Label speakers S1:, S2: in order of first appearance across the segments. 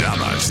S1: Caballeros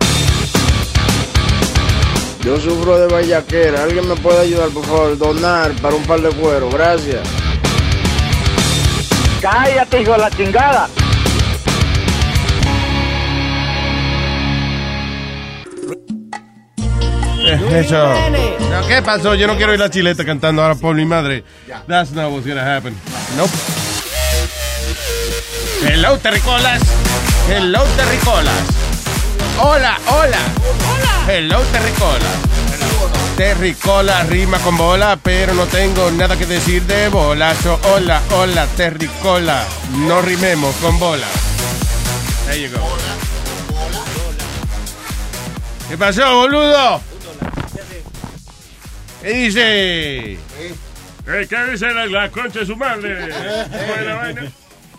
S2: Yo sufro de vallaquera. ¿Alguien me puede ayudar, por favor? Donar para un par de cuero. Gracias.
S3: Cállate, hijo de la chingada.
S4: Eso. ¿Pero ¿Qué pasó? Yo no quiero ir la chileta cantando ahora por mi madre. That's not what's gonna happen. Nope. Hello, terricolas. Hello, terricolas. Hola, hola. Hola. Hello, terricolas. Terricola rima con bola, pero no tengo nada que decir de bolazo. Hola, hola, terricola. No rimemos con bola. There you go. ¿Qué pasó, boludo? ¿Qué dice?
S5: Eh, ¿Qué dice la, la concha de su madre? ¿Cómo es la vaina?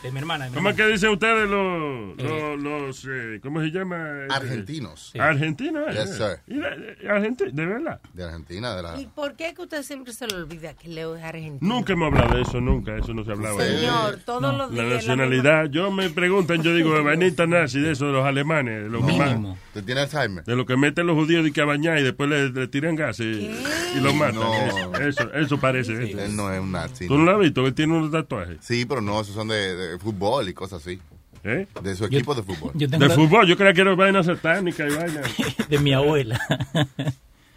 S6: De mi hermana. de mi
S5: ¿Cómo es
S6: hermana.
S5: que dicen ustedes los, los, los, eh, ¿cómo se llama?
S7: Argentinos. Sí.
S5: Argentinos. eh.
S7: Yes, sir.
S5: Mira, eh, Argenti- de verdad.
S7: De Argentina, de la...
S8: ¿Y por qué que usted siempre se le olvida que Leo es argentino?
S5: Nunca hemos hablado de eso, nunca, eso no se hablaba.
S8: Señor, todos los días
S5: La
S8: la
S5: nacionalidad, yo me preguntan, yo digo, vainita nazi de eso, de los alemanes, de los que más-
S7: ¿Te tiene Alzheimer?
S5: de lo que meten los judíos de que a bañar y después le, le tiran gas y, y los matan.
S7: No.
S5: Eso, eso parece. eso.
S7: Él no es un nazi.
S5: ¿Tú no lo has visto? Él tiene unos tatuajes.
S7: Sí, pero no, esos son de, de fútbol y cosas así.
S5: ¿Eh?
S7: De su equipo de fútbol.
S6: yo tengo
S5: De
S6: la-
S5: fútbol, yo creía que era vaina satánica y vaina.
S6: De mi abuela.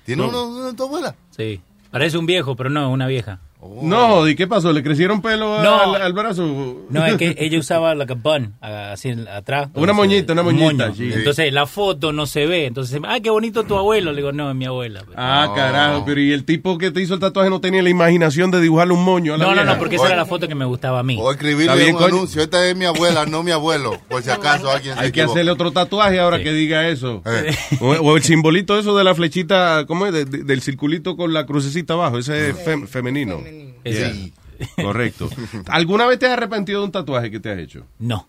S7: ¿Tiene
S6: No.
S7: uno de tu abuela?
S6: Sí. Parece un viejo, pero no, una vieja.
S4: No, ¿y qué pasó? ¿Le crecieron pelo a-
S6: No.
S4: al, al brazo?
S6: No, es que ella usaba like a bun, ah, así en- atrás.
S4: Una moñita, una
S6: Un
S4: moñita,
S6: moño.
S4: sí.
S6: Entonces la foto no se ve. Entonces, ah, qué bonito tu abuelo. Le digo, no, es mi abuela.
S4: Ah, carajo, pero ¿y el tipo que te hizo el tatuaje no tenía la imaginación de dibujarle un moño a la
S6: No, no,
S4: vieja?
S6: no, porque esa era la foto que me gustaba a mí.
S7: O
S4: Está
S7: escribirle
S4: bien,
S7: un
S4: coño.
S7: anuncio. Esta es mi abuela, no mi abuelo. Por si acaso alguien se
S4: Hay que
S7: equivoca.
S4: hacerle otro tatuaje ahora que diga eso. O, o el simbolito eso de la flechita, ¿cómo es? De- de- del circulito con la crucecita abajo. Ese es fem- femenino. Yeah.
S6: Sí.
S4: Correcto. ¿Alguna vez te has arrepentido de un tatuaje que te has hecho?
S6: No.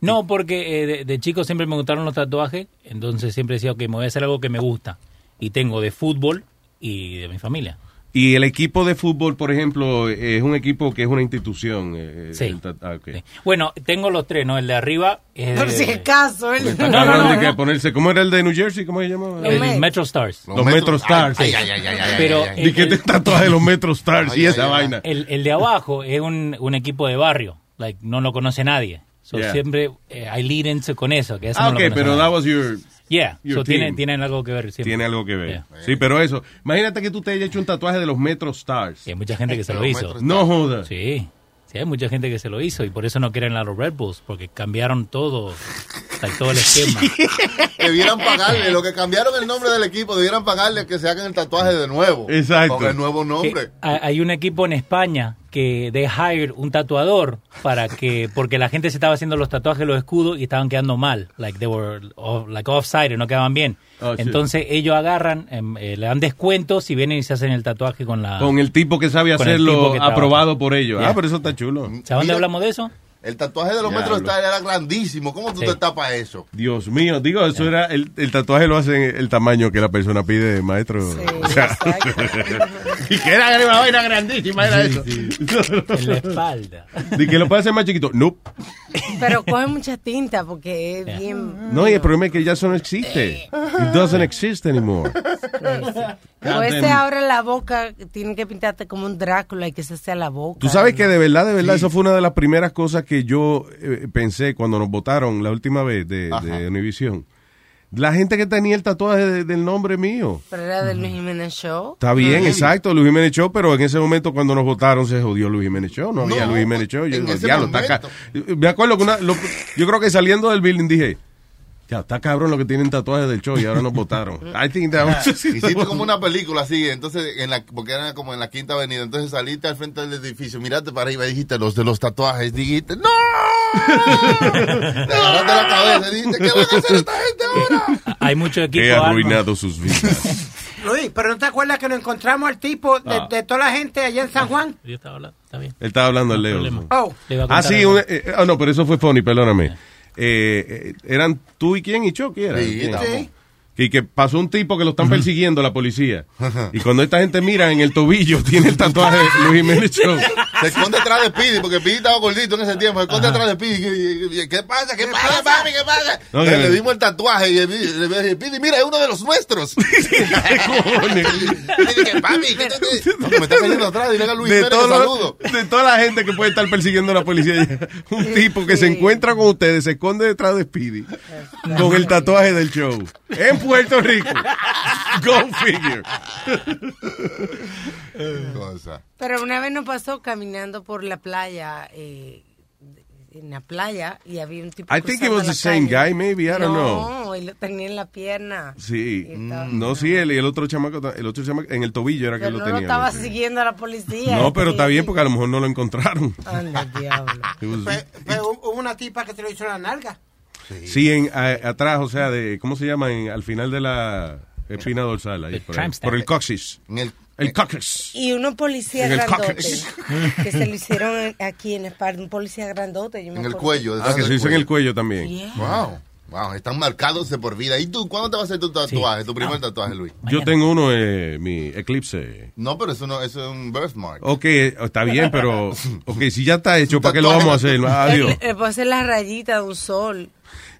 S6: No, porque eh, de, de chico siempre me gustaron los tatuajes. Entonces siempre decía, ok, me voy a hacer algo que me gusta. Y tengo de fútbol y de mi familia.
S4: Y el equipo de fútbol, por ejemplo, es un equipo que es una institución. eh,
S6: Sí.
S4: el tat- ah, ok.
S6: Bueno, tengo los tres, ¿no? El de arriba es
S8: Por si
S6: de-
S8: acaso, él.
S4: Está cabrón de que ponerse, ¿Cómo era el de New Jersey? ¿Cómo se llamaba?
S6: el Metro Stars.
S4: Los Metro Stars.
S6: Ay, ay, ay, ay, ay, Pero ay, ay.
S4: ¿Y qué te tatuaje de los Metro Stars y esa vaina?
S6: El, el de abajo es un, un equipo de barrio, like, no lo conoce nadie. So,
S4: Yeah.
S6: Siempre eh, I lead into con eso. Que eso
S4: Ah,
S6: no
S4: ok,
S6: lo conoce
S4: pero
S6: nadie.
S4: that was your...
S6: Yeah,
S4: your
S6: so tiene,
S4: team.
S6: tienen algo que ver. Siempre.
S4: Tiene algo que ver.
S6: Yeah.
S4: Sí, pero eso. Imagínate que tú te hayas hecho un tatuaje de los Metro Stars.
S6: Y hay mucha gente que se lo hizo.
S4: No jodas.
S6: Sí, sí, hay mucha gente que se lo hizo y por eso no quieren a los Red Bulls, porque cambiaron todo, like, todo el esquema.
S7: Debieran pagarle, lo que cambiaron el nombre del equipo, debieran pagarle que se hagan el tatuaje de nuevo.
S4: Exacto.
S7: Con el nuevo nombre.
S6: Que hay hay un equipo en España que they hired un tatuador para que porque la gente se estaba haciendo los tatuajes los escudos y estaban quedando mal like they were off, like offside no quedaban bien
S4: Oh, shit.
S6: entonces ellos agarran em, eh, le dan descuentos y vienen y se hacen el tatuaje con la
S4: Con el tipo que sabe
S6: Ah. Con el tipo
S4: hacerlo
S6: que trabaja.
S4: aprobado por ellos.
S6: Yeah.
S4: Ah, pero eso está chulo.
S6: ¿A dónde
S7: Mira,
S6: hablamos de eso
S7: El tatuaje de los
S4: Ya,
S7: metros
S4: hablo.
S7: Stars era grandísimo. ¿Cómo tú
S6: Sí.
S7: te tapas eso?
S4: Dios mío, digo, eso era el, el tatuaje lo hace el tamaño que la persona pide, maestro. O sea, y que era una vaina grandísima, era eso.
S6: en la espalda
S4: Y que lo puede hacer más chiquito. No,
S8: Pero coge mucha tinta porque es bien.
S7: Mm.
S4: no, y el problema es que ya eso no
S7: Eh.
S4: existe. It doesn't exist anymore.
S8: O
S4: Goddamn.
S8: este abre la boca, tienen que pintarte como un Drácula y que se sea la boca.
S4: Tú sabes que de verdad, de verdad, eso fue una de las primeras cosas que yo eh, pensé cuando nos votaron la última vez de, de Univision. La gente que tenía el tatuaje de- del nombre mío.
S8: Pero era del Luis Jiménez Show.
S4: Mm. Está bien, exacto, Luis Jiménez Show, pero en ese momento cuando nos votaron se jodió Luis Jiménez Show, no, había Luis Jiménez Show. Yo
S7: en
S4: digo,
S7: ese
S4: diablo, está ca- Me acuerdo que una, lo- yo creo que saliendo del building dije, ya, está cabrón lo que tienen tatuajes del show y ahora nos votaron. I think that was-
S7: Hiciste como una película así, entonces, en la, porque era como en la quinta avenida. Entonces saliste al frente del edificio, miraste para arriba y dijiste los de los tatuajes. Dijiste, ¡No! Agarrate la cabeza y dijiste, ¿qué van a hacer esta gente ahora?
S6: Hay mucho equipo.
S4: He
S6: arma.
S4: arruinado sus vidas.
S9: Luis, pero ¿no te acuerdas que nos encontramos al tipo de,
S4: Ah.
S9: de toda la gente allá en San Juan?
S4: Él estaba hablando al Leo.
S9: Oh. Le iba a
S4: Ah,
S9: contar
S4: sí.
S9: algo.
S4: un- eh, eh, ah, no, pero eso fue funny, perdóname. Eh, eh, eran tú y quién y Chucky. Era?
S7: Sí,
S4: ¿Quién?
S7: sí.
S4: Y que pasó un tipo que lo están persiguiendo la policía. Y cuando esta gente mira en el tobillo, tiene el tatuaje de Luis Jiménez Show.
S7: Se esconde atrás de Pidi, porque Pidi estaba gordito en ese tiempo. Se esconde atrás de Pidi. ¿Qué- ¿Qué, qué pasa? ¿Qué, pasa, papi? ¿Qué pasa?
S4: No,
S7: le,
S4: que-
S7: le dimos el tatuaje y le le dije, Pidi, mira, es uno de los nuestros. Y dije, papi, ¿qué tú- no, que me está cayendo atrás. Dile a Luis
S4: de,
S7: Pérez que
S4: todo lo-
S7: saludo.
S4: de toda la gente que puede estar persiguiendo a la policía. Un tipo que se encuentra con ustedes, se esconde detrás de Speedy con el tatuaje del show. En Puerto Rico. Go figure.
S7: Cosa.
S8: Pero una vez nos pasó caminando por la playa, eh, en la playa, y había un tipo.
S4: I think it
S8: cruzando
S4: was
S8: la
S4: the same
S8: calle.
S4: guy, maybe. I don't know.
S8: No, y lo tenía en la pierna.
S4: Sí, Mm,
S8: Y estaba-
S4: no, sí, él y el otro chamaco, ta- el otro chamaco, en el tobillo era que
S8: Pero
S4: él lo
S8: no lo
S4: tenía.
S8: estaba siguiendo a la policía.
S4: No, pero
S8: Sí.
S4: está bien porque a lo mejor no lo encontraron.
S8: Anda, diablo.
S4: It was-
S9: Pero Eh, hubo una tipa que se lo hizo en la nalga.
S4: sí, en, a- atrás, o sea, de, ¿cómo se llama? En- al final de la espina dorsal, ahí, por, ahí,
S8: tramp stamp.
S4: por el coxis.
S7: El,
S4: coxis.
S8: eh, Y unos policías
S4: En el
S8: grandotes
S4: caucus.
S8: que se lo hicieron en- aquí en espalda, un policía grandote. yo me
S7: En el
S8: acuerdo.
S7: cuello.
S4: Ah, que se hizo en el cuello también.
S8: Yeah.
S7: Wow. Wow, están marcados de por vida. ¿Y tú cuándo te vas a hacer tu tatuaje, tu primer tatuaje, Luis?
S4: Yo tengo uno, eh, mi eclipse.
S7: No, pero eso no, eso es un birthmark.
S4: Ok, está bien, pero. Ok, si ya está hecho, ¿para qué lo vamos a hacer? Adiós.
S8: Eh, Le, le puedo hacer la rayita de un sol.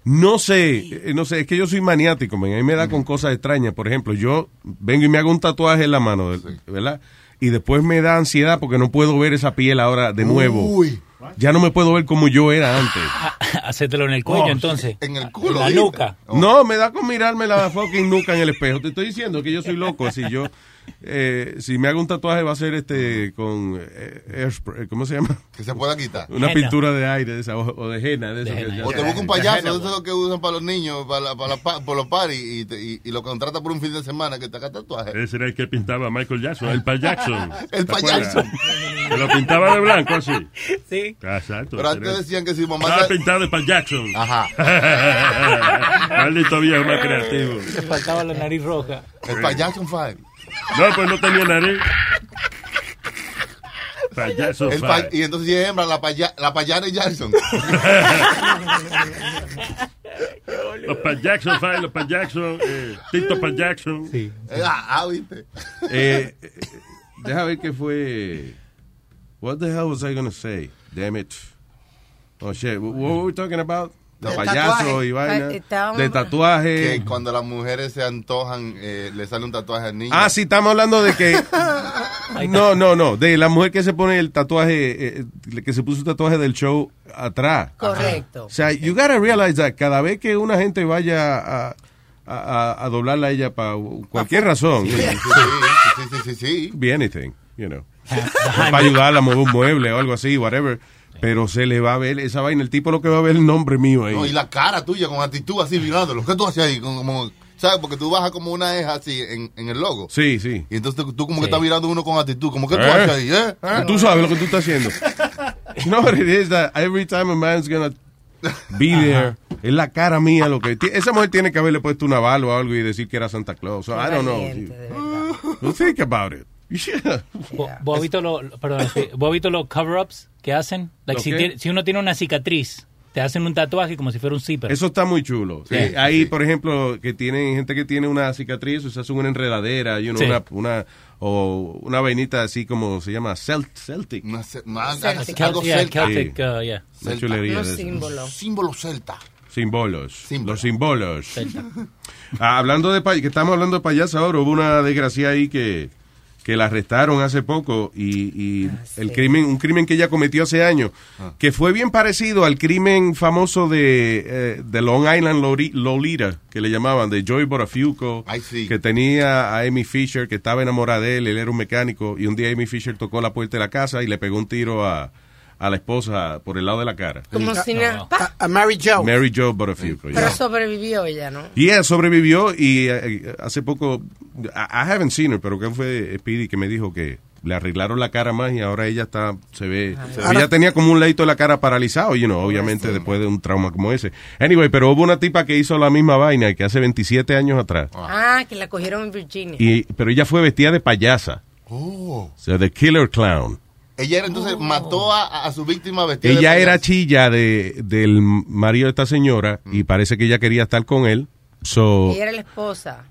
S4: No sé, eh, no sé, es que yo soy maniático, man. a mí me da con cosas extrañas. Por ejemplo, yo vengo y me hago un tatuaje en la mano, ¿verdad? Y después me da ansiedad porque no puedo ver esa piel ahora de nuevo.
S6: Uy.
S4: Ya no me puedo ver como yo era antes.
S7: Ah.
S6: Hacételo en el cuello,
S4: Oh,
S6: entonces. Ah,
S7: En el
S4: culo,
S6: La
S4: ¿viste?
S6: nuca.
S4: No, me da con mirarme la fucking nuca en el espejo. Te estoy diciendo que yo soy loco. Así yo, eh, si me hago un tatuaje va a ser este con, eh, airspray, ¿cómo se llama?
S7: Que se pueda quitar.
S4: Una
S7: Henna.
S4: pintura de aire de esa, o, o de henna. De eso, que ya-
S7: O te busca un payaso, eso es
S6: pues.
S7: lo que usan para los niños, para, la- para, la pa- por los paris, y, te- y, y lo contrata por un fin de semana que te haga tatuaje.
S10: Ese era el que pintaba a Michael Jackson, el payaso.
S7: El
S10: ¿Te acuerdas?
S7: payaso.
S10: Que lo pintaba de blanco así.
S6: Sí.
S10: Exacto.
S7: Pero antes decían que si mamá
S10: Estaba
S7: te-
S10: pintado de Paul Jackson.
S7: Ajá.
S10: Maldito viejo más creativo.
S6: Le faltaba la nariz roja.
S7: El payaso five.
S10: No, pues no tenía nariz. Payaso
S7: El pa-
S10: five.
S7: y entonces si es hembra, la, paya, la payana es Jackson.
S10: Los Paul Jackson five, los Paul Jackson, eh, Tito Paul Jackson. Sí.
S7: ah, ah, viste.
S4: Eh, eh, deja ver qué fue. What the hell was I gonna say? Damn it. Oh shit. What were we talking about? De
S7: Del
S4: payaso
S7: tatuaje.
S4: y
S7: Ta-
S4: vaina.
S7: estábamos-
S4: De tatuaje.
S7: Que cuando las mujeres se antojan, eh, le sale un tatuaje al niño.
S4: Ah, sí, estamos hablando de que. No, no, no. De la mujer que se pone el tatuaje, eh, eh, que se puso el tatuaje del show atrás.
S8: Correcto.
S4: O sea, you gotta realize that cada vez que una gente vaya a, a- a- a doblarla a ella para cualquier razón, you know,
S7: Sí, sí, sí, sí, sí.
S4: be anything, you know. para ayudarla a mover un mueble o algo así, whatever. Pero se le va a ver esa vaina. El tipo lo que va a ver es el nombre mío ahí.
S7: No, y la cara tuya con actitud así mirándolo. ¿Qué tú haces ahí? Como, como- ¿Sabes? Porque tú bajas como una eja así en, en el logo.
S4: Sí, sí.
S7: Y entonces tú como que estás mirando uno con actitud. Como que tú
S4: ¿Eh?
S7: haces ahí, ¿eh? ¿Eh?
S4: Tú sabes lo que tú estás haciendo. You know what it is that every time a man's gonna be there, es la cara mía lo que ti- esa mujer tiene que haberle puesto una bala o algo y decir que era Santa Claus. So, I don't know. You think about it. Yeah.
S6: Bo- ¿Vos has visto lo- lo- perdón, sí, ¿vos has visto los cover-ups que hacen? Like,
S4: ¿Los
S6: si,
S4: qué?
S6: tiene- si uno tiene una cicatriz, te hacen un tatuaje como si fuera un zipper.
S4: Eso está muy chulo.
S6: Sí,
S4: Eh, Ahí, por ejemplo, que tienen gente que tiene una cicatriz, o se hace una enredadera, you know,
S6: Sí.
S4: una, una- o una vainita así como se llama Celt- Celtic.
S7: Una ce- una-
S6: Celtic.
S7: algo
S6: Yeah,
S7: celta.
S6: Celtic, uh, yeah.
S4: Una chulería de eso.
S7: Símbolo celta.
S4: Símbolos. Los símbolos. Ah, hablando de pay- que estamos hablando de payaso ahora, hubo una desgracia ahí que, que la arrestaron hace poco y, y
S6: Ah,
S4: el crimen, un crimen que ella cometió hace años, que fue bien parecido al crimen famoso de, eh, de Long Island Lori- Lolita, que le llamaban, de Joy Borafiuco, que tenía a Amy Fisher, que estaba enamorada de él, él era un mecánico, y un día Amy Fisher tocó la puerta de la casa y le pegó un tiro a, a la esposa por el lado de la cara.
S8: Como si nada.
S9: A, a Mary Joe.
S4: Mary Jo Borafiuco.
S8: Pero
S4: yeah.
S8: sobrevivió ella, ¿no?
S4: Y ella eh, sobrevivió y eh, hace poco, I, I haven't seen her, pero que fue Speedy que me dijo que le arreglaron la cara más y ahora ella está se ve
S11: Ah.
S4: se ve-
S11: Ahora-
S4: ella tenía como un leito de la cara paralizado you know, obviamente después de un trauma como ese anyway pero hubo una tipa que hizo la misma vaina que hace 27 años atrás
S8: Ah, que la cogieron en Virginia.
S4: y pero ella fue vestida de payasa
S8: Oh.
S4: o sea de killer clown
S7: Ella era, entonces mató a, a su víctima vestida. de
S4: ella
S7: payaso.
S4: era chilla de del marido de esta señora
S8: Mm.
S4: y parece que ella quería estar con él so
S8: Ella era la esposa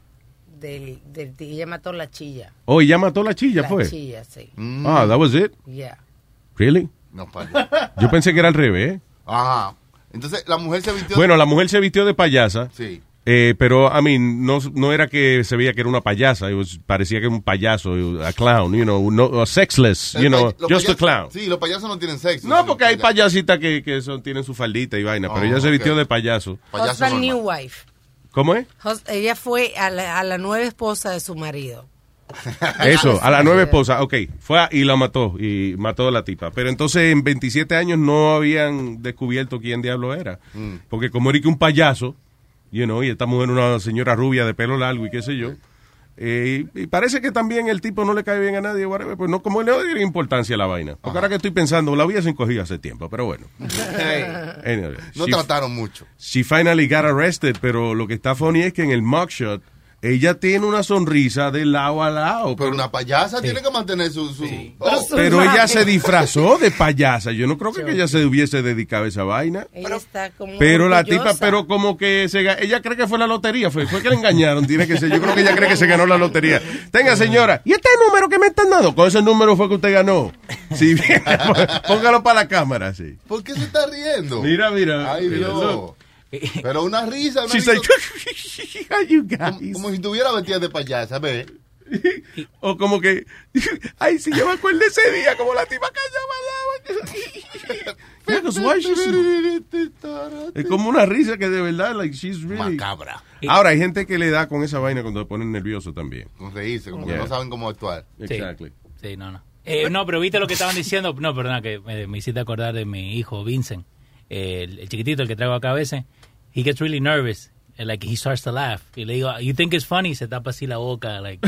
S8: del, del- de- Ella mató la chilla.
S4: oh ella mató la chilla
S8: la
S4: fue
S8: chilla, sí.
S4: ah that was it
S8: Yeah.
S4: really
S7: No, para.
S4: yo pensé que era al revés
S7: Ajá. Entonces la mujer se vistió.
S4: Bueno, la mujer se vistió de payasa.
S7: Sí.
S4: Eh, pero, I mean, no, no era que se veía que era una payasa. it was- parecía que era un payaso, a clown, you know, no, a sexless, you know,
S7: Los
S4: just a
S7: payasos-
S4: clown.
S7: Sí, los payasos no tienen sexo.
S4: No, porque hay payasitas que, que son, tienen su faldita y vaina, pero
S7: Oh,
S4: ella se
S7: ok.
S4: vistió de payaso.
S7: pues
S8: Husband new wife.
S4: ¿Cómo es?
S8: Hus- ella fue a la, a la nueva esposa de su marido.
S4: Eso, a la nueva esposa, ok, fue a- y la mató, y mató a la tipa. Pero entonces en 27 años no habían descubierto quién diablo era. Porque como era que un payaso, you know, y esta mujer una señora rubia de pelo largo y qué sé yo. eh, y, y parece que también el tipo no le cae bien a nadie, whatever, pues no, como le doy importancia a la vaina. Porque ahora que estoy pensando, la hubiesen cogido hace tiempo, pero bueno. Anyway,
S7: No
S4: she-
S7: trataron mucho.
S4: She finally got arrested, pero lo que está funny es que en el mugshot ella tiene una sonrisa de lado a lado. Pero
S7: una payasa tiene que mantener su. su- Oh,
S4: Pero ella se disfrazó de payasa. Yo no creo que ella se hubiese dedicado a esa vaina.
S8: Ella está como.
S4: Pero la
S8: orgullosa.
S4: tipa, pero como que se ga- ella cree que fue la lotería, fue, fue que le engañaron, tiene que ser. Yo creo que ella cree que se ganó la lotería. Tenga, señora, ¿y este número que me están dando? Con ese número fue que usted ganó. Sí, bien, póngalo para la cámara, sí.
S7: ¿Por qué se está riendo?
S4: Mira, mira.
S7: Ay,
S4: Mira,
S7: Dios.
S4: look.
S7: Pero una risa. Una
S4: She's
S7: risa-
S4: like, como,
S7: como si estuviera vestida de payasa, ¿ves?
S4: O como que. Ay, si yo me acuerdo de ese día, como la tipa Yeah, 'cause why she's- Es como una risa que de verdad, like, she's really.
S7: Macabra.
S4: Ahora, hay gente que le da con esa vaina cuando se ponen nervioso también.
S7: Con reírse, como
S4: Yeah.
S7: que no saben cómo actuar.
S6: Sí.
S4: Exactly.
S6: Sí, no, no. Eh, no, pero viste lo que estaban diciendo. No, perdona, que me, me hiciste acordar de mi hijo Vincent, Eh, el, el chiquitito, el que traigo acá a veces. He gets really nervous. and, like, he starts to laugh. Y le digo, you think it's funny? Y se tapa así la boca, like.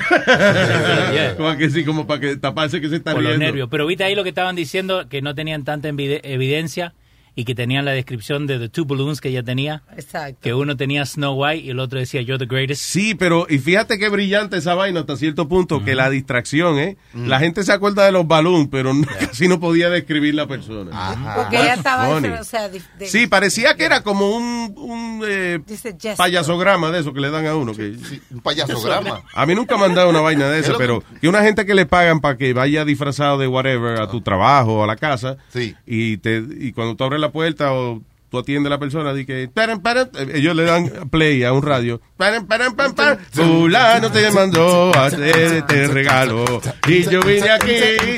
S6: Yeah.
S4: Como que sí, como para que taparse que se está
S6: por los
S4: riendo.
S6: nervios. Pero viste ahí lo que estaban diciendo, que no tenían tanta envide- evidencia y que tenían la descripción de The Two Balloons que ella tenía.
S8: Exacto.
S6: Que uno tenía Snow White y el otro decía, you're the greatest.
S4: Sí, pero y fíjate qué brillante esa vaina hasta cierto punto, que la distracción, ¿eh?
S7: Mm.
S4: La gente se acuerda de los balones, pero no- casi no podía describir la persona.
S8: Porque ella estaba.
S4: Funny.
S8: O sea, de- de-
S4: Sí, parecía que era como un, un eh,
S8: dice Jessica.
S4: payasograma de eso que le dan a uno. Que,
S7: Un payasograma.
S4: A mí nunca me han dado una vaina de eso, pero que una gente que le pagan para que vaya disfrazado de whatever a tu trabajo o a la casa. Y, te, y cuando tú abres la puerta o tú atiendes a la persona, di que. "Taran, paran", eh, ellos le dan play a un radio. "Paran, paran, pam, pam, Fulano te mandó a hacer este regalo. Y yo vine aquí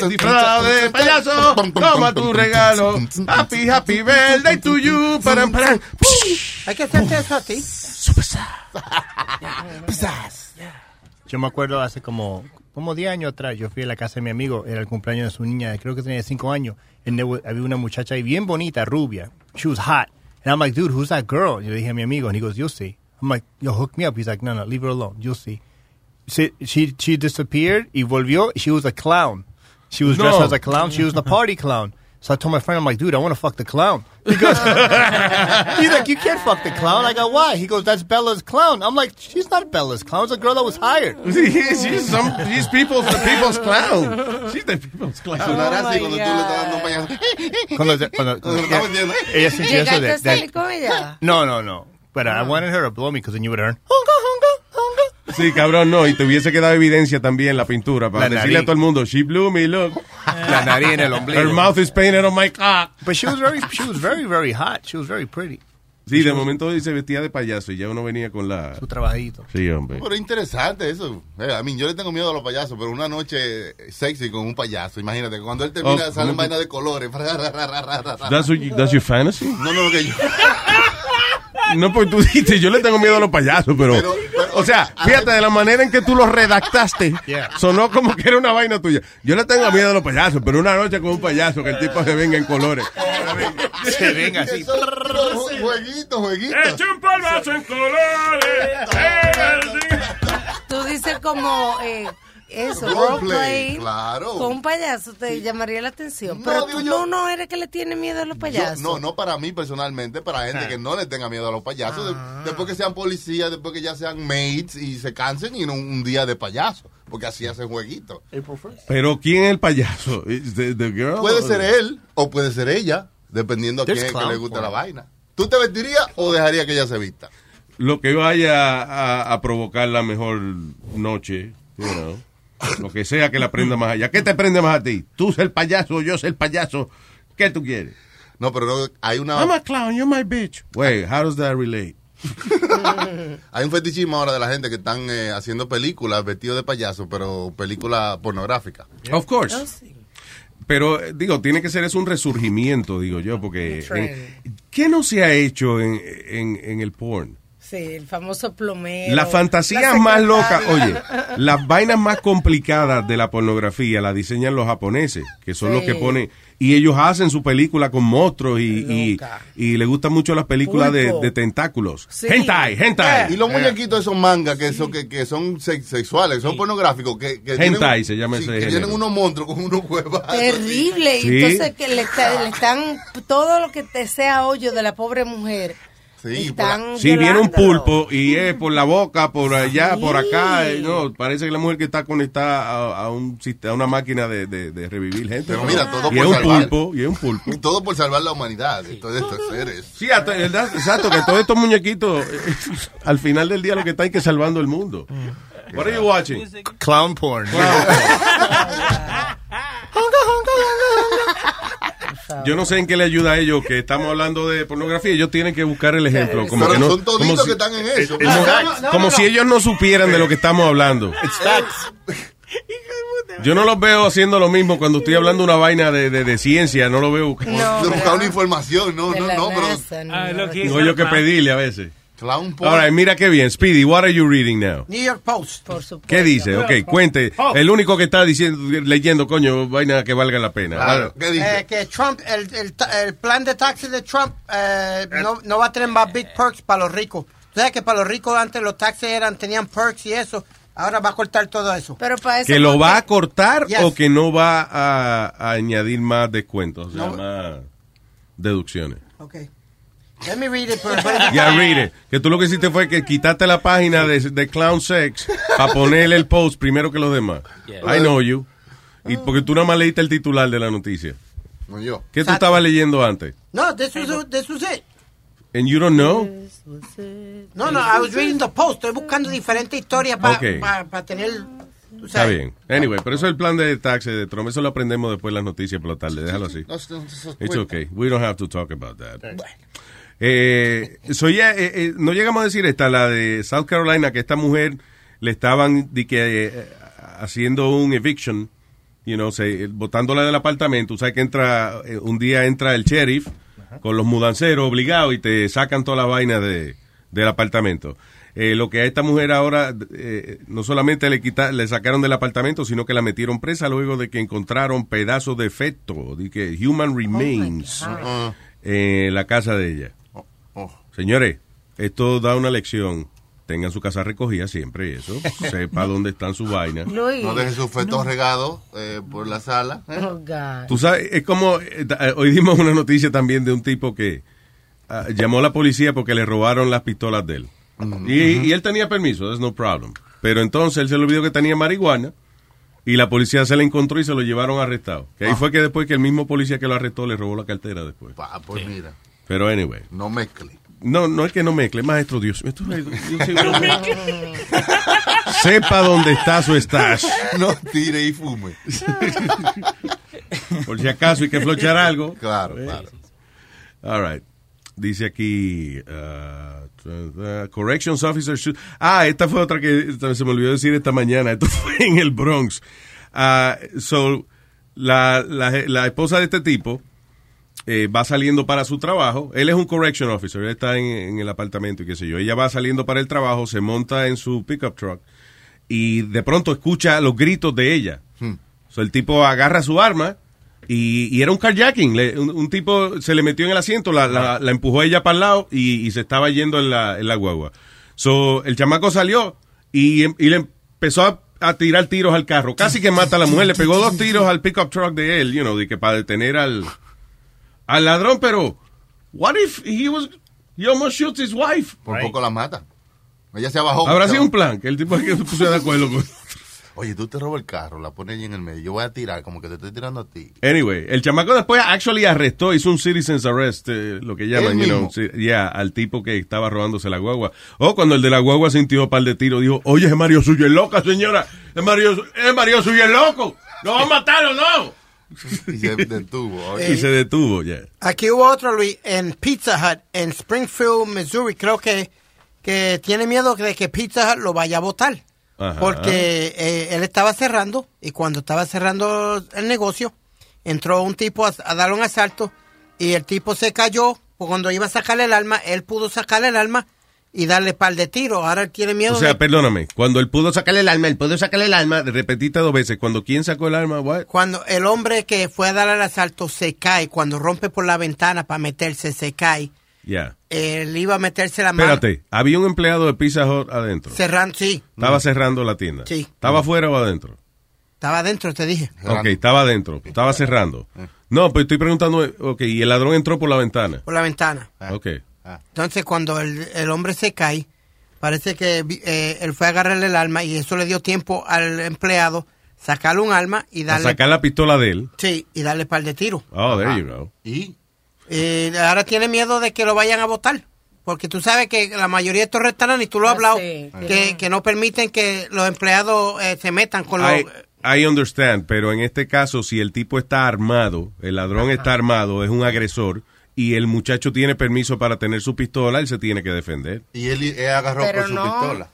S4: disfrazado de payaso. Toma tu regalo. Happy, happy birthday to you. Paran, paran.
S9: Hay que hacerte eso a ti.
S12: Yo me acuerdo hace como, como 10 años atrás, yo fui a la casa de mi amigo, era el cumpleaños de su niña, creo que tenía 5 años. And there was- había una muchacha ahí bien bonita, rubia. She was hot. And I'm like, dude, who's that girl? Yo le dije a mi amigo, and he goes, you'll see. I'm like, yo, hook me up. He's like, no, no, leave her alone. You'll see. She, she, she disappeared y volvió. She was a clown. She was dressed
S5: No.
S12: as a clown. She was the party clown. So I told my friend, I'm like, dude, I want to fuck the clown. He goes, he's like, you can't fuck the clown. I go, why? He goes, that's Bella's clown. I'm like, she's not Bella's clown. It's a girl that was hired.
S4: she's some, she's people's, the people's clown. She's the people's clown.
S7: Sonará así cuando tú le estás dando un payaso.
S12: Cuando se- cuando- ella sintió eso de- de-
S8: con ella?
S12: no, no, no. But
S8: Ah.
S12: I wanted her to blow me because then you would earn.
S4: Sí, cabrón, no. Y te hubiese quedado evidencia también la pintura para
S12: La
S4: decirle
S12: nariz.
S4: a todo el mundo, she blew me, look.
S12: La nariz en el ombligo.
S4: Her mouth is painted on my cock.
S12: Ah. But she was very, she was very, very hot. She was very pretty.
S4: Sí, de momento se vestía de payaso y ya uno venía con la... Su
S12: trabajito.
S4: Sí, hombre.
S7: Pero interesante eso. Eh, a mí, yo le tengo miedo a los payasos, pero una noche sexy con un payaso, imagínate. Cuando él termina,
S4: Oh,
S7: salen
S4: ¿cómo
S7: vainas
S4: tú-
S7: de colores.
S4: That's, what you- that's your fantasy?
S7: No, no, que yo.
S4: No, porque tú dijiste, yo le tengo miedo a los payasos, pero... o sea, fíjate, de la manera en que tú lo redactaste,
S12: Yeah.
S4: sonó como que era una vaina tuya. Yo le tengo miedo a los payasos, pero una noche con un payaso, que el tipo se venga en colores.
S12: Se venga así.
S7: Jueguito, jueguito.
S10: ¡Echa un polvazo en colores!
S8: Tú dices como eh, eso,
S7: Roleplay,
S8: roleplay,
S7: claro.
S8: con un payaso te llamaría la atención. pero tú no, no eres que le tiene miedo a los payasos.
S7: Yo- no, no para mí personalmente, para gente que no le tenga miedo a los payasos. de- después que sean policías, después que ya sean mates y se cansen y no un día de payaso. Porque así hacen jueguito.
S4: Pero ¿quién es el payaso? Is the- the girl?
S7: Puede ser él o puede ser ella, dependiendo a
S4: There's
S7: quién es que
S4: clown
S7: le guste
S4: porn.
S7: la vaina. ¿Tú te vestirías o dejarías que ella se vista?
S4: Lo que vaya a, a provocar la mejor noche, you know. Lo que sea que la prenda más allá. ¿Qué te prende más a ti? ¿Tú ser el payaso o yo ser el payaso? ¿Qué tú quieres?
S7: No, pero hay una...
S4: I'm a clown, you're my bitch. Wait, how does that relate?
S7: Hay un fetichismo ahora de la gente que están eh, haciendo películas vestidos de payaso, pero películas pornográficas.
S4: Of course.
S7: Oh,
S4: Pero, eh, digo, tiene que ser es un resurgimiento, digo yo, porque...
S8: Trend.
S4: en- ¿Qué no se ha hecho en, en- en el porn?
S8: Sí, el famoso plomero.
S4: Las fantasías
S8: la
S4: más locas,
S8: secretaria.
S4: oye, las vainas más complicadas de la pornografía las diseñan los japoneses, que son los
S8: Sí.
S4: que ponen... Y ellos hacen su película con monstruos y, y, y les gustan mucho las películas de,
S7: Pulpo.
S4: de tentáculos. Hentai, hentai. Eh,
S7: Y los muñequitos esos mangas que son, que, que son sex- sexuales, son pornográficos. Que, que tienen-
S4: Hentai se llama
S7: sí,
S4: ese
S7: que
S4: género.
S7: tienen unos monstruos con unos huevos.
S8: Terrible.
S4: Sí.
S8: Y entonces que le, está- le están todo lo que te sea hoyo de la pobre mujer.
S7: Sí,
S8: están
S4: Sí, viene un
S8: violándola.
S4: pulpo y es por la boca, por allá, por acá. eh, No, parece que la mujer que está conectada a, a un, sist- a una máquina de, de- de revivir gente.
S7: Pero mira, todo por
S4: y es un
S7: salvar.
S4: pulpo, y es un pulpo.
S7: Y todo por salvar la humanidad de todos estos seres.
S4: Sí, hasta- ¿verdad? exacto, que todos estos muñequitos, eh, al final del día lo que están es que salvando el mundo.
S7: Mm.
S4: What are you watching?
S12: Clown porn.
S4: Yo no sé en qué le ayuda a ellos que estamos hablando de pornografía. Ellos tienen que buscar el ejemplo. Como
S7: Pero
S4: que no,
S7: son toditos
S4: como si- eh,
S7: que están en eso.
S4: como- como si ellos no supieran de lo que estamos hablando. Yo no los veo haciendo lo mismo cuando estoy hablando una vaina de, de- de ciencia, no lo veo.
S7: de buscar una información, no,
S8: De
S7: no,
S8: la
S7: no, pero.
S8: NASA, no.
S4: Tengo yo que pedirle a veces.
S7: Clown porn.
S4: Ahora, mira qué bien. Speedy, what are you reading now?
S8: New York Post. Por supuesto.
S4: ¿Qué dice? Ok, cuente.
S7: Oh.
S4: El único que está diciendo, leyendo, coño, vaina que valga la pena.
S9: Eh, que Trump, el, el ta- el plan de taxes de Trump eh, no, no va a tener más big perks para los ricos. Tú sabes que para los ricos antes los taxes eran tenían perks y eso. Ahora va a cortar todo eso.
S8: Pero para
S4: ¿Que lo va a cortar
S9: Yes.
S4: o que no va a, a añadir más descuentos? O sea, más deducciones.
S9: Let me read it, pero-
S4: Ya, read it. Que tú lo que hiciste fue que quitaste la página de, de Clown Sex para ponerle el post primero que los demás. I know you. Y porque tú nada más leíste el titular de la noticia.
S7: No, yo.
S4: ¿Qué tú estabas leyendo antes?
S9: No, this was, this was it.
S4: And you don't know?
S9: No, no, I was reading the post. Estoy buscando diferentes historias para
S4: Ok.
S9: tener... tú
S4: Está
S9: sabes.
S4: bien. Anyway, pero eso es el plan de taxes de Trump. Eso lo aprendemos después en las noticias por la tarde. Déjalo así.
S7: No, no, no, no,
S4: It's
S7: no.
S4: okay. We don't have to talk about that. Eh, so yeah, eh, eh, no llegamos a decir esta, la de South Carolina, que esta mujer le estaban di que, eh, haciendo un eviction, you know, se, eh, botándola del apartamento. O sea, que entra, eh, un día entra el sheriff con los mudanceros obligados y te sacan toda la vaina de, del apartamento. Eh, lo que a esta mujer ahora, eh, no solamente le, quita, le sacaron del apartamento, sino que la metieron presa luego de que encontraron pedazos de feto, di que human remains,
S7: God.
S4: eh, en la casa de ella. Señores, esto da una lección. Tengan su casa recogida siempre, eso. Sepa dónde están sus vainas.
S8: Luis.
S7: No dejes sus fetos
S8: No.
S7: regados eh, por la sala.
S8: Oh, God.
S4: Tú sabes, es como, eh, da- eh, hoy dimos una noticia también de un tipo que ah, llamó a la policía porque le robaron las pistolas de él.
S7: Mm,
S4: Y, y él tenía permiso, that's no problem. Pero entonces él se le olvidó que tenía marihuana y la policía se la encontró y se lo llevaron arrestado. Que ahí fue que después que el mismo policía que lo arrestó le robó la cartera después.
S7: Ah, pues mira,
S4: Pero anyway.
S7: no mezcle.
S4: No, no es que no mezcle, maestro Dios. Esto es- yo soy- Sepa dónde está su stash.
S7: No tire y fume.
S4: Por si acaso hay que flochar algo.
S7: Claro,
S4: Eh.
S7: claro.
S4: All right. Dice aquí, uh, uh, Corrections Officer. should- Ah, esta fue otra que esta- se me olvidó decir esta mañana. Esto fue en el Bronx. Ah, so, la, la- la esposa de este tipo eh, va saliendo para su trabajo. Él es un Correction Officer. Él está en, en el apartamento y qué sé yo. Ella va saliendo para el trabajo, se monta en su pickup truck y de pronto escucha los gritos de ella.
S7: Hmm.
S4: So, el tipo agarra su arma y, y era un carjacking. Le- un, un tipo se le metió en el asiento, la, la- la empujó ella para el lado y, y se estaba yendo en la, en la guagua. So, el chamaco salió y, y le empezó a a tirar tiros al carro. Casi que mata a la mujer. Le pegó dos tiros al pickup truck de él, you know, de que para detener al, al ladrón. Pero, what if he was, he almost shoots his wife?
S7: Por poco la mata. Ella se bajó.
S4: Habrá
S7: Se
S4: sido un
S7: bajó.
S4: plan, que el tipo que se puso de acuerdo con...
S7: Oye, tú te robas el carro, la pones ahí en el medio. Yo voy a tirar, como que te estoy tirando a ti.
S4: Anyway, el chamaco después actually arrestó, hizo un citizen's arrest, eh, lo que
S7: Él
S4: llaman, you know,
S7: mismo.
S4: sí, yeah, al tipo que estaba robándose la guagua. O cuando el de la guagua sintió un par de tiros, dijo, oye, es Mario suyo, es loca, señora, es Mario, su- es Mario suyo, es loco, lo va a matar o no.
S7: Y se detuvo. oye.
S4: y se detuvo, ya.
S9: Aquí hubo otro, Luis, en Pizza Hut, en Springfield, Missouri. Creo que, que tiene miedo de que Pizza Hut lo vaya a votar.
S5: Ajá.
S9: Porque eh, él estaba cerrando y cuando estaba cerrando el negocio, entró un tipo a, a darle un asalto y el tipo se cayó. pues Cuando iba a sacarle el arma, él pudo sacarle el arma y darle par de tiros. Ahora él tiene miedo
S4: O sea,
S9: de-
S4: perdóname, cuando él pudo sacarle el alma, él pudo sacarle el alma, repetiste dos veces, cuando quién sacó el alma, what?
S9: Cuando el hombre que fue a dar el asalto se cae, cuando rompe por la ventana para meterse, se cae.
S4: Yeah.
S9: Él iba a meterse la mano
S4: Espérate, había un empleado de Pizza Hut adentro.
S9: cerrando, sí.
S4: Estaba cerrando la tienda.
S9: Sí.
S4: ¿Estaba afuera o adentro?
S9: Estaba adentro, te dije.
S4: Ok, estaba adentro, estaba cerrando. No, pero estoy preguntando, ok, y el ladrón entró por la ventana.
S9: Por la ventana.
S4: Ok.
S9: Entonces, cuando el, el hombre se cae, parece que vi- eh, él fue a agarrarle el arma y eso le dio tiempo al empleado sacarle un arma y
S4: A
S9: darle.
S4: sacar la pistola de él.
S9: Sí, y darle par de tiros.
S4: Oh, there you go.
S7: ¿Y?
S9: Eh, ahora tiene miedo de que lo vayan a votar. Porque tú sabes que la mayoría de estos restaurantes, y tú lo has hablado, que, que no permiten que los empleados eh, se metan con los...
S4: I, I understand, pero en este caso, si el tipo está armado, el ladrón está armado, es un agresor, y el muchacho tiene permiso para tener su pistola, él se tiene que defender.
S7: Y él, él agarró
S8: Pero
S7: con su
S8: no.
S7: pistola.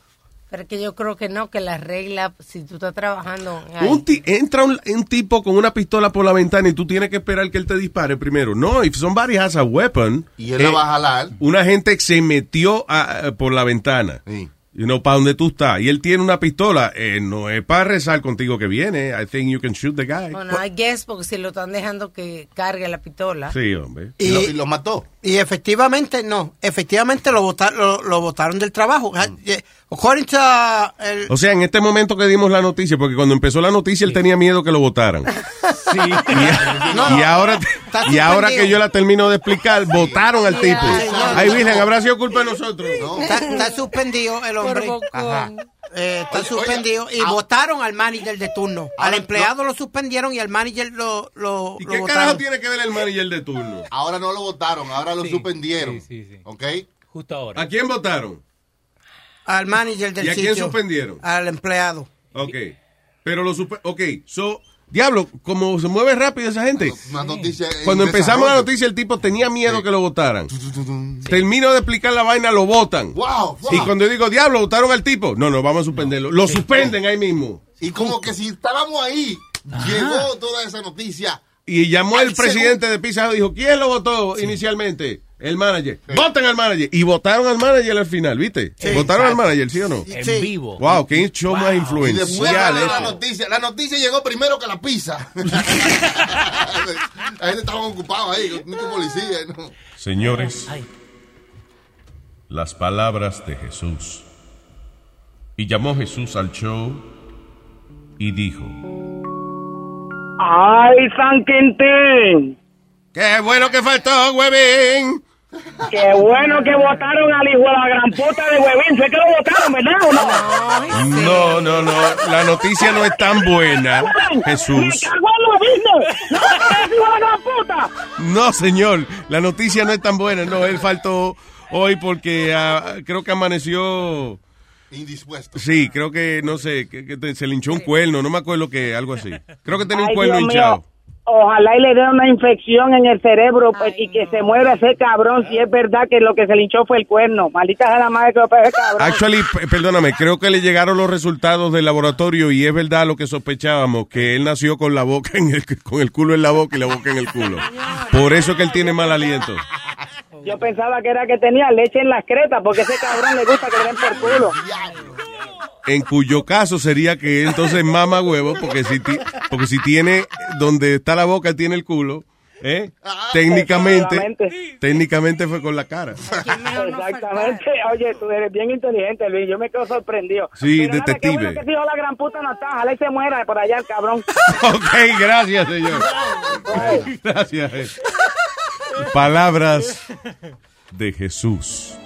S8: Pero que yo creo que no, que la regla, si tú estás trabajando... ay,
S4: Un ti- entra un, un tipo con una pistola por la ventana y tú tienes que esperar que él te dispare primero. No, if somebody has a weapon,
S7: Y él la
S4: eh,
S7: va a jalar.
S4: una gente que se metió a- a- por la ventana. Y no, para donde tú estás. Y él tiene una pistola. eh, no es para rezar contigo que viene. I think you can shoot the guy.
S8: Bueno, I guess, porque si lo están dejando que cargue la pistola.
S4: Sí, hombre.
S9: Y,
S7: lo, mató.
S9: Y efectivamente, no, efectivamente lo votaron, lo, lo votaron del trabajo.
S4: Mm.
S9: Eh, According to, uh, el-
S4: O sea, en este momento que dimos la noticia, porque cuando empezó la noticia él tenía miedo que lo votaran.
S9: No,
S4: y ahora, y ahora que yo la termino de explicar, votaron al
S9: Sí,
S4: tipo.
S9: sí, no,
S4: Ay,
S9: no.
S4: Virgen, habrá sido culpa de nosotros.
S9: está, está suspendido el hombre.
S4: Ajá.
S9: Eh, está suspendido
S4: ah.
S9: y votaron al manager de turno. al empleado lo suspendieron y al manager lo, lo,
S4: ¿Y
S9: lo
S4: qué
S9: votaron.
S4: carajo tiene que ver el manager de turno?
S7: Ahora no lo votaron, ahora lo suspendieron. ¿Ok?
S6: Justo ahora.
S4: ¿A quién votaron?
S9: Al manager del
S4: ¿Y a quién
S9: sitio.
S4: suspendieron?
S9: Al empleado.
S4: Ok. Pero lo supe. Ok, so. Diablo, como se mueve rápido esa gente.
S7: Una noticia. en
S4: Cuando empezamos la
S7: desarrollo.
S4: noticia, el tipo tenía miedo que lo votaran. Termino de explicar la vaina, lo votan.
S7: Wow, wow.
S4: Y cuando yo digo, diablo, votaron al tipo. No, no, vamos a suspenderlo. Lo suspenden ahí mismo.
S7: Y como que si estábamos ahí, llegó toda esa noticia.
S4: Y llamó el presidente de Pizza Hut y dijo, ¿quién lo votó inicialmente? El manager. Votan al manager. Y votaron al manager al final, ¿viste? votaron al manager, ¿sí o no?
S7: En Sí. vivo.
S4: Wow, qué show más
S7: Y después
S4: influencial
S7: hablaba de la
S4: eso.
S7: noticia. La noticia llegó primero que la pizza. la gente estaba ocupada ahí, con mucho policía. ¿no?
S4: Señores, las palabras de Jesús. Y llamó Jesús al show y dijo,
S3: ¡Ay, San Quintín!
S4: ¡Qué bueno que faltó, huevín!
S3: ¡Qué bueno que votaron al hijo de la gran puta de huevín! Sé que lo votaron, ¿verdad o no?
S4: no, no, no, la noticia no es tan buena, Jesús.
S3: ¡Cagó en los business! ¡No votaron al hijo de la gran puta!
S4: No, señor, la noticia no es tan buena, no, él faltó hoy porque ah, creo que amaneció...
S7: Indispuesto.
S4: Sí, creo que, no sé, que, que te- se le hinchó un cuerno, no me acuerdo que, algo así. Creo que tenía
S3: Ay,
S4: un cuerno
S3: Dios mío.
S4: hinchado.
S3: Ojalá y le dé una infección en el cerebro pues, y que se muera ese cabrón si es verdad que lo que se le hinchó fue el cuerno. Maldita sea la madre que lo pegó ese cabrón.
S4: Actually, p- perdóname, creo que le llegaron los resultados del laboratorio y es verdad lo que sospechábamos, que él nació con la boca en el, con el culo en la boca y la boca en el culo. Por eso que él tiene mal aliento.
S3: Yo pensaba que era que tenía leche en las cretas porque ese cabrón le gusta que le den por culo.
S4: En cuyo caso sería que él entonces mama huevo, porque si, ti- porque si tiene donde está la boca, tiene el culo. ¿Eh? Técnicamente,
S3: Solamente.
S4: técnicamente fue con la cara.
S3: Exactamente. Oye, tú eres bien inteligente, Luis. Yo me quedo sorprendido.
S4: Sí,
S3: Pero nada, qué bueno
S4: detective.
S3: que se dijo la gran puta Natasha. Ojalá y se muera por allá el cabrón.
S4: Ok, gracias, señor. Gracias. Palabras de Jesús.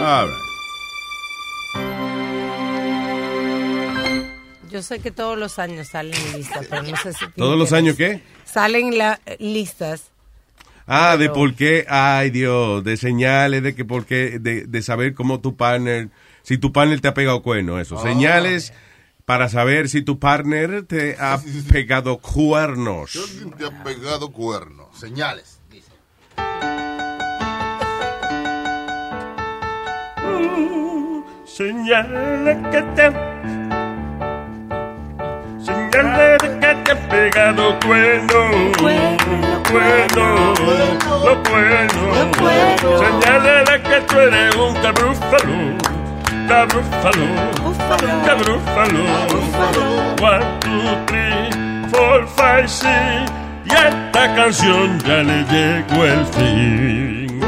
S4: All right.
S8: Yo sé que todos los años salen listas, pero no sé si... tiene
S4: ¿Todos
S8: que
S4: los
S8: ver.
S4: años qué?
S8: Salen la- listas.
S4: Ah, de por qué, ay Dios, de señales de que por qué, de, de saber cómo tu partner, si tu partner te ha pegado cuerno, eso. Señales para saber si tu partner te ha pegado cuernos.
S7: Yo te ha pegado cuerno. Señales. dice.
S10: Señala que te. Señala de que te ha pegado cuerno. Cuerno, cuerno, lo cuerno. Señala de que tú eres un cabrúfalo. Cabrúfalo, cabrúfalo. One, two, three, four, five, six. Y a esta canción ya le llegó el fin.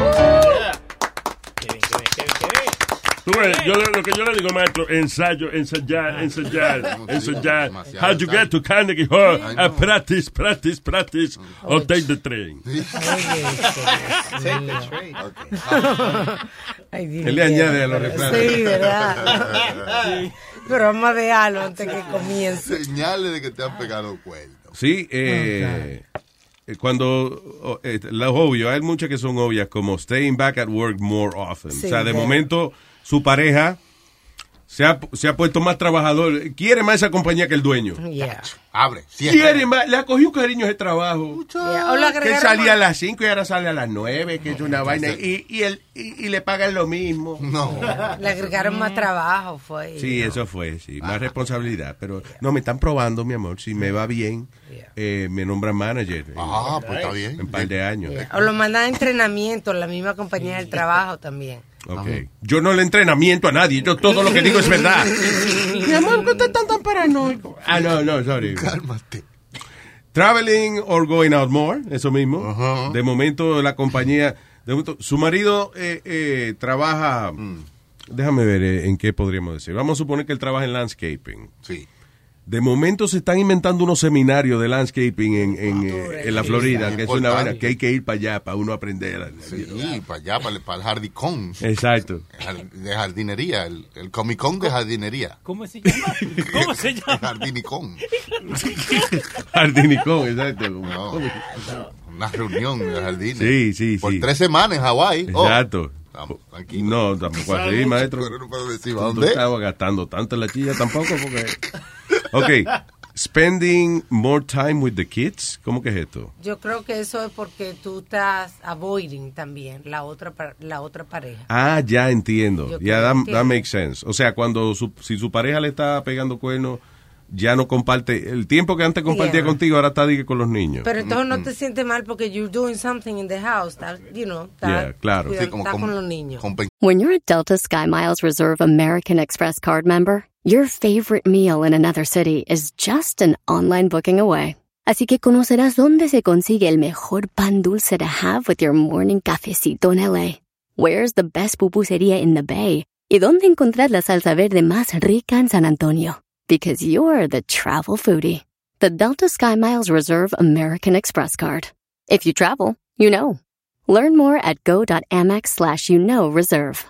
S10: Tú ves, yo le- lo que yo le digo, maestro, ensayo,
S7: Ah.
S10: ensayar, ensayar, ensayar. How you get to Carnegie Hall? I practice, practice, practice, or take the train.
S8: Ay, Dios
S10: Él le
S8: mío.
S10: añade a los refranes.
S8: Sí, ¿verdad? Broma de algo antes que comience.
S7: Señales de que te han pegado cuerno.
S4: Sí, eh, eh, cuando oh, eh, las obvias, hay muchas que son obvias, como staying back at work more often.
S5: Sí,
S4: o sea, de
S5: claro.
S4: momento su pareja se ha, se ha puesto más trabajador, quiere más esa compañía que el dueño.
S8: Yeah.
S7: Abre,
S4: Quiere más, le ha cogido cariño ese trabajo.
S8: Yeah, o lo
S4: Que
S8: agregaron
S4: salía a
S8: más.
S4: las 5 y ahora sale a las 9, que es una vaina. Y, y, el, y, y le pagan lo mismo. No.
S8: Le agregaron más trabajo, fue.
S4: Sí, eso fue, sí, más responsabilidad. Pero no, me están probando, mi amor. Si me va bien, eh, me nombran manager.
S7: Ah, pues está
S4: bien. En un par de años.
S8: Yeah. O lo mandan a entrenamiento, la misma compañía del trabajo también.
S4: Ok. Yo no le entrenamiento a nadie. Yo todo lo que digo es verdad.
S8: Mi amor, ¿qué están tan paranoico?
S4: Ah, no, no, sorry. Cálmate. Traveling or going out more, eso mismo. De momento la compañía, de momento, su marido eh, eh, trabaja, déjame ver eh, en qué podríamos decir. Vamos a suponer que él trabaja en landscaping.
S7: Sí.
S4: De momento se están inventando unos seminarios de landscaping en, en, eh, en la Florida, que es una vaina que hay que ir para allá para uno aprender.
S7: Sí, para allá, para el, para el Hardicón.
S4: Exacto.
S7: Jar- De jardinería, el, el Comic Con de jardinería.
S6: ¿Cómo se llama? ¿Cómo se llama?
S7: Jardinicón.
S4: Jardinicón, exacto.
S7: Una reunión de jardines.
S4: Sí, sí,
S7: Por
S4: sí.
S7: tres semanas en Hawái. Oh,
S4: Exacto. No, tampoco así,
S7: Mucho,
S4: maestro.
S7: pero no puedo decir, ¿a
S4: No
S7: dónde?
S4: estaba gastando tanto en la chilla tampoco porque... Ok, spending more time with the kids. ¿Cómo que es esto?
S8: Yo creo que eso es porque tú estás avoiding también la otra, par- la otra pareja.
S4: Ah, ya entiendo.
S8: Yo
S4: Ya,
S8: creo
S4: that,
S8: que-
S4: that makes sense. O sea, cuando su- si su pareja le está pegando cuerno, ya no comparte... El tiempo que antes compartía
S8: Yeah.
S4: contigo, ahora está digue, con los niños.
S8: Pero entonces
S4: Mm,
S7: Mm,
S8: no te sientes mal porque you're doing something in the house, estás, you know, estás
S4: Yeah, claro.
S8: cuida-
S4: Sí, como
S8: estás
S4: com-
S8: con los niños.
S13: When you're a Delta SkyMiles Reserve American Express card member, your favorite meal in another city is just an online booking away. Así que conocerás dónde se consigue el mejor pan dulce to have with your morning cafecito en LA. Where's the best pupusería in the Bay? Y dónde encontrar la salsa verde más rica en San Antonio? Because you're the travel foodie. The Delta SkyMiles Reserve American Express card. If you travel, you know. Learn more at go.amex slash you know reserve.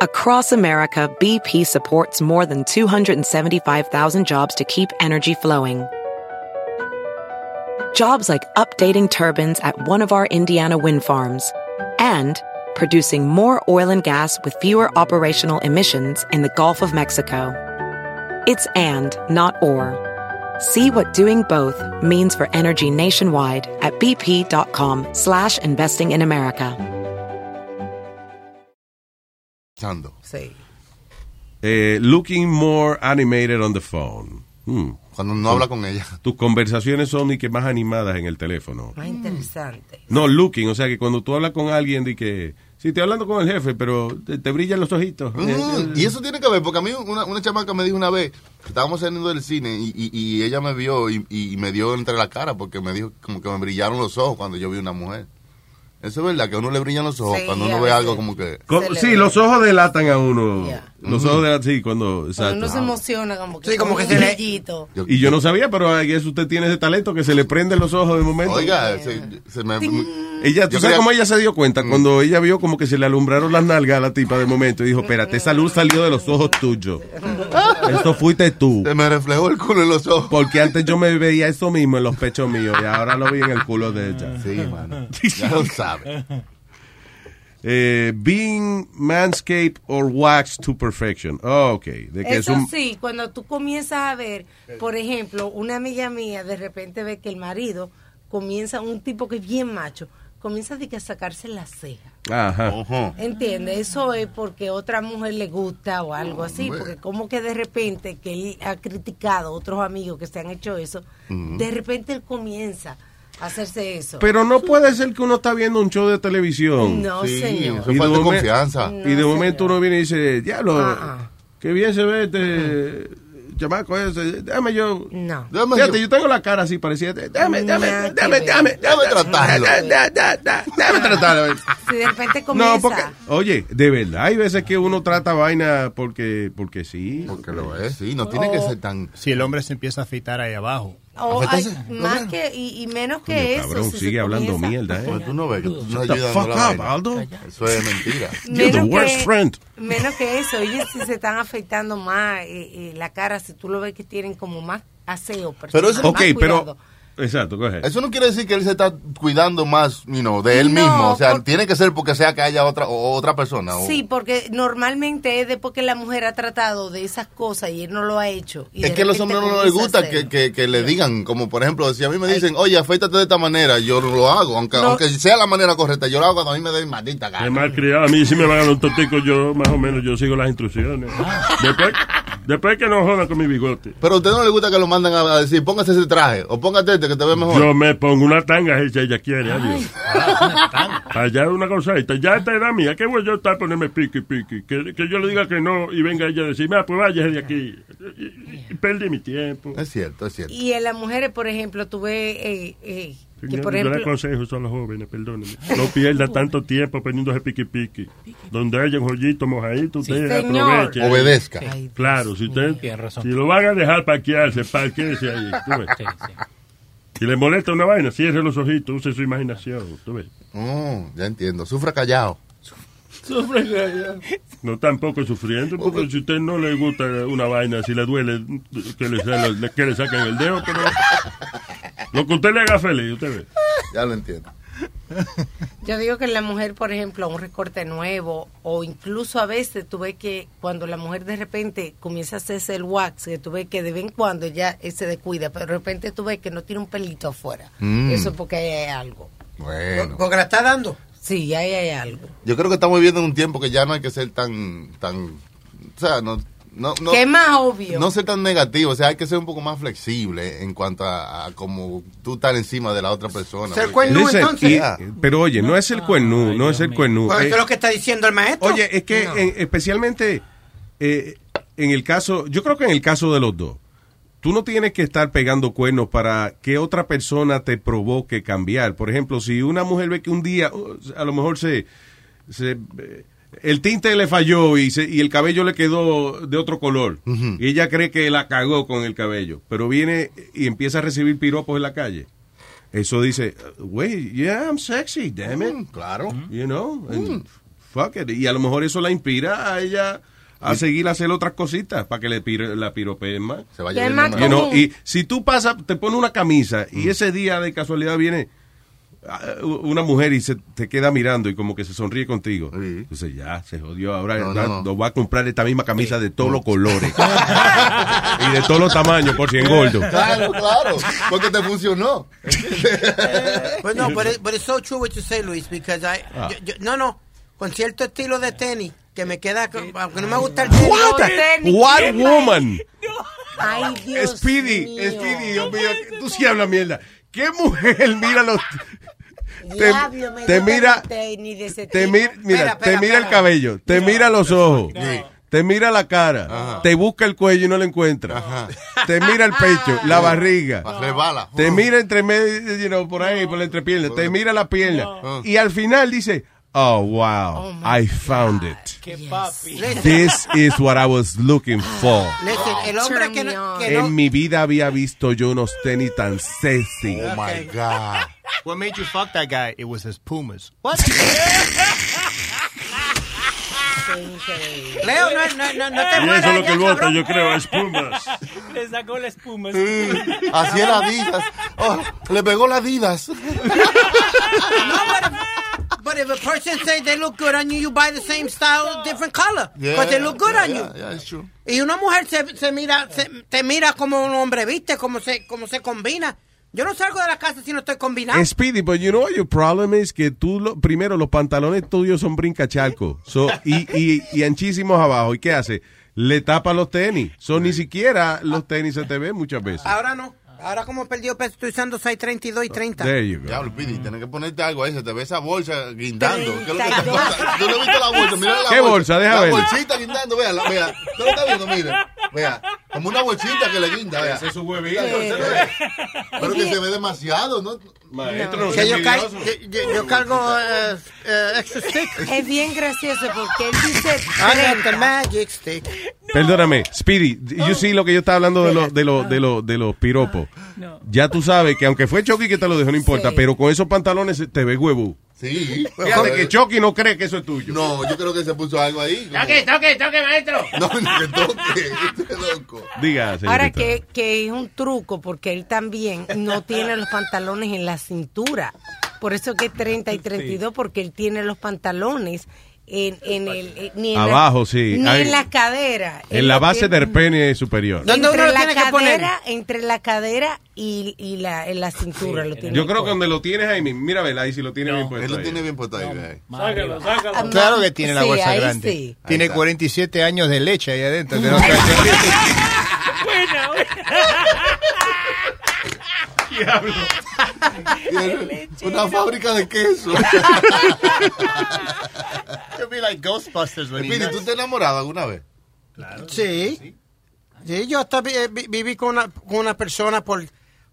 S14: Across America, BP supports more than 275,000 jobs to keep energy flowing. Jobs like updating turbines at one of our Indiana wind farms and producing more oil and gas with fewer operational emissions in the Gulf of Mexico. It's and, not or. See what doing both means for energy nationwide at bp.com slash investing in America.
S7: Chando.
S8: Sí.
S4: Eh, looking more animated on the phone. Hmm.
S7: Cuando no habla con ella.
S4: Tus conversaciones son de que más animadas en el teléfono.
S8: Más interesante.
S4: No, looking, o sea que cuando tú hablas con alguien de que, sí, estoy hablando con el jefe, pero te, te brillan los ojitos.
S7: Mm, y eso tiene que ver, porque a mí una, una chamaca me dijo una vez, que estábamos saliendo del cine y, y- y ella me vio y, y me dio entre la cara porque me dijo como que me brillaron los ojos cuando yo vi una mujer. Eso es verdad, que a uno le brillan los ojos
S8: Sí,
S7: cuando
S8: a
S7: uno ve
S8: veces.
S7: algo como que...
S4: Co- Sí, los ojos delatan a uno. Los ojos delatan, sí, cuando,
S8: Cuando
S4: exacto.
S8: uno se emociona como que
S9: Sí, como
S8: con
S9: que
S8: un
S9: se le-
S8: brillito.
S4: Y yo no sabía, pero ay, eso usted tiene ese talento que se le prenden los ojos de momento.
S7: Oiga, se, se me...
S4: Ella, ¿tú
S7: Yo
S4: sabes
S7: quería- Mm.
S4: cómo ella se dio cuenta? Cuando ella vio como que se le alumbraron las nalgas a la tipa de momento y dijo, espérate, esa luz salió de los ojos tuyos. Eso fuiste tú.
S7: Se me reflejó el culo en los ojos.
S4: Porque antes yo me veía eso mismo en los pechos míos y ahora lo vi en el culo de ella.
S7: Sí, mano. Ya lo sabe.
S4: Eh, being manscaped or waxed to perfection. Oh, ok. De que es
S8: Eso
S4: un...
S8: sí, cuando tú comienzas a ver, por ejemplo, una amiga mía de repente ve que el marido comienza, un tipo que es bien macho, comienza de que a sacarse las cejas.
S4: Ajá.
S8: ¿Entiendes? Eso es porque otra mujer le gusta o algo así, porque como que de repente que él ha criticado a otros amigos que se han hecho eso,
S4: Ujú.
S8: de repente él comienza a hacerse eso.
S4: Mm. Pero no puede ser que uno está viendo un show de televisión.
S8: No, Sí, señor. eso
S4: Y
S7: falta de
S4: momen-
S7: confianza.
S4: Y de momento uno viene y dice, diablo,
S8: Ah,
S4: qué bien se ve este
S8: Mm.
S4: chamaco ese. Déjame yo...
S8: No.
S4: Fíjate, yo... tengo la cara así parecida. Déjame, déjame,
S8: Nada que
S4: déjame,
S8: ver.
S4: déjame, déjame tratarlo. Da, da, da, Déjame tratarlo.
S8: Si de repente comienza...
S4: No, porque, oye, de verdad, hay veces que uno trata vaina porque, porque sí.
S7: Porque lo es, sí,
S8: no tiene que ser
S7: tan...
S12: Si el hombre se empieza a afeitar ahí abajo.
S8: O hay- más que, y, y menos que eso. si se comienza-
S4: mierda,
S12: Pues
S4: eh.
S7: Pero tú no ves que tú no
S4: Shut the
S7: ayudas
S4: fuck
S7: la
S4: up,
S7: vaina.
S4: Aldo.
S7: Eso es mentira.
S8: Menos que- Menos que eso, ellos sí se están afectando más eh, eh, la cara, si tú lo ves que tienen como más aseo. personal, más
S4: ok, pero.
S8: cuidado.
S4: Exacto, coge.
S7: Eso no quiere decir que él se está cuidando más you know, de él
S8: No,
S7: mismo. O sea,
S8: por-
S7: tiene que ser porque sea que haya otra, o- otra persona. o-
S8: Sí, porque normalmente es después que la mujer ha tratado de esas cosas y él no lo ha hecho. y
S7: Es
S8: de
S7: que a los
S8: repente
S7: hombres no les
S8: comienza a
S7: gusta
S8: hacer.
S7: que, que, que le digan, como por ejemplo, si a mí me dicen, oye, afeítate de esta manera, yo lo hago, aunque,
S8: No.
S7: aunque sea la manera correcta, yo lo hago cuando a mí me den maldita gana.
S5: Es más criado, a mí si me van a dar un totico, yo más o menos yo sigo las instrucciones. Después, después que no jodan con mi bigote.
S7: Ah. Pero a usted no le gusta que lo mandan a a decir, póngase ese traje, o póngate este que te ve mejor.
S5: Yo me pongo una tanga si ella quiere, adiós. Allá es una cosa, esta, ya esta edad mía, ¿qué voy yo a estar ponerme piqui piqui? Que, que yo le diga que no y venga ella a decirme, ah, pues váyase de aquí. Y- y- y perdí mi tiempo.
S7: Es cierto, es cierto.
S8: Y en las mujeres, por ejemplo, tú ves eh, eh, que,
S5: yo,
S8: por
S5: yo le
S8: ejemplo,
S5: aconsejo eso a los jóvenes, perdónenme. No pierda tanto tiempo prendiéndose piqui piqui. Donde haya un joyito mojadito, usted
S8: Señor.
S5: aproveche.
S7: Obedezca.
S8: Ay,
S5: claro, si usted si lo van a dejar parquearse, parquearse ahí. tú ves. Si le molesta una vaina, cierre los ojitos, use su imaginación. ¿tú ves?
S7: Mm, ya entiendo, sufra callado.
S5: No tampoco sufriendo, porque si a usted no le gusta una vaina, si le duele, que le, sal- que le saquen el dedo, pero lo que usted le haga feliz, usted ve.
S7: Ya lo entiendo.
S8: yo digo que en la mujer, por ejemplo, un recorte nuevo o incluso a veces tú ves que cuando la mujer de repente comienza a hacerse el wax, que tú ves que de vez en cuando ya eh, se descuida, pero de repente tú ves que no tiene un pelito afuera.
S7: Mm.
S8: Eso porque ahí hay algo.
S7: Bueno.
S9: Porque la está dando.
S8: Sí, ahí hay algo.
S7: Yo creo que estamos viviendo en un tiempo que ya no hay que ser tan, tan, o sea, no, no, no-
S8: que es más obvio.
S7: no ser tan negativo, o sea, hay que ser un poco más flexible en cuanto a, a como tú estar encima de la otra persona.
S9: Ser
S7: Porque-
S9: cuernudo, Listen, entonces. y-
S7: Ah.
S4: Pero oye, no es el cuernú, no es el cuernú.
S9: Porque
S4: Eh,
S9: eso es lo que está diciendo el maestro.
S4: Oye, es que en- especialmente eh, en el caso, yo creo que en el caso de los dos, tú no tienes que estar pegando cuernos para que otra persona te provoque cambiar. Por ejemplo, si una mujer ve que un día uh, a lo mejor se, se, eh, el tinte le falló y, se- y el cabello le quedó de otro color y ella cree que la cagó con el cabello, pero viene y empieza a recibir piropos en la calle. Eso dice, güey, yeah, I'm sexy, damn it.
S7: claro.
S4: You know, and fuck it. Y a lo mejor eso la inspira a ella a seguir a hacer otras cositas para que le pir- la piropeen más.
S7: Se
S8: vaya Que es viendo más más.
S4: You know,
S8: común.
S4: y si tú pasas, te pones una camisa y ese día de casualidad viene ah, una mujer y se te queda mirando y como que se sonríe contigo. Entonces ya, se jodió. Ahora
S7: No,
S4: ya
S7: no, no.
S4: nos va a comprar esta misma camisa de todos los colores. y de todos los tamaños por si engordo.
S7: Claro, claro, porque te funcionó.
S9: But Eh, pues no, but, it- but it's so true what you say, Luis, because I,
S7: Ah.
S9: yo- yo- no, no, con cierto estilo de tenis que me queda, con- aunque no me gusta el tenis.
S4: What,
S9: tenis.
S4: what woman
S8: Ay, Dios
S4: Speedy,
S8: mío.
S4: Speedy, Dios mío, tú sí hablas mierda. ¿Qué mujer mira los... Te,
S8: Diablo, me
S4: te
S8: gusta
S4: mira,
S8: usted, ni de ese
S4: te
S8: tipo.
S4: mira, mira,
S8: Espera,
S4: te
S8: espera,
S4: mira el
S8: espera.
S4: cabello, te mira los ojos, te mira la cara, te busca el cuello y no lo encuentra, te mira el pecho, la barriga,
S7: Rebala.
S4: te mira entre medio, you know, por ahí, por la entrepierna, te mira la pierna y al final dice, oh wow, I found it.
S6: Qué papi.
S4: This is what I was looking for.
S9: Listen, el hombre que no, que no-
S4: En mi vida había visto yo unos tenis tan sexy.
S12: Oh, my
S4: God.
S12: What made you fuck that guy? It was his pumas.
S9: What? Leo, no, no, no, no te
S5: Y
S9: mueras
S5: eso es lo
S9: ya,
S5: que él vota,
S9: cabrón.
S5: yo creo, es Pumas.
S6: Le sacó la espuma.
S7: Así es la Adidas. Oh, le pegó la Adidas.
S9: But if a person say they look good on you, you buy the same style, different color.
S7: Yeah,
S9: but they look good on
S7: yeah,
S9: you.
S7: yeah, it's true.
S9: Y una mujer se, se mira, se- te mira como un hombre, ¿viste? Como se, como se combina. Yo no salgo de la casa si no estoy combinado.
S4: Speedy, but you know what your problem is que tú lo- primero los pantalones tuyos son brincachalco so, y, y, y anchísimos abajo. ¿Y qué hace? Le tapa los tenis. So, ni siquiera los tenis se te ven muchas veces.
S9: Ahora no. Ahora como he perdido peso, estoy usando 632 y 30.
S4: There you go.
S7: Diablo, Pidi, tienes que ponerte algo ahí. Se te ve esa bolsa guindando. ¿Qué es lo que te pasa? ¿Tú no viste la bolsa? Mira la
S4: ¿Qué bolsa? Deja
S7: la
S4: ver.
S7: bolsita guindando. Vea, la- vea. ¿Tú lo estás viendo? Mira. Vea. Como una bolsita que le guinda. Vea.
S4: Ese es su
S7: huevito.
S4: huevito.
S7: Pero que se ve demasiado, ¿no?
S4: Maestro, no
S9: Que
S7: sea
S9: yo, ca-
S7: envidioso.
S9: yo- yo- yo cargo eh, eh, extra stick.
S8: Es bien gracioso porque él dice
S9: I got the Ah, magic stick.
S4: Perdóname, Speedy, yo sí lo que yo estaba hablando de los de los de los de los piropos. Ya tú sabes que aunque fue Chucky que te lo dejó, no importa, pero con esos pantalones te ve huevo.
S7: Sí.
S4: Fíjate que Chucky no cree que eso es tuyo.
S7: No, yo creo que se puso algo ahí. como-
S8: Toque, toque, toque, maestro.
S7: No, no, que toque. Este loco.
S4: Diga,
S8: Ahora
S4: señorita.
S8: que, que es un truco porque él también no tiene los pantalones en la cintura. Por eso que es 30 y 32 porque él tiene los pantalones en, en el eh, ni en la-
S4: Abajo, sí.
S8: ni
S4: Ahí.
S8: en la cadera.
S4: En la base del pene superior.
S8: entre
S9: uno lo
S8: la
S9: tiene que poner?
S8: cadera, entre la cadera y, y la en la cintura lo tiene.
S4: Yo creo que donde lo tienes ahí mismo, mira, vela ahí si lo tiene bien puesto.
S7: Él lo
S4: ahí.
S7: tiene bien puesto ahí. vea.
S6: Sácalo, sácalo.
S12: Claro que tiene la
S8: Ah, Sí,
S12: bolsa
S8: ahí
S12: grande.
S8: sí.
S12: Tiene 47 años de leche ahí adentro. que no sabe qué hacer.
S6: Bueno.
S4: Diablo.
S7: Tiene Una fábrica de queso.
S12: It'll be like Ghostbusters when he
S7: Pidi, ¿tú
S12: nuts.
S7: te has enamorado alguna vez?
S9: Sí. Sí, yo hasta vi- vi- viví con una, con una persona por,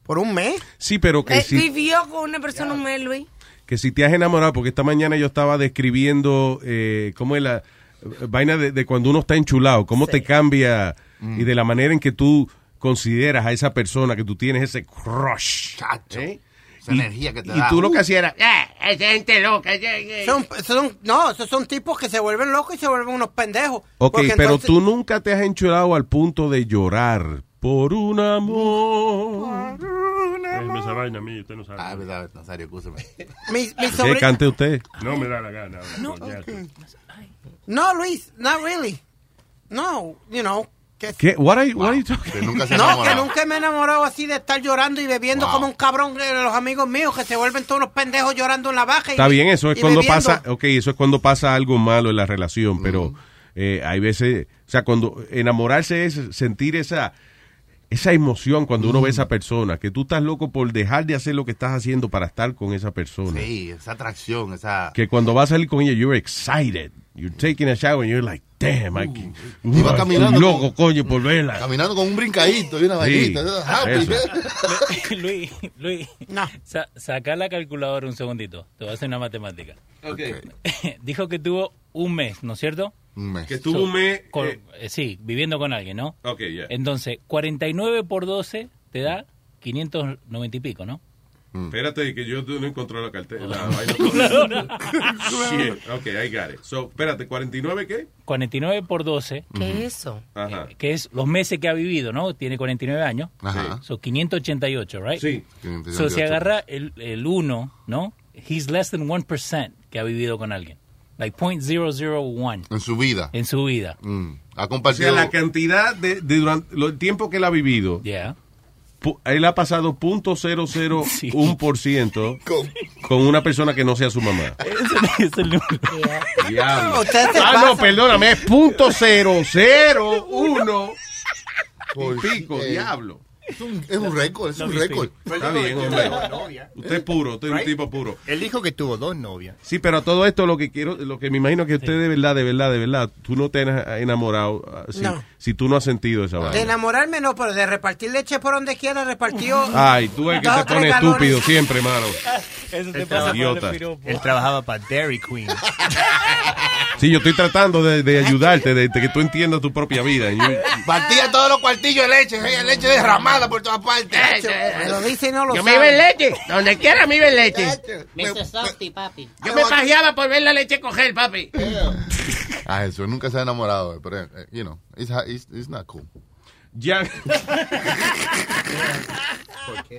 S9: por un mes.
S4: Sí, pero que
S8: Eh,
S4: si,
S8: Vivió con una persona un mes, Luis.
S4: que si te has enamorado, porque esta mañana yo estaba describiendo eh, cómo es la eh, vaina de, de cuando uno está enchulado, cómo te cambia
S7: Mm.
S4: y de la manera en que tú consideras a esa persona que tú tienes ese crush. ¿eh?
S7: Esa
S4: Y-
S7: energía que te
S4: y
S7: da. Uh.
S4: tú lo que hacías era,
S9: esa gente loca. Son, son- no, esos son tipos que se vuelven locos y se vuelven unos pendejos.
S4: ok,
S9: Porque
S4: pero
S9: entonces-
S4: tú nunca te has enchulado al punto de llorar por un amor.
S5: Déjeme esa vaina a mí, usted no sabe.
S7: Ah, verdad, Nazario, escúchame.
S9: Mi, mi
S4: ¿Qué
S9: sobrina-
S4: cante usted?
S5: No me da la gana.
S9: No,
S5: coñazo.
S9: No, Luis, not really. No, you know. Que,
S4: ¿Qué? What are you, what are you talking
S7: nunca
S9: no, que nunca me he enamorado así de estar llorando y bebiendo
S4: Wow.
S9: como un cabrón de los amigos míos que se vuelven todos unos pendejos llorando en la baja. y-
S4: Está bien, eso es
S9: y
S4: cuando
S9: bebiendo.
S4: pasa, ok, eso es cuando pasa algo malo en la relación, pero eh, hay veces, o sea, cuando enamorarse es sentir esa esa emoción cuando uno ve a esa persona, que tú estás loco por dejar de hacer lo que estás haciendo para estar con esa persona.
S7: Sí, esa atracción, esa.
S4: Que cuando vas a salir con ella, you're excited. You're taking a shower and you're like, damn, I can-
S7: Iba
S4: Uy,
S7: Uh, caminando
S4: loco, coño, por verla.
S7: Caminando con un brincadito y una vainita.
S4: Sí, Ah,
S7: happy. ¿eh?
S4: eso.
S6: Luis, Luis. Sa- saca la calculadora un segundito. Te voy a hacer una matemática. Dijo que tuvo un mes, ¿no es cierto?
S7: Un mes.
S4: Que tuvo un mes,
S6: con-
S4: eh,
S6: eh, sí, viviendo con alguien, ¿no?
S4: Ok, yeah.
S6: Entonces, 49 por 12 te da 590 y pico, ¿no?
S7: Mm.
S4: Espérate, que yo no encontré la cartera. La
S6: Calculadora.
S4: Shit. Ok, I got it. So, espérate, ¿49 qué?
S6: 49 por 12.
S8: ¿Qué es eso?
S4: Ajá.
S6: Que es los meses que ha vivido, ¿no? Tiene 49 años.
S7: Ajá.
S6: Son 588, right?
S4: Sí.
S6: So, si agarra el, el 1, ¿no? He's less than 1% que ha vivido con alguien. Like 0.001
S7: En su vida.
S6: en su vida.
S7: Mm. Ha
S4: O
S7: compartido.
S4: sea, la cantidad de, de durante lo- el tiempo que él ha vivido,
S6: Yeah.
S4: pu- él ha pasado punto cero cero un por ciento con una persona que no sea su mamá.
S6: es el
S4: Diablo.
S9: Usted se
S4: ah, no,
S9: pasa.
S4: perdóname, es punto cero cero uno y pico,
S7: eh,
S4: diablo.
S7: Es un, es un récord, es un récord.
S4: Está bien, hombre. Usted es puro, usted es un tipo puro.
S12: Él dijo que tuvo dos novias.
S4: Sí, pero a todo esto lo que quiero, lo que me imagino que usted de verdad, de verdad, de verdad, tú no te has enamorado ah, si,
S9: No.
S4: si tú no has sentido esa
S9: De
S4: vaina.
S9: enamorarme no, pero de repartir leche por donde quiera, repartió.
S4: Ay, tú es que
S9: dos
S4: te
S9: o tres
S4: pones
S9: galones.
S4: estúpido siempre, mano.
S9: Eso
S4: te pasa por el Idiota. piropo.
S12: Él trabajaba para Dairy Queen.
S4: Sí, yo estoy tratando de, de ayudarte, de, de que tú entiendas tu propia vida. Y yo-
S7: Partía todos los cuartillos de leche, eh, leche derramada por todas partes.
S9: Lo dice y no lo
S15: Yo me
S9: sabe.
S15: iba en leche. Donde quiera me iba en leche.
S16: Mr. Softy, papi.
S15: Yo me pajeaba por ver la leche coger, papi.
S7: Ah, Jesús nunca se ha enamorado, eh, pero, eh, you know, it's, ha- it's, it's not cool.
S4: Ya.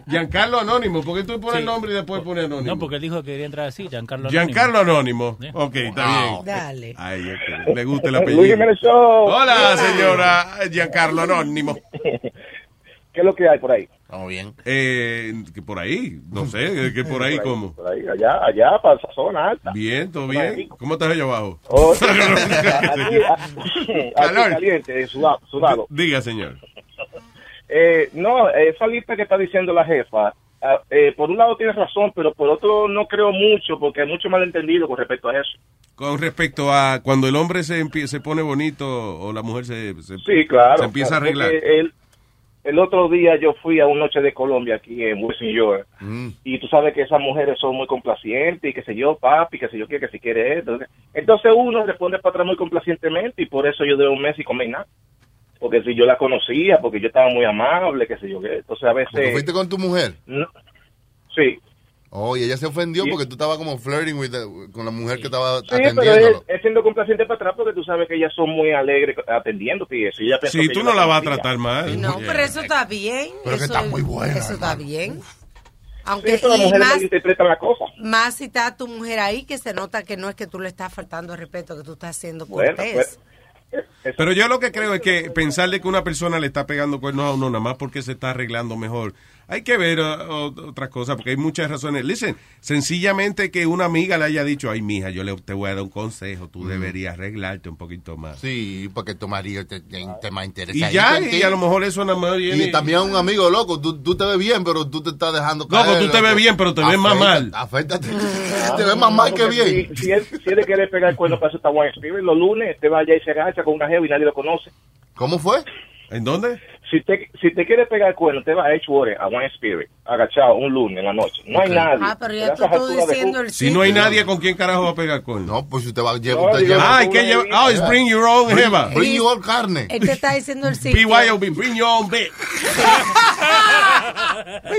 S4: Giancarlo Anónimo, ¿por qué tú pones
S6: Sí.
S4: nombre y después pones Anónimo?
S6: No, porque él dijo que quería entrar así, Giancarlo Anónimo.
S4: Giancarlo Anónimo.
S6: Yeah.
S4: Ok, está
S6: Wow.
S4: bien.
S6: Dale.
S4: Ay, ok, le gusta el
S17: Luis
S4: apellido.
S17: Jiménez Show.
S4: Hola, señora Giancarlo Anónimo.
S17: ¿Qué es lo que hay por ahí?
S4: Estamos bien. Eh, que por ahí, no sé, que por ahí, ¿cómo?
S17: Por ahí, allá, allá, para esa zona alta.
S4: Bien, todo
S17: Por ahí.
S4: bien. ¿Cómo estás allá abajo?
S17: Oh, sí. aquí, aquí,
S4: Calor.
S17: caliente, en sudado. sudado.
S4: Diga, señor.
S17: Eh, no, esa lista que está diciendo la jefa, ah, eh, por un lado tiene razón, pero por otro no creo mucho, porque hay mucho malentendido con respecto a eso.
S4: Con respecto a cuando el hombre se, empie- se pone bonito o la mujer se, se-
S17: Sí, claro.
S4: se empieza a
S17: claro,
S4: arreglar.
S17: porque eh, El, el otro día yo fui a una noche de Colombia aquí en Western York.
S4: Mm.
S17: Y tú sabes que esas mujeres son muy complacientes y qué sé yo, papi, qué sé yo, qué, que si quiere esto. Entonces uno responde para atrás muy complacientemente y por eso yo de un mes y comer nada. Porque si yo la conocía, porque yo estaba muy amable, qué sé yo, qué. Entonces a
S7: ¿Porque
S17: veces...
S7: fuiste con tu mujer?
S17: Sí.
S7: Oh, y ella se ofendió
S17: Sí.
S7: porque tú estabas como flirting with the- con la mujer que uh, estaba
S17: Sí, pero
S7: atendiéndolo.
S17: es, es siendo complaciente para atrás porque tú sabes que ellas son muy alegres atendiéndote y eso. Y ella pensó
S4: Sí,
S17: que
S4: tú
S17: yo
S4: no la vas a
S17: conocía.
S4: tratar mal.
S8: No, pero eso está bien. eso está muy bueno. Eso está bien. Aunque
S17: Eso las
S8: y
S17: mujeres
S8: más,
S17: malinterpretan la cosa.
S8: más si está tu mujer ahí, que se nota que no es que tú le estás faltando el respeto, que tú estás haciendo
S4: Bueno,
S8: cortés.
S4: pues, Pero yo lo que creo es que pensarle que una persona le está pegando cuernos a uno nada más porque se está arreglando mejor. Hay que ver uh, ot- otras cosas porque hay muchas razones. Listen, sencillamente que una amiga le haya dicho, ay, mija, yo le, te voy a dar un consejo, tú
S7: Mm.
S4: deberías arreglarte un poquito más.
S7: Sí, porque tu marido te, te, te más interesa.
S4: Y ya, y a lo mejor eso nada más viene-
S7: Y también un amigo loco, tú, tú te ves bien, pero tú te estás dejando
S4: Loco,
S7: caer.
S4: pues tú te ves bien, pero te ves más mal.
S7: Aféntate. Ah, te ves más mal que
S17: Porque
S7: bien.
S17: Si, si él, si él le quiere pegar el cuerno para eso está Wine Spirit, los lunes te vaya y se agacha con una jeva y nadie lo conoce.
S7: ¿Cómo fue?
S4: ¿En dónde?
S17: Si te, si te quiere pegar el cuerno, te va a Edgewater, E, a Wine Spirit, agachado un lunes en la noche. No hay
S4: Ok.
S17: nadie.
S8: Ah, pero
S17: Te
S8: ya
S17: das
S8: tú
S17: a
S8: estás
S17: altura de
S8: diciendo el
S4: Si no hay
S8: sitio.
S4: nadie, ¿con quién carajo va a pegar cuernos?
S7: No, pues usted va a
S4: llevar.
S7: No, usted lleva-
S4: ah, hay que llevar. Ah, es bring your own
S7: Bring-
S4: jeva.
S7: bring your own carne.
S8: Él te está diciendo el sitio.
S4: BYOB, bring your own bitch.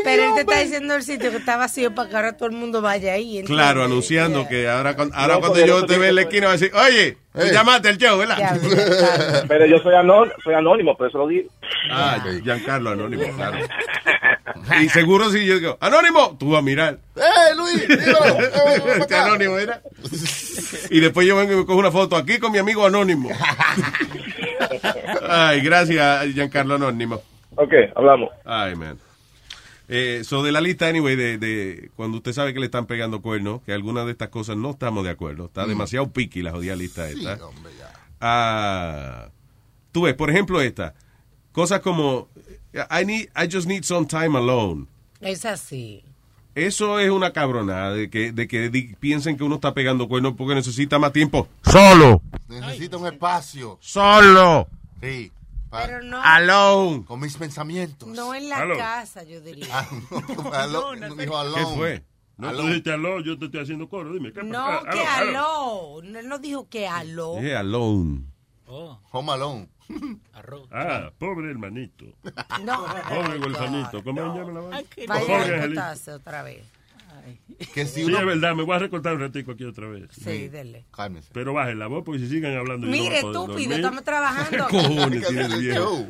S8: Pero él te está diciendo el sitio que está vacío para que ahora todo el mundo vaya ahí. ¿entiendes?
S4: Claro, anunciando que ahora, cuan- ahora
S17: No,
S4: cuando
S17: porque
S4: yo
S17: no
S4: te
S17: te
S4: ve en la
S17: digo-
S4: esquina va a decir, oye, tú
S17: Ey.
S4: llamaste al show, ¿verdad?
S17: Pero yo soy, anón- soy anónimo, por eso lo digo.
S4: Ah, Giancarlo Anónimo, claro. Y seguro si yo digo, Anónimo, tú vas a mirar.
S7: ¡Eh, Luis!
S4: Este Anónimo era. Y después yo vengo y me cojo una foto aquí con mi amigo Anónimo. Ay, gracias, Giancarlo Anónimo.
S17: Ok, hablamos.
S4: Ay, man. Eh, so de la lista, anyway, de, de cuando usted sabe que le están pegando cuernos, que algunas de estas cosas no estamos de acuerdo. Está
S7: Mm.
S4: demasiado piqui la jodida lista esta.
S7: hombre, ya.
S4: Ah, tú ves, por ejemplo, esta. Cosas como, I, need, I just need some time alone.
S8: Es así.
S4: Eso es una cabronada de que, de que di- piensen que uno está pegando cuernos porque necesita más tiempo. Solo.
S7: Necesito un espacio.
S4: Solo.
S7: Sí.
S8: Pero no-
S4: Alone.
S7: Con mis pensamientos.
S8: No en la
S7: Aló.
S8: casa, yo diría.
S7: Aló, no dijo alone.
S5: No,
S7: Aló.
S5: tú dijiste aló, yo te estoy haciendo coro, dime. ¿qué Ah,
S8: No,
S5: pasa?
S8: que
S5: Aló, aló.
S8: aló. No, él no dijo que aló.
S4: Yeah, alone.
S7: Home alone.
S5: Ah, pobre hermanito. Oh,
S8: No.
S5: Pobre huerfanito. ¿Cómo se llama la vaina?
S8: Vaya
S5: Jorge
S8: a
S5: Angelito.
S8: recortarse otra vez.
S7: Que si
S5: sí,
S7: uno-
S5: es verdad, me voy a recortar un ratico aquí otra vez.
S8: Sí, dele.
S7: Cálmese.
S5: Pero baje la voz porque si siguen hablando. yo no voy
S8: Mire,
S5: a poder
S8: estúpido,
S5: dormir.
S8: estamos trabajando.
S4: Cojones, tiene el viejo.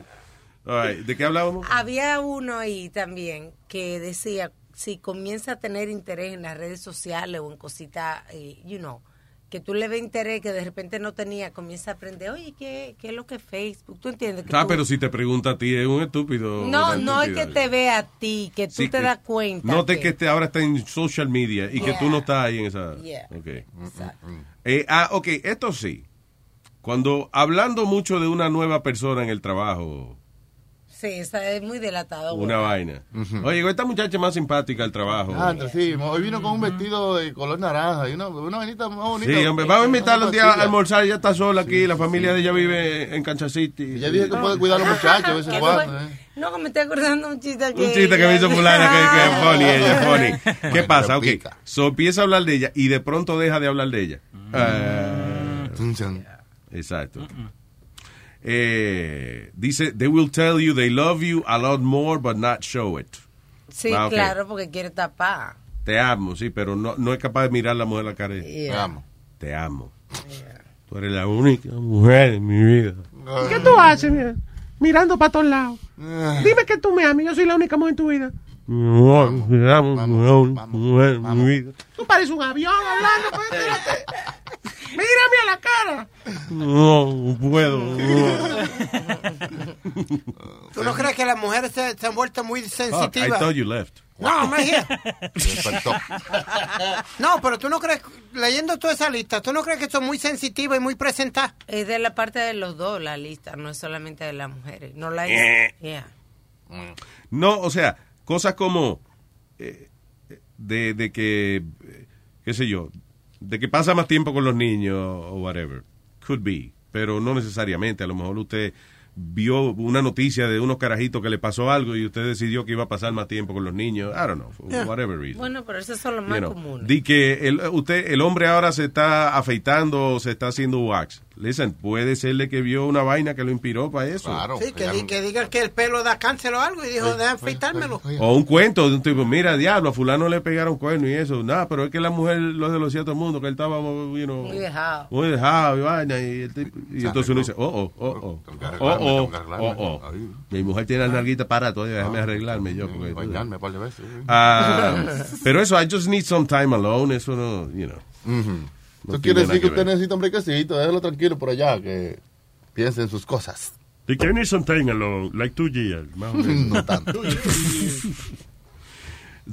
S4: All right, ¿De qué hablábamos?
S8: Había uno ahí también que decía, si comienza a tener interés en las redes sociales o en cositas, eh, you know, que tú le ves interés que de repente no tenía, comienza a aprender, oye, ¿qué, qué es lo que es Facebook? ¿Tú entiendes? Que
S4: Ah,
S8: tú-
S4: pero si te pregunta a ti, es un
S8: no,
S4: estúpido. una
S8: no es que
S4: estúpida.
S8: te vea a ti, que tú
S4: Sí,
S8: te
S4: que-
S8: das cuenta.
S4: Note que este ahora está en social media y que
S8: Yeah.
S4: tú no estás ahí en esa.
S8: Yeah.
S4: Ok. Eh, ah, ok, esto sí. Cuando hablando mucho de una nueva persona en el trabajo,
S8: Sí, está es muy delatado.
S4: Una vaina. Oye, esta muchacha es más simpática al trabajo.
S7: Ah, entonces, sí, hoy vino con un vestido de color naranja y una, una vainita más bonita.
S4: Sí, hombre, vamos a invitarla un día a
S7: Una
S4: almorzar, ella está sola aquí, la familia de ella vive en Kansas City. Ah,
S7: Ella dice que puede cuidar a ¿eh? los muchachos de vez en
S8: Que
S7: cuando.
S8: no- No, que me estoy acordando un chiste que...
S4: Un chiste que me hizo fulana que, que es funny, ella es funny. ¿Qué pasa? Ok, so empieza a hablar de ella y de pronto deja de hablar de ella. Ah, exacto. Eh, dice, they will tell you they love you a lot more, but not show it.
S8: Sí,
S4: Ah, ok.
S8: claro, porque quiere tapar.
S4: Te amo, sí, pero no, no es capaz de mirar a la mujer a la cara. y-
S8: Yeah.
S7: Ah,
S8: Te amo.
S4: Te amo. Tú eres la única mujer en mi vida.
S9: ¿Qué tú haces, mira? Mirando para todos lados. Dime que tú me amas, yo soy la única mujer en tu vida.
S4: Vamos, vamos, mujer en mi vida.
S9: Tú pareces un avión hablando, pues, espérate. Mírame a la cara.
S4: No, no puedo. no.
S9: ¿Tú no crees que las mujeres se, se han vuelto muy
S4: Fuck, Oh, I
S9: sensitivas?
S4: thought you left.
S9: No, I'm right here.
S4: despertó.
S9: No, pero tú no crees, leyendo toda esa lista, ¿tú no crees que son muy sensitivas y muy presentadas?
S8: Es de la parte de los dos la lista, no es solamente de las mujeres. No la
S4: Eh.
S8: Yeah.
S4: Mm, No, o sea, cosas como eh, de, de que, eh, qué sé yo, de que pasa más tiempo con los niños o whatever. Could be, pero no necesariamente. A lo mejor usted vio una noticia de unos carajitos que le pasó algo y usted decidió que iba a pasar más tiempo con los niños. I don't know, for
S9: Ah.
S8: Yeah.
S4: whatever reason.
S8: Bueno, pero esos son los
S4: You
S8: más
S4: know,
S8: comunes.
S4: di que el, usted, el hombre ahora se está afeitando o se está haciendo wax. Listen, puede serle que vio una vaina que lo inspiró para eso.
S9: Sí, que, di- que digan que el pelo da cáncer o algo y dijo, déjame afeitármelo.
S4: O un cuento de un tipo, mira, diablo, a fulano le pegaron cuerno y eso. Nada, pero es que la mujer lo de los cierto mundo, que él estaba you know,
S8: Muy dejado.
S4: muy dejado y vaina. Y, el tipo- y entonces uno dice, oh, oh, oh, oh, oh, oh, oh, oh. Mi mujer tiene
S7: Ah.
S4: la narguita para todavía, déjame arreglarme yo. Porque,
S7: Bañarme Ah. Mm, un par de veces.
S4: Ah, pero eso, I just need some time alone, eso no, you know. No
S7: Eso
S4: tiene
S7: quiere
S4: nada
S7: decir que
S4: ver.
S7: usted necesita un brequecito, déjelo tranquilo por allá, que piense en sus cosas.
S5: The Kenny Sometime alone, like two years, más o menos.
S7: No tanto.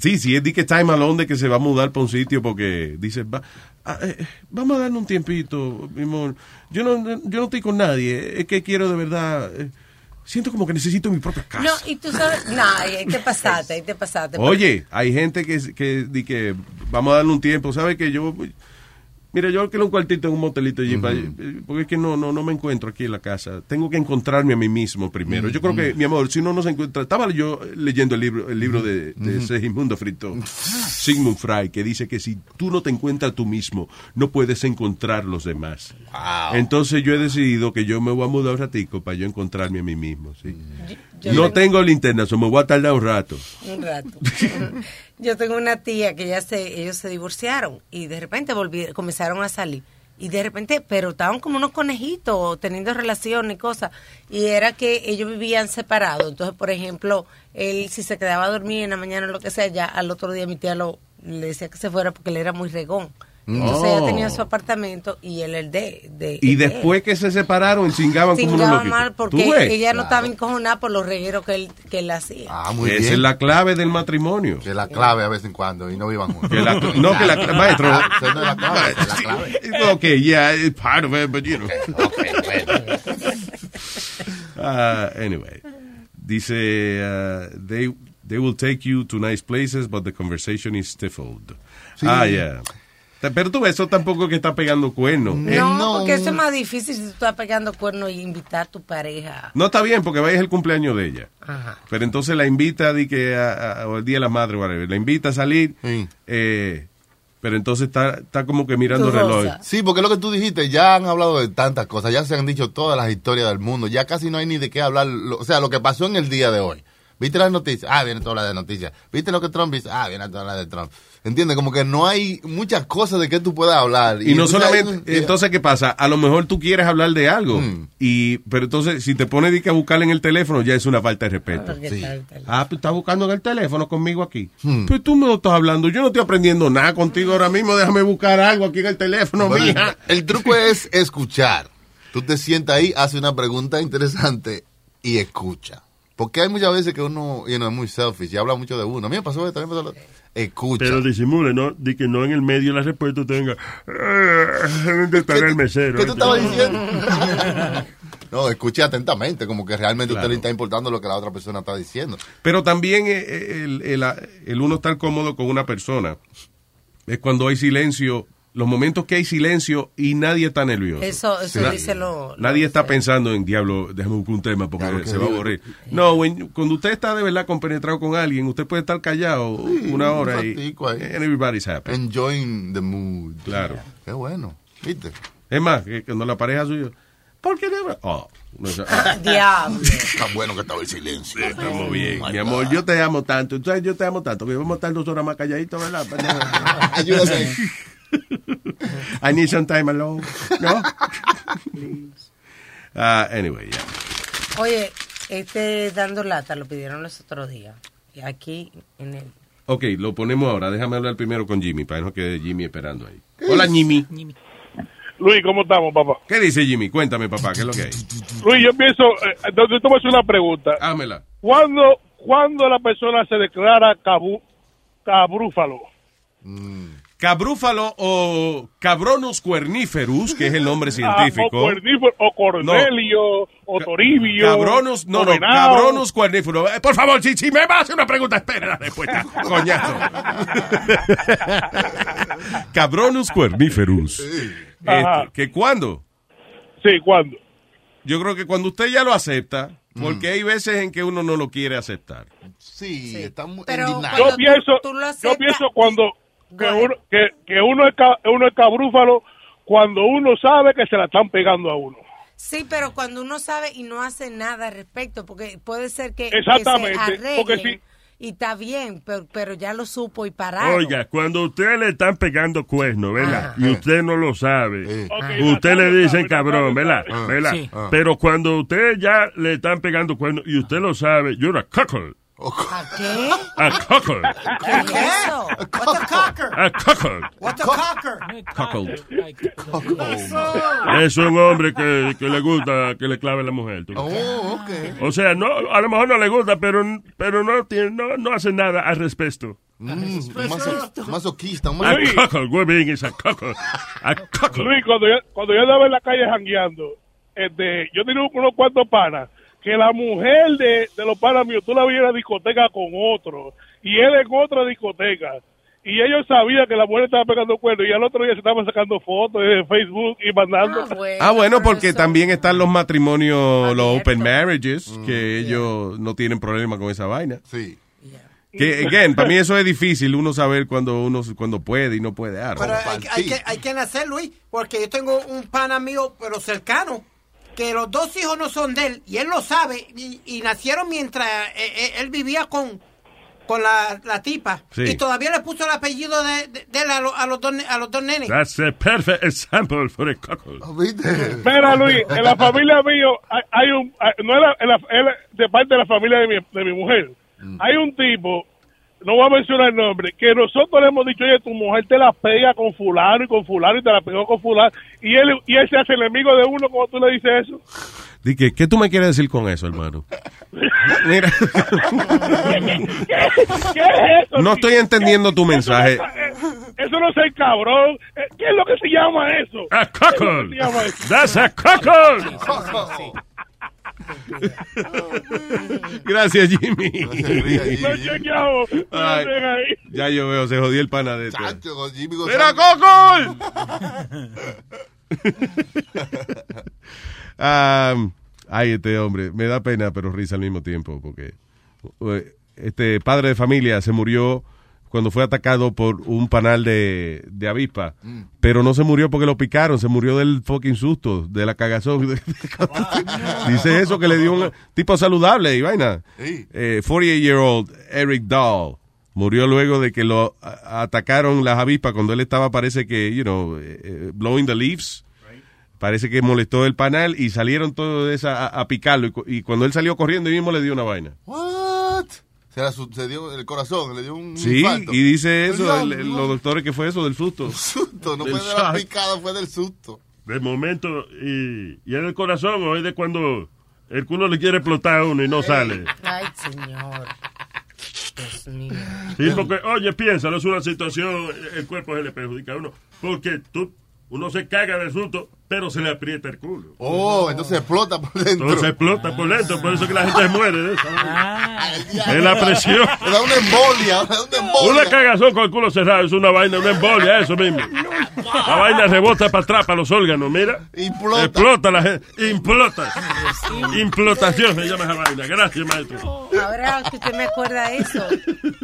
S4: Sí, sí, es di que time alone de que se va a mudar para un sitio porque dice, va, ah, eh, vamos a darle un tiempito, mi amor. Yo no, yo no estoy con nadie, es que quiero de verdad, eh, siento como que necesito mi propia casa.
S8: No, y tú sabes, no, ahí te pasaste, ahí te pasaste.
S4: Oye, hay gente que, que, di que vamos a darle un tiempo, ¿sabe que yo... Mira, yo alquilo un cuartito en un motelito allí, para- eh, porque es que no, no, no me encuentro aquí en la casa. Tengo que encontrarme a mí mismo primero. Yo creo que, mi amor, si uno no se encuentra... Estaba yo leyendo el libro, el libro de, de
S11: Ujú.
S4: Segismundo Frito, Sigmund Freud, que dice que si tú no te encuentras tú mismo, no puedes encontrar los demás. Entonces yo he decidido que yo me voy a mudar un ratico para yo encontrarme a mí mismo, ¿sí?
S8: Yo
S4: no
S8: tengo-
S4: tengo linterna, so me voy a tardar un rato.
S8: Un rato. Yo tengo una tía que ya se, ellos se divorciaron y de repente volvieron, comenzaron a salir. Y de repente, pero estaban como unos conejitos teniendo relaciones y cosas. Y era que ellos vivían separados. Entonces, por ejemplo, él si se quedaba a dormir en la mañana o lo que sea, ya al otro día mi tía lo, le decía que se fuera porque él era muy regón. Entonces
S4: Oh.
S8: ella tenía su apartamento y él el de... de
S4: Y
S8: el de él.
S4: después que se separaron, chingaban como unos
S8: Chingaba
S4: loquitos.
S8: mal porque
S4: ¿Tú ves? Ah,
S8: ella no estaba encojonada por los regueros que él, que él hacía.
S4: Esa es la clave del matrimonio. Que
S7: la clave a vez en cuando, y no vivan juntos.
S4: Que la- no, que la clave, maestro.
S7: Ah, Esa no es la clave, esa es la clave.
S4: Ok, yeah, it's part of it, but you know. Ah, anyway. Dice, ah, they, they will take you to nice places, but the conversation is stifled.
S7: Sí.
S4: Ah, yeah. Te- Pero tú, ves, eso tampoco es que está pegando cuernos. Eh,
S8: No, porque eso es más difícil si tú estás pegando cuernos y invitar a tu pareja.
S4: No está bien porque vaya es el cumpleaños de ella.
S8: Ajá.
S4: Pero entonces la invita di que a- a- o el día de la madre, whatever, la invita a salir. eh, pero entonces está, está como que mirando el reloj.
S7: Sí, porque lo que tú dijiste, ya han hablado de tantas cosas, ya se han dicho todas las historias del mundo, ya casi no hay ni de qué hablar, lo- o sea, lo que pasó en el día de hoy. ¿Viste las noticias? Ah, viene toda la de noticias. ¿Viste lo que Trump dice? Ah, viene toda la de Trump. ¿Entiendes? Como que no hay muchas cosas de que tú puedas hablar.
S4: Y no
S7: entonces
S4: solamente,
S7: hay-
S4: entonces ¿qué pasa? A lo mejor tú quieres hablar de algo, y pero entonces si te pones di que a buscar en el teléfono ya es una falta de respeto.
S11: porque Sí. está el
S4: Ah, pues estás buscando en el teléfono conmigo aquí. Pero tú me lo estás hablando, yo no estoy aprendiendo nada contigo ahora mismo, déjame buscar algo aquí en el teléfono,
S7: Bueno,
S4: mija.
S7: El truco es escuchar. Tú te sientas ahí, haces una pregunta interesante y escucha. Porque hay muchas veces que uno you know, es muy selfish y habla mucho de uno. A mí me pasó también me pasó lo- Escucha.
S5: Pero disimule, ¿no? De que no en el medio de la respuesta tenga. "Ah, ¿Dónde estará el mesero?
S7: ¿Qué tú estabas diciendo? No, escuche atentamente, como que realmente a usted le está importando lo que la otra persona está diciendo.
S4: Pero también eh, el, el- el uno estar cómodo con una persona es cuando hay silencio, los momentos que hay silencio y nadie está nervioso.
S8: Eso, eso
S4: Na-
S8: dice lo...
S4: Nadie está pensando en, diablo, déjame buscar un tema porque
S11: Claro que
S4: se va a
S11: sí.
S4: aburrir. No, when- cuando usted está de verdad compenetrado con alguien, usted puede estar callado una hora
S7: un
S4: y and everybody's happy. Enjoying the mood. Claro.
S7: Qué bueno, ¿viste?
S4: Es más, que cuando la pareja suya, ¿por qué no? Oh, no sé.
S8: Diablo.
S7: Tan bueno que estaba el silencio.
S4: Estamos Oh, bien, mi amor, yo te amo tanto. Entonces yo te amo tanto que vamos a estar dos horas más calladitos, ¿verdad? Pues,
S7: Ayúdame.
S4: I need some time alone. No. Ah, anyway, ya.
S8: Oye, este dando lata lo pidieron los otros días. Y Aquí en el...
S4: Ok, lo ponemos ahora. Déjame hablar primero con Jimmy para que no quede Jimmy esperando ahí. Hola, Jimmy.
S18: Luis, ¿cómo estamos, papá?
S4: ¿Qué dice Jimmy? Cuéntame, papá, ¿qué es lo que hay?
S18: Luis, yo pienso, eh, entonces tú me haces una pregunta.
S4: Hámela.
S18: ¿Cuándo, cuándo la persona se declara cabu- cabrúfalo?
S4: Cabrúfalo o Cabronus cuerniferus, que es el nombre
S18: Ah, o
S4: científico.
S18: cuernífero, o cordelio, o toribio.
S4: Cabronus, no,
S18: o
S4: no,
S18: venado.
S4: Cabronus cuerniferus. Eh, Por favor, si, si me vas a hacer una pregunta, espera la respuesta. Coñazo. Cabronus cuerniferus.
S18: Ajá.
S4: Este, ¿Que cuándo?
S18: Sí, ¿cuándo?
S4: Yo creo que cuando usted ya lo acepta, porque hay veces en que uno no lo quiere aceptar.
S7: Sí, está muy
S8: Pero
S7: indignado.
S8: cuando
S18: Yo pienso,
S8: tú lo aceptas-
S18: yo pienso cuando que uno, que, que uno es ca- uno es cabrúfalo cuando uno sabe que se la están pegando a uno.
S8: Sí, pero cuando uno sabe y no hace nada al respecto, porque puede ser que, que
S18: Exactamente,
S8: se arreglen
S18: porque sí.
S8: y está bien, pero, pero ya lo supo y pararon.
S5: Oiga, cuando a usted le están pegando cuernos,
S7: Ah,
S5: ¿verdad?
S7: eh.
S5: Y usted no lo sabe.
S18: Ok,
S5: Usted le dicen cabrón, ¿verdad?
S18: Ah.
S5: ¿verdad?
S18: Sí. Ah.
S5: Pero cuando a usted ya le están pegando cuernos y usted lo sabe, you're a cuckold.
S8: ¿A qué?
S5: A cuckold.
S8: ¿Qué es eso? What the cocker?
S5: A cuckold.
S8: What the cocker?
S5: Es un hombre que, que le gusta que le clave la mujer. ¿tú ves?
S7: Oh, ok.
S5: O sea, no, a lo mejor no le gusta, pero, pero no, tiene, no, no hace nada al respecto.
S7: Mm. Un maso- un masoquista, un
S5: A
S7: masoquista.
S5: cuckold, we're being is a cuckold. A cuckold.
S18: Luis, cuando yo, cuando yo andaba en la calle jangueando, este, yo tenía unos cuantos panas, que la mujer de, de los panas míos, tú la veías en la discoteca con otro, y él en otra discoteca. Y ellos sabían que la mujer estaba pegando cuernos, y al otro día se estaban sacando fotos de Facebook y mandando.
S4: Ah, bueno, porque también están los matrimonios, los open marriages, que ellos no tienen problema con esa vaina.
S7: Sí.
S4: Que, again, para mí eso es difícil, uno saber cuando uno cuando puede y no puede. I don't
S9: Pero
S4: know.
S9: hay, hay que, hay que nacer, Luis, porque yo tengo un pana mío, pero cercano, que los dos hijos no son de él, y él lo sabe, y, y nacieron mientras eh, eh, él vivía con, con la, la tipa,
S5: Sí.
S9: y todavía le puso el apellido de, de- de él a, lo- a los dos, ne- a los dos nenes.
S5: That's a perfect example for a cuckold.
S7: Oh,
S18: Mira, Luis, en la familia mío hay, hay un, hay- no era, en la- era de parte de la familia de mi, de mi mujer,
S4: Mm.
S18: hay un tipo, no voy a mencionar el nombre, que nosotros le hemos dicho, oye, tu mujer te la pega con fulano y con fulano y te la pegó con fulano, y él, y él se hace enemigo de uno cuando tú le dices eso.
S4: Di que, ¿Qué tú me quieres decir con eso, hermano? Mira,
S18: ¿Qué es eso?
S4: no eh. estoy entendiendo tu mensaje.
S18: Eso no es el cabrón. Eh, ¿Qué es lo que se llama eso?
S4: Ah,
S5: A cuckold.
S18: ¿Qué es lo que se llama eso?
S5: That's a cuckold.
S4: Gracias, Jimmy.
S18: No, chequeado. No
S4: Ay,
S18: lo dejan ahí.
S4: ya yo veo, se jodió el pana de este.
S7: Chacho, Jimmy
S4: ¡Mira,
S7: González.
S4: Cocol! Am, ay, este hombre, me da pena, pero risa al mismo tiempo, porque eh, este padre de familia se murió cuando fue atacado por un panal de, de avispa, pero no se murió porque lo picaron, se murió del fucking susto, de la cagazón. Dice eso que le dio un tipo saludable y vaina.
S7: Sí.
S4: Eh, 48-year-old Eric Dahl murió luego de que lo a- atacaron las avispas cuando él estaba, parece que, you know, eh, eh, blowing the leaves. Parece que molestó el panal y salieron todos de esa a, a picarlo. Y, cu- y cuando él salió corriendo, él mismo le dio una vaina.
S7: What? Se la sucedió el corazón, le dio un
S4: Sí,
S7: infarto. Pues
S4: y dice eso,
S7: No,
S4: el- el-
S7: no,
S4: Eh, los doctores que fue eso del susto.
S7: susto, no
S4: del
S7: fue de la
S4: shock.
S7: picada, fue del susto.
S5: De momento, y, y en el corazón, o es de cuando el culo le quiere explotar a uno y no sale.
S8: Ay, señor. Dios mío.
S5: Sí, porque, oye, piénsalo, es una situación, el cuerpo se le perjudica a uno. Porque tú, uno se caga de susto, pero se le aprieta el culo.
S7: Oh, entonces explota por dentro.
S5: Entonces explota por dentro, por eso que la gente se muere de eso. Es la presión.
S7: Le da Ah. una embolia, le da una embolia.
S5: Una cagazón con el culo cerrado es una vaina, una embolia, eso mismo. La vaina rebota para atrás, para los órganos, mira.
S4: Eh,
S7: Implota.
S5: Explota la gente, implota. Implotación se llama esa vaina. Gracias,
S7: Oh,
S5: maestro.
S8: Ahora que usted me acuerda de eso,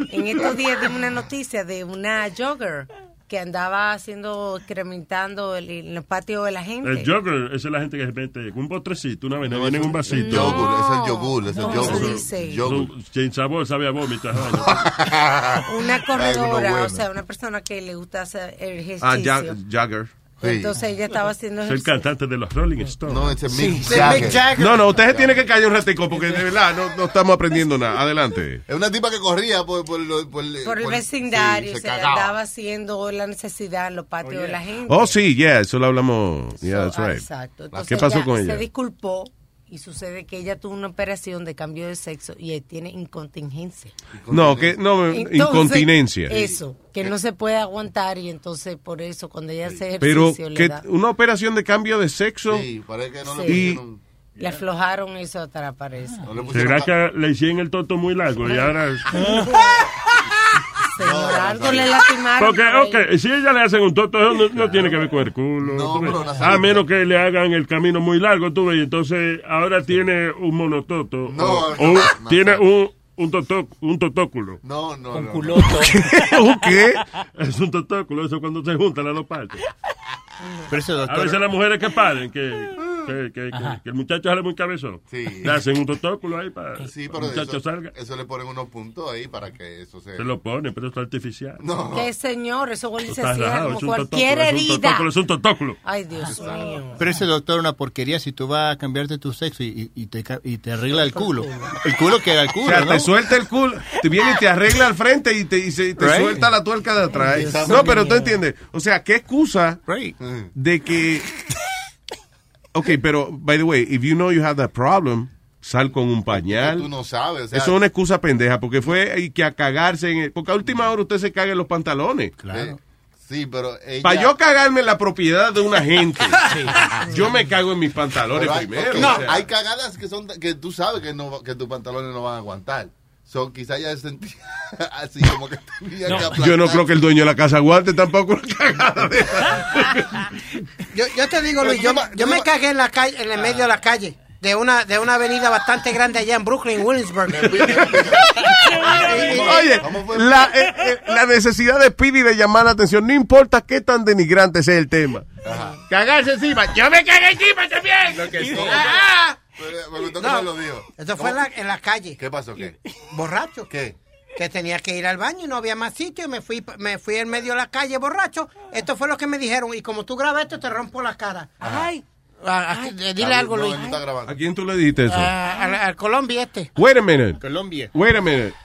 S8: en estos días vi una noticia de una jogger que andaba haciendo, incrementando el, en los patios de la gente.
S5: El yogur, esa es la gente que se mete con un postrecito, una vez, viene en un vasito.
S7: El yogur, es el yogur, es
S8: No,
S7: el yogur.
S8: eso dice.
S5: Son- Sin sabor, sabe a vómito. esa vaina.
S8: Una
S5: Alguno
S8: corredora,
S5: bueno.
S8: o sea, una persona que le gusta hacer ejercicio.
S4: Ah, Ja- Jagger.
S8: Entonces ella estaba haciendo
S5: Es el
S8: ejercicio.
S5: cantante de los Rolling Stones. No,
S7: es
S8: Mick Sí, sí, Jagger. Mick Jagger.
S4: No, no, usted se tiene que callar un ratico porque de verdad no, no estamos aprendiendo nada. Adelante.
S7: Es una tipa que corría por, por, lo- por,
S8: Por el
S7: por-
S8: vecindario,
S7: sí,
S8: se,
S7: se cagaba.
S8: andaba haciendo la necesidad en los patios de la gente.
S4: Oh, sí, yeah, eso lo hablamos. Yeah, that's
S8: Ah,
S4: right.
S8: Exacto.
S4: ¿Qué
S8: Entonces
S4: pasó con
S8: Se
S4: ella?
S8: disculpó y sucede que ella tuvo una operación de cambio de sexo y él tiene incontingencia.
S4: No, que no,
S8: Entonces,
S4: incontinencia.
S8: Eso, que no se puede aguantar y entonces por eso cuando ella hace
S4: Pero
S8: ejercicio le
S4: que
S8: da-
S4: una operación de cambio de sexo
S8: Sí.
S4: y
S8: Le aflojaron eso atrás, parece.
S5: ¿Será que le hicieron el toto muy largo y ahora...
S7: Ah,
S8: Señor, algo le lastimaron.
S5: Porque, ok, si ella le hacen un toto, eso no, no tiene que ver con el culo. tú ves. a menos que le hagan el camino muy largo, tú ves. y Entonces, ahora tiene un monototo. o, o tiene un, un, toto, un totóculo.
S7: No, no, no.
S5: ¿Un qué? Es un totóculo, eso cuando se juntan las dos partes.
S12: doctor-
S5: A veces las mujeres que paren, que, que, que, que- que el muchacho sale muy cabezón. Le hacen un totóculo ahí para,
S7: Sí,
S5: para
S7: pero
S5: el muchacho
S7: eso,
S5: salga.
S7: eso le ponen unos puntos ahí para que eso se...
S5: Se lo ponen, pero esto es artificial.
S7: No.
S8: Que señor, eso huele
S5: Tú
S8: y se
S5: estás
S8: cierra
S5: rajado,
S8: como
S5: es un
S8: cualquier
S5: totóculo, es un
S8: herida.
S5: totóculo, es un totóculo.
S8: Ay, Dios mío.
S12: Pero ese doctor es una porquería si tú vas a cambiarte tu sexo y, y- y te, ca- y te arregla el culo. El culo queda el
S4: o
S12: culo,
S4: sea,
S12: ¿no?
S4: te suelta el culo, te viene y te arregla al frente y te, y se- y te
S12: Right.
S4: suelta la tuerca de atrás.
S12: Dios
S4: No, pero
S12: mío.
S4: tú entiendes. O sea, ¿qué excusa de que... Ok, pero, by the way, if you know you have that problem, sal con un pañal.
S7: Tú no sabes, o sea,
S4: Eso es una excusa pendeja, porque fue y que a cagarse en el- Porque a última hora usted se caga en los pantalones.
S7: eh, sí, pero ella...
S4: Para yo cagarme en la propiedad de una gente, yo me cago en mis pantalones
S7: Pero hay-
S4: primero.
S7: ok,
S4: o sea.
S7: hay cagadas que son que tú sabes que no que tus pantalones no van a aguantar. So, quizá ya se sentía así como que tenía que aplastar.
S4: Yo no creo que el dueño de la casa aguante tampoco.
S9: Yo, yo te digo, Luis, yo, yo me cagué en la calle, en el medio de la calle. De una, de una avenida bastante grande allá en Brooklyn, Williamsburg.
S4: Oye, la, eh, eh, la necesidad de Pidi de llamar la atención, no importa qué tan denigrante sea el tema.
S15: Cagarse encima. Yo me cagué encima también. Ah,
S7: no lo digo.
S9: Eso fue en la, en la calle.
S7: ¿Qué pasó? ¿Qué?
S9: Borracho.
S7: ¿Qué?
S9: Que tenía que ir al baño y no había más sitio. Y me fui, me fui en medio de la calle borracho. Esto fue lo que me dijeron. Y como tú grabas esto, te rompo la cara. Ay. Ah, ah, dile algo, Luis.
S4: ¿A quién tú le dijiste eso?
S9: Ah, al, al Colombia este.
S4: Wait a minute.
S12: Colombia.
S4: Wait a minute.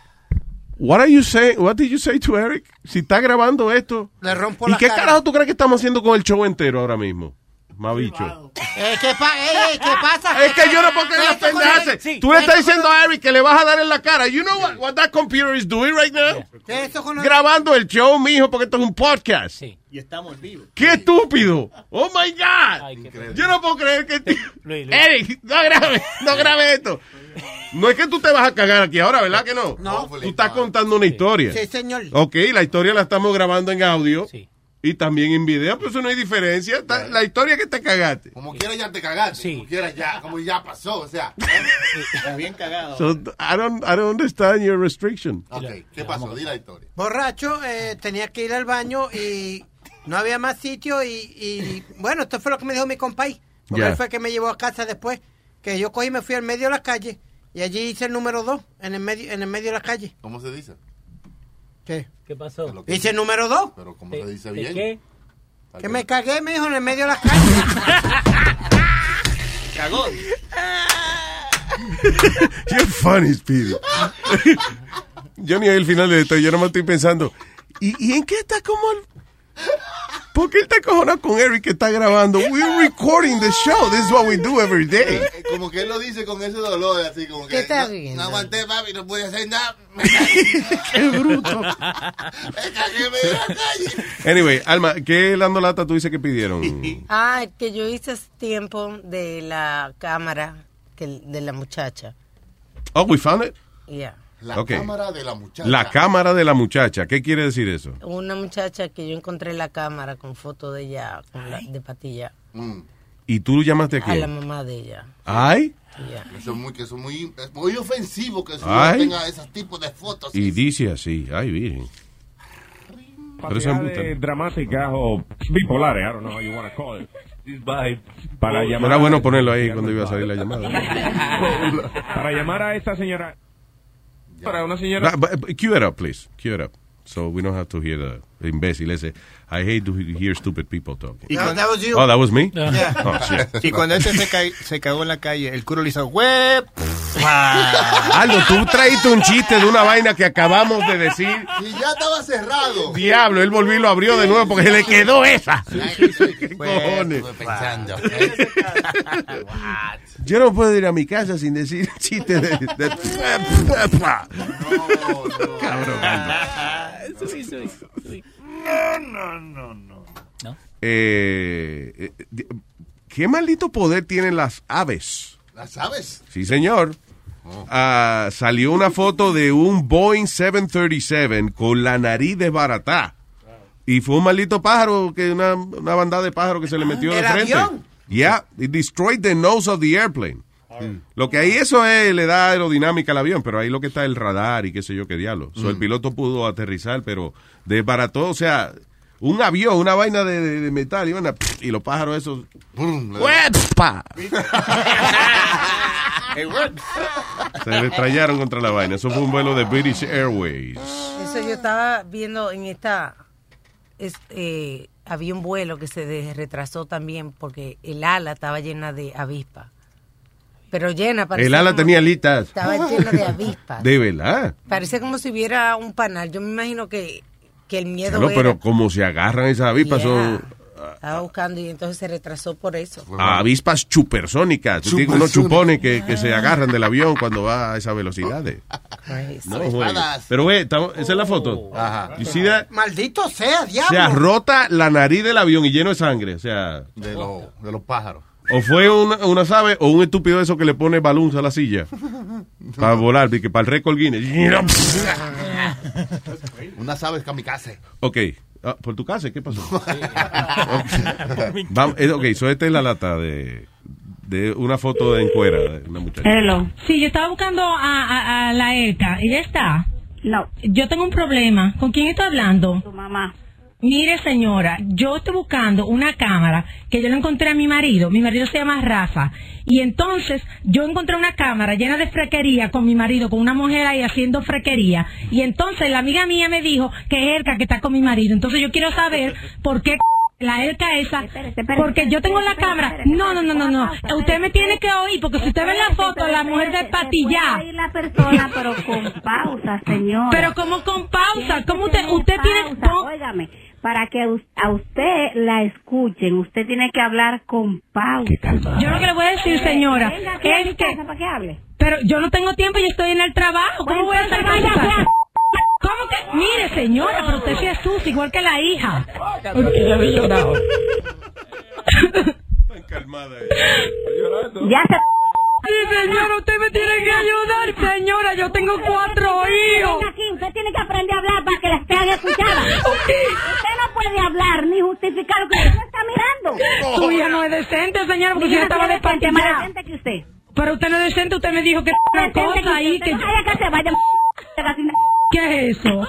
S4: What are you saying? What did you say to Eric? Si está grabando esto.
S9: Le rompo
S4: ¿Y
S9: la
S4: qué
S9: cara.
S4: carajo tú crees que estamos haciendo con el show entero ahora mismo? Mabicho.
S9: Eh, ¿qué, pa- eh, eh, ¿Qué pasa?
S4: Es que yo no puedo creer las pendejas. Tú le estás diciendo a Eric que le
S9: Eh,
S4: vas a dar en la cara. You know what, what that computer is doing right now?
S9: ¿Qué es esto con
S4: Grabando el show, mijo, porque esto es un podcast.
S12: Y estamos vivos.
S4: ¡Qué estúpido! ¡Oh my God! Yo no puedo creer que. Eric, no grabe, no grabe esto. No es que tú te vas a cagar aquí ahora, ¿verdad que no?
S9: No.
S4: Tú estás contando una historia.
S9: Sí, señor.
S4: Ok, la historia la estamos grabando en audio y también en video, pero eso no hay diferencia. Está- La historia que te cagaste.
S7: Como quiera ya te cagaste. Como quiera ya, como ya pasó, o sea.
S12: Estás bien cagado.
S4: So, I don't, I don't understand your restriction.
S7: Ok, ¿qué pasó? Di la historia.
S9: Borracho, eh, tenía que ir al baño y no había más sitio y, y, bueno, esto fue lo que me dijo mi compay. Porque
S4: Ya.
S9: él fue el que me llevó a casa después, que yo cogí y me fui al medio de la calle y allí hice el número 2 en el medio en el medio de la calle.
S7: ¿Cómo se dice?
S9: ¿Qué?
S6: ¿Qué pasó?
S9: Hice el número 2.
S7: Pero ¿cómo
S9: ¿De-
S7: se dice
S9: de
S7: bien?
S9: qué? Que me cagué, me dijo, en el medio de la calle.
S12: Cagó.
S4: You're funny, Speedy. yo ni oí el final de esto, yo nomás estoy pensando. ¿Y, y en qué está como el ¿Por qué él está cojonado con Eric que está grabando? We're recording the show. This is what we do every day.
S7: Eh, Como que él lo dice con ese dolor, así como que.
S15: ¿Qué está
S7: no,
S15: viendo?
S7: No aguanté, papi, no pude hacer nada.
S4: ¡Qué bruto! Anyway, Alma, ¿qué Lando Lata tú dices que pidieron?
S8: Ah, que yo hice hace tiempo de la cámara que, de la muchacha.
S4: Oh, we found it.
S8: Yeah.
S4: La Ok. cámara
S8: de la
S4: La cámara de la muchacha. ¿Qué quiere decir eso?
S8: Una muchacha que yo encontré en la cámara con foto de ella con la- de patilla.
S4: ¿Y tú llamaste a
S8: A la
S4: quién?
S8: mamá de ella.
S4: Ay.
S7: Eso es muy, que eso es muy, es muy ofensivo que eso
S4: Ay.
S7: tenga ese tipo de fotos.
S4: Y dice así. Ay, virgen. Pero eso es
S19: Paridades dramáticas o bipolares, I don't know how you want to call it. Para llamar,
S4: Era bueno ponerlo ahí cuando iba a salir la llamada.
S19: para llamar a esta señora. Para una señora.
S4: But- eh, but- but Cue it up, please. Cue it up. So we don't have to hear the the imbécil ese. I hate to hear stupid people talking.
S12: Y No, cuando- that was you.
S4: Oh, that was me?
S12: Yeah.
S4: Oh, shit.
S12: Y cuando este se, cae- se cagó en la calle, el culo le hizo ah". web.
S4: Aldo, tú traíste un chiste de una vaina que acabamos de decir.
S7: Y ya estaba cerrado.
S4: Diablo, él volvió y lo abrió de nuevo porque se le quedó esa. ¿Qué
S7: Bueno,
S4: cojones?
S7: estuve pensando.
S4: Yo no puedo ir a mi casa sin decir chistes de... de- Cabrón.
S15: Aldo.
S6: Sí, sí, sí.
S15: No, no, no, no.
S4: Eh, eh, di- ¿Qué maldito poder tienen las aves?
S7: ¿La sabes?
S4: Sí, señor.
S9: Oh.
S4: Ah, salió una foto de un Boeing 737 con la nariz desbaratada. Y fue un maldito pájaro, que una, una bandada de pájaros que se le metió de
S9: ¿el
S4: frente.
S9: avión?
S4: Yeah, it destroyed the nose of the airplane. Lo que ahí eso es, le da aerodinámica al avión, pero ahí lo que está el radar y qué sé yo qué diablo. So,
S9: Mm.
S4: el piloto pudo aterrizar, pero desbarató, o sea, un avión, una vaina de, de- de metal, y, van a- y los pájaros esos... ¡Uepa! Se estrellaron contra la vaina. Eso fue un vuelo de British Airways.
S8: Eso yo estaba viendo en esta. es- eh, había un vuelo que se de- retrasó también porque el ala estaba llena de avispa. Pero llena, parecía
S4: El ala
S8: como-
S4: tenía alitas.
S8: Estaba llena de avispas.
S4: De verdad.
S8: Parece como si hubiera un panal. Yo me imagino que, que el miedo
S4: Claro,
S8: era-
S4: pero como se agarran esas avispas, son
S8: estaba buscando y entonces se retrasó por eso.
S4: Ah,
S20: Ah.
S4: avispas supersónicas. Tú tienes unos chupones que, que se agarran del avión cuando va a esas velocidades. No, güey. Pero güey, estamos- esa es la foto. Oh. Ajá. Y si da-
S9: Maldito sea, diablo.
S4: se arrota la nariz del avión y lleno de sangre. O sea,
S7: De, los- de los pájaros.
S4: o fue una, una sabe o un estúpido eso que le pone balón a la silla para volar, que para el récord Guinness.
S7: Unas aves kamikaze.
S4: Ok. Ah, ¿Por tu casa? ¿Qué pasó? Vamos, eh, ok, so esta es la lata de, de una foto de encuera de una muchacha.
S20: Hello. Sí, yo estaba buscando a, a- a la ECA. ¿Ella está? No. Yo tengo un problema. ¿Con quién estoy hablando? Tu mamá. Mire, señora, yo estoy buscando una cámara que yo le encontré a mi marido. Mi marido se llama Rafa. Y entonces yo encontré una cámara llena de frequería con mi marido, con una mujer ahí haciendo frequería. Y entonces la amiga mía me dijo que es Erka que está con mi marido. Entonces yo quiero saber por qué la Erka esa. porque yo tengo la cámara. no, no, no, no, no. Usted me tiene que oír porque si usted ve la foto, la mujer de patilla.
S21: la persona, pero con pausa, señor.
S20: Pero como con pausa, como usted, usted tiene...
S21: Óigame, para que us- a usted la escuchen, usted tiene que hablar con pausa.
S20: Yo lo que le voy a decir, señora,
S21: Venga aquí a
S20: es
S21: mi
S20: que...
S21: casa para que hable.
S20: Pero yo no tengo tiempo, yo estoy en el trabajo. ¿Cómo voy a hacer pausa? ¿Cómo que? Mire, señora, pero usted sí asusta, igual que la hija.
S21: Ya se...
S20: Sí, señora, usted me tiene que ayudar, señora. Yo tengo cuatro hijos.
S21: Venga aquí, usted tiene que aprender a hablar para que la estén escuchada. Usted no puede hablar ni justificar lo que usted no está mirando.
S20: Su hija no es decente, señora, porque
S21: Mi
S20: yo
S21: hija
S20: estaba
S21: tiene
S20: de
S21: decente, más
S20: pantalla.
S21: decente que usted.
S20: Pero usted no es decente, usted me dijo que una
S21: Decente que
S20: cosa ahí
S21: usted.
S20: que...
S21: No, vaya que se vaya.
S20: ¿Qué es eso?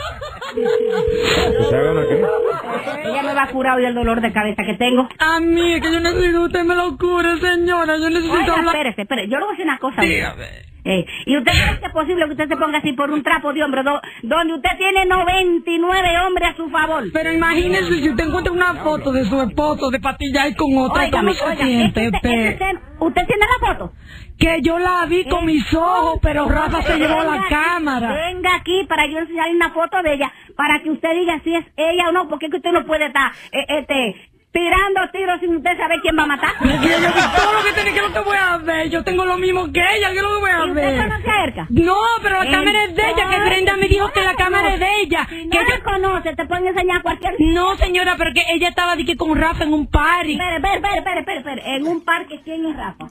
S21: Ella me va a curar hoy el dolor de cabeza que tengo.
S20: A mí, que yo necesito que usted me lo cure, señora. Yo necesito
S21: Oiga,
S20: hablar...
S21: espérese, espérese. Yo le voy a decir una cosa.
S20: Dígame.
S21: Eh, y usted cree que es posible que usted se ponga así por un trapo de hombro, do- donde usted tiene 99 hombres a su favor.
S20: Pero imagínese si usted encuentra una foto de su esposo de patilla y con otra, ¿cómo
S21: Óigame,
S20: se
S21: oiga, este,
S20: siente
S21: es que usted-
S20: usted?
S21: es que usted- ¿Usted tiene la foto? Eh, oh,
S20: que yo la vi con mis ojos, pero Rafa se llevó la
S21: Venga aquí,
S20: cámara.
S21: Venga aquí para yo enseñarle una foto de ella, para que usted diga si es ella o no, porque es que usted no puede estar eh, este, tirando tiros sin usted saber quién va a matar.
S20: Todo lo que tiene que no te voy a ver, yo tengo lo mismo que ella, yo no lo voy a
S21: ¿Y usted
S20: ver.
S21: conoce a Erika?
S20: No, pero la cámara es de ella, que Brenda me dijo que la cámara es de ella.
S21: Si
S20: que
S21: no
S20: ella
S21: la conoce, te pueden enseñar cualquier...
S20: No, señora, pero que ella estaba de que con Rafa en un party.
S21: Espere, espere, espere, espere, espere, espere. En un parque, ¿quién es Rafa?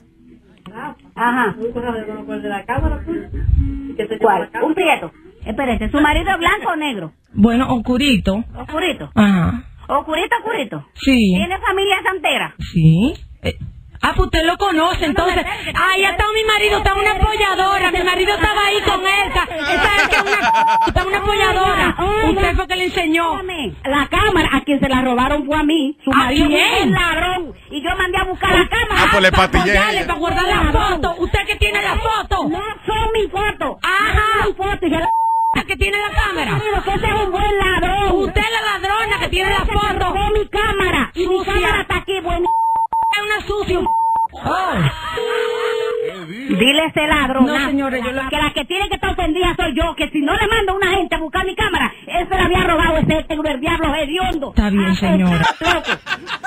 S21: Ajá. ¿Cuál? Un prieto. Espérate, ¿su marido es blanco o negro?
S20: Bueno, oscurito.
S21: Oscurito.
S20: Ajá.
S21: Oscurito, oscurito.
S20: Sí.
S21: ¿Tiene familia santera?
S20: Sí. Eh, ah, pues usted lo conoce, entonces. Ahí ha estado mi marido, está una apoyadora. Mi marido estaba ahí con Erika. Esa Erika es una, está una apoyadora. Usted fue que le enseñó.
S21: La cámara, a quien se la robaron fue a mí. Su
S20: ¿A
S21: marido
S20: quién?
S21: fue un ladrón. Y yo mandé a buscar la cámara.
S20: Ah,
S21: por
S20: pues para apoyarle, para guardar la foto. Usted que tiene la foto.
S21: No son mi foto.
S20: Ajá.
S21: No son mi foto. Y yo la...
S20: La que tiene la cámara.
S21: Pero que ese es un buen ladrón.
S20: Usted es la ladrona que tiene la foto.
S21: Con mi cámara. Y mi
S20: Sucia.
S21: cámara está aquí, buen...
S20: Es una sucia. un-
S21: Dile a ese ladrón.
S20: No, señores, yo la-
S21: Que la que tiene que estar ofendida soy yo. Que si no le mando a una gente a buscar mi cámara, él se la había robado ese seguro el diablo hediondo.
S20: Está bien, señora.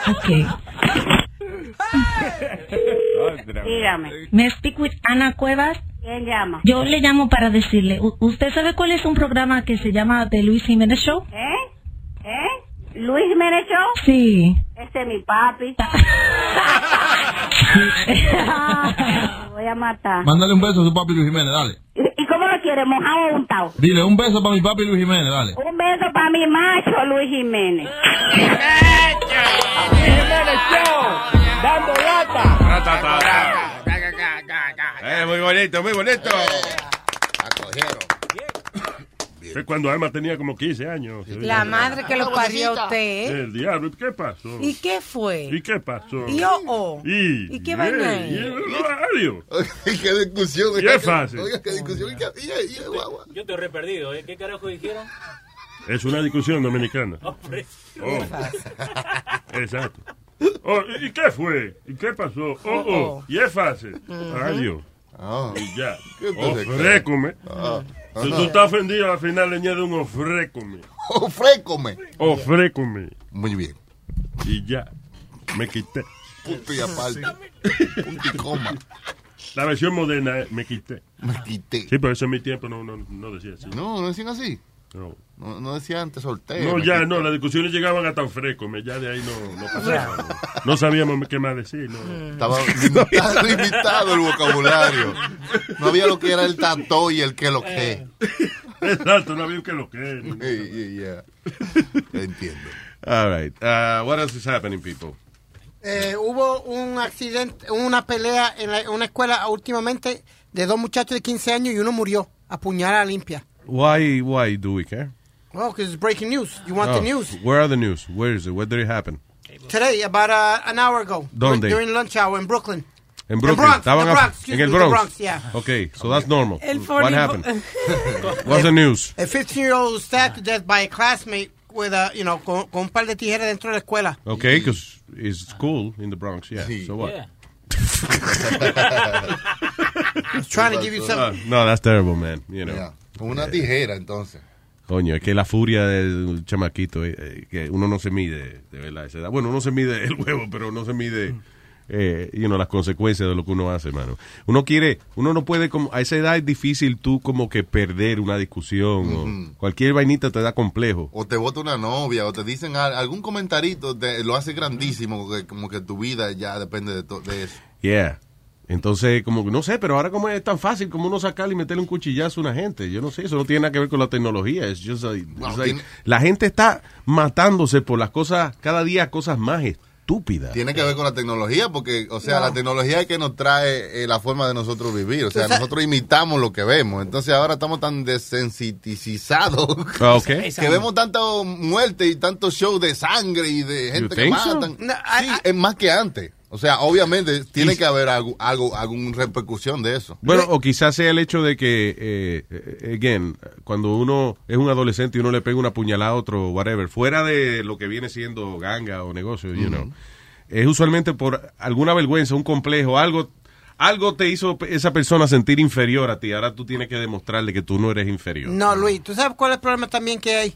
S20: Ok.
S21: Dígame.
S20: Me speak with Ana Cuevas.
S21: ¿Quién llama?
S20: Yo le llamo para decirle, ¿u- ¿usted sabe cuál es un programa que se llama The Luis Jiménez Show?
S21: ¿Eh? ¿Eh? ¿Luis Jiménez Show?
S20: Sí.
S21: Ese es mi papi. Lo voy a matar.
S22: Mándale un beso a su papi Luis Jiménez, dale.
S21: ¿Y cómo lo quiere? ¿Mojado o untado?
S22: Dile, un beso para mi papi Luis Jiménez, dale.
S21: Un beso para mi macho, Luis Jiménez.
S15: Dando lata.
S4: Eh, muy bonito, muy bonito.
S5: Fue cuando Alma tenía como 15 años.
S8: La madre que lo parió a usted, ¿eh?
S5: El diablo, ¿y qué pasó?
S8: ¿Y qué fue?
S5: ¿Y qué pasó?
S8: Y oh, oh.
S5: ¿Y,
S8: ¿Y qué vaina
S5: eh,
S8: es?
S5: y el horario.
S7: qué discusión.
S5: Y es fácil.
S7: Oiga, qué discusión.
S6: Yo te he perdido, ¿eh? ¿Qué carajo dijeron?
S5: Es una discusión dominicana.
S6: Hombre.
S5: Oh. Exacto. Oh, ¿Y qué fue? ¿Y qué pasó? Oh, oh.
S10: Oh, oh.
S5: Y es fácil.
S10: Ujú.
S5: Adiós.
S7: Oh.
S5: Y ya. Oh,
S10: ¿Qué te
S5: Ofrécome.
S10: Ah.
S5: Si
S10: Ajá.
S5: tú estás ofendido, al final le añade un ofrécome.
S7: Ofrécome.
S5: Ofrécome.
S7: Muy bien.
S5: Y ya. Me quité.
S7: Punto y aparte. Punto y coma.
S5: La versión moderna es me quité.
S7: Me quité.
S5: Sí, pero eso en mi tiempo no, no, no decía así.
S7: No, no decían así.
S5: No.
S7: No, no decía antes soltero.
S5: No, ya no, las discusiones llegaban hasta ofrécome. Ya de ahí no, no pasaba.
S7: Ya.
S5: No sabíamos qué más decir. No.
S7: Estaba limitado, limitado el vocabulario. No había lo que era el tanto y el que lo
S5: Eh.
S7: que.
S5: Exacto, no había un que lo que.
S7: Yeah, yeah. Entiendo.
S4: All right. Uh, what else is happening, people?
S9: Eh, hubo un accidente, una pelea en, la- en una escuela últimamente de dos muchachos de 15 años y uno murió a puñalada limpia.
S4: Why, why do we care?
S9: Oh, because it's breaking news. You want the
S4: Oh,
S9: news?
S4: Where are the news? Where is it? Where did it happen?
S9: Today, about uh, an hour ago.
S4: ¿Dónde?
S9: During lunch hour in Brooklyn.
S4: En Brooklyn.
S9: Bronx,
S4: Estaban
S9: the
S4: a-
S9: Bronx, excuse
S4: en el
S9: me, the
S4: Bronx.
S9: Bronx, yeah.
S4: Okay, so that's normal.
S9: El
S4: What
S9: 40
S4: happened? What's the news?
S9: A 15-year-old stabbed to death by a classmate with a, you know, con, con un par de tijeras dentro de la escuela.
S4: Okay, because it's school in the Bronx, yeah. So what?
S9: Yeah. I was trying to give you
S4: Uh,
S9: something.
S4: no, that's terrible, man. You know.
S7: Yeah. Con una tijera, entonces.
S4: Coño, es que la furia del chamaquito, eh, eh, que uno no se mide, de verdad, a
S5: Ah,
S4: esa edad. Bueno, uno se mide el huevo, pero no se mide, eh, you know, las consecuencias de lo que uno hace, hermano. Uno quiere, uno no puede, como, a esa edad es difícil tú como que perder una discusión o cualquier vainita te da complejo.
S7: O te vota una novia, o te dicen al- algún comentarito, te- lo hace grandísimo, que- como que tu vida ya depende de, to- de eso.
S4: Yeah. Entonces, como que no sé, pero ahora como es tan fácil como uno sacarle y meterle un cuchillazo a una gente. Yo no sé, eso no tiene nada que ver con la tecnología. Es just like- it's like- la gente está matándose por las cosas, cada día cosas más estúpidas.
S7: Tiene que ver con la tecnología, porque, o sea,
S4: No.
S7: la tecnología es que nos trae eh, la forma de nosotros vivir. O sea,
S4: O sea-
S7: nosotros imitamos lo que vemos. Entonces ahora estamos tan desensitizados
S4: Ah, ok.
S7: que vemos tanta muerte y tantos shows de sangre y de gente que
S4: think so?
S7: matan. Sí, es más que antes. O sea, obviamente tiene que haber algo, algo, alguna repercusión de eso.
S4: Bueno, o quizás sea el hecho de que, eh, eh, again, cuando uno es un adolescente y uno le pega una puñalada a otro, whatever, fuera de lo que viene siendo ganga o negocio, you know, es usualmente por alguna vergüenza, un complejo, algo, algo te hizo pe- esa persona sentir inferior a ti. Ahora tú tienes que demostrarle que tú no eres inferior.
S9: No, Luis, ¿tú sabes cuál es el problema también que hay?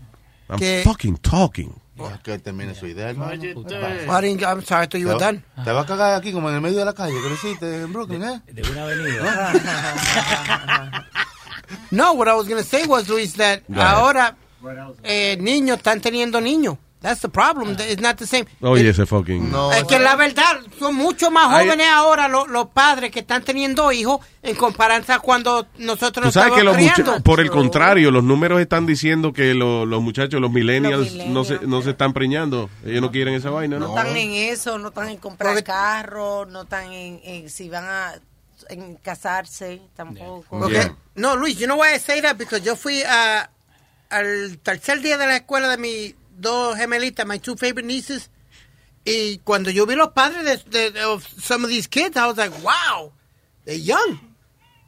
S4: I'm
S9: Que-
S4: fucking talking.
S7: Ya que termine su idea, hermano. Pues, Eh.
S9: Why didn't- I'm sorry, I thought you were
S7: Te va-
S9: done.
S7: Te va a cagar aquí como en el medio de la calle que lo hiciste en Brooklyn, ¿eh?
S6: De una avenida.
S9: No, what I was going to say was, Luis, that
S4: Go ahead.
S9: ahora eh, niños están teniendo niños. That's the
S4: Ah.
S9: problem. It's not the same.
S4: Oye, ese fucking.
S9: es que la verdad, son mucho más
S4: Ay.
S9: jóvenes ahora lo- los padres que están teniendo hijos en comparación a cuando nosotros
S4: Tú
S9: nos
S4: sabes que los
S9: estábamos
S4: mucha-
S9: criando.
S4: por el contrario, los números están diciendo que lo- los muchachos, los millennials, no, se, no se están preñando. Ellos no quieren esa vaina, ¿no?
S8: No están en eso, no están en comprar carro, no están en, en si van a en casarse tampoco.
S9: Ok. No, Luis, yo no voy a decir that porque yo fui a, al tercer día de la escuela de mis dos gemelitas, my two favorite nieces, y cuando yo vi los padres de, de- of some of these kids, I was like, wow, they're young.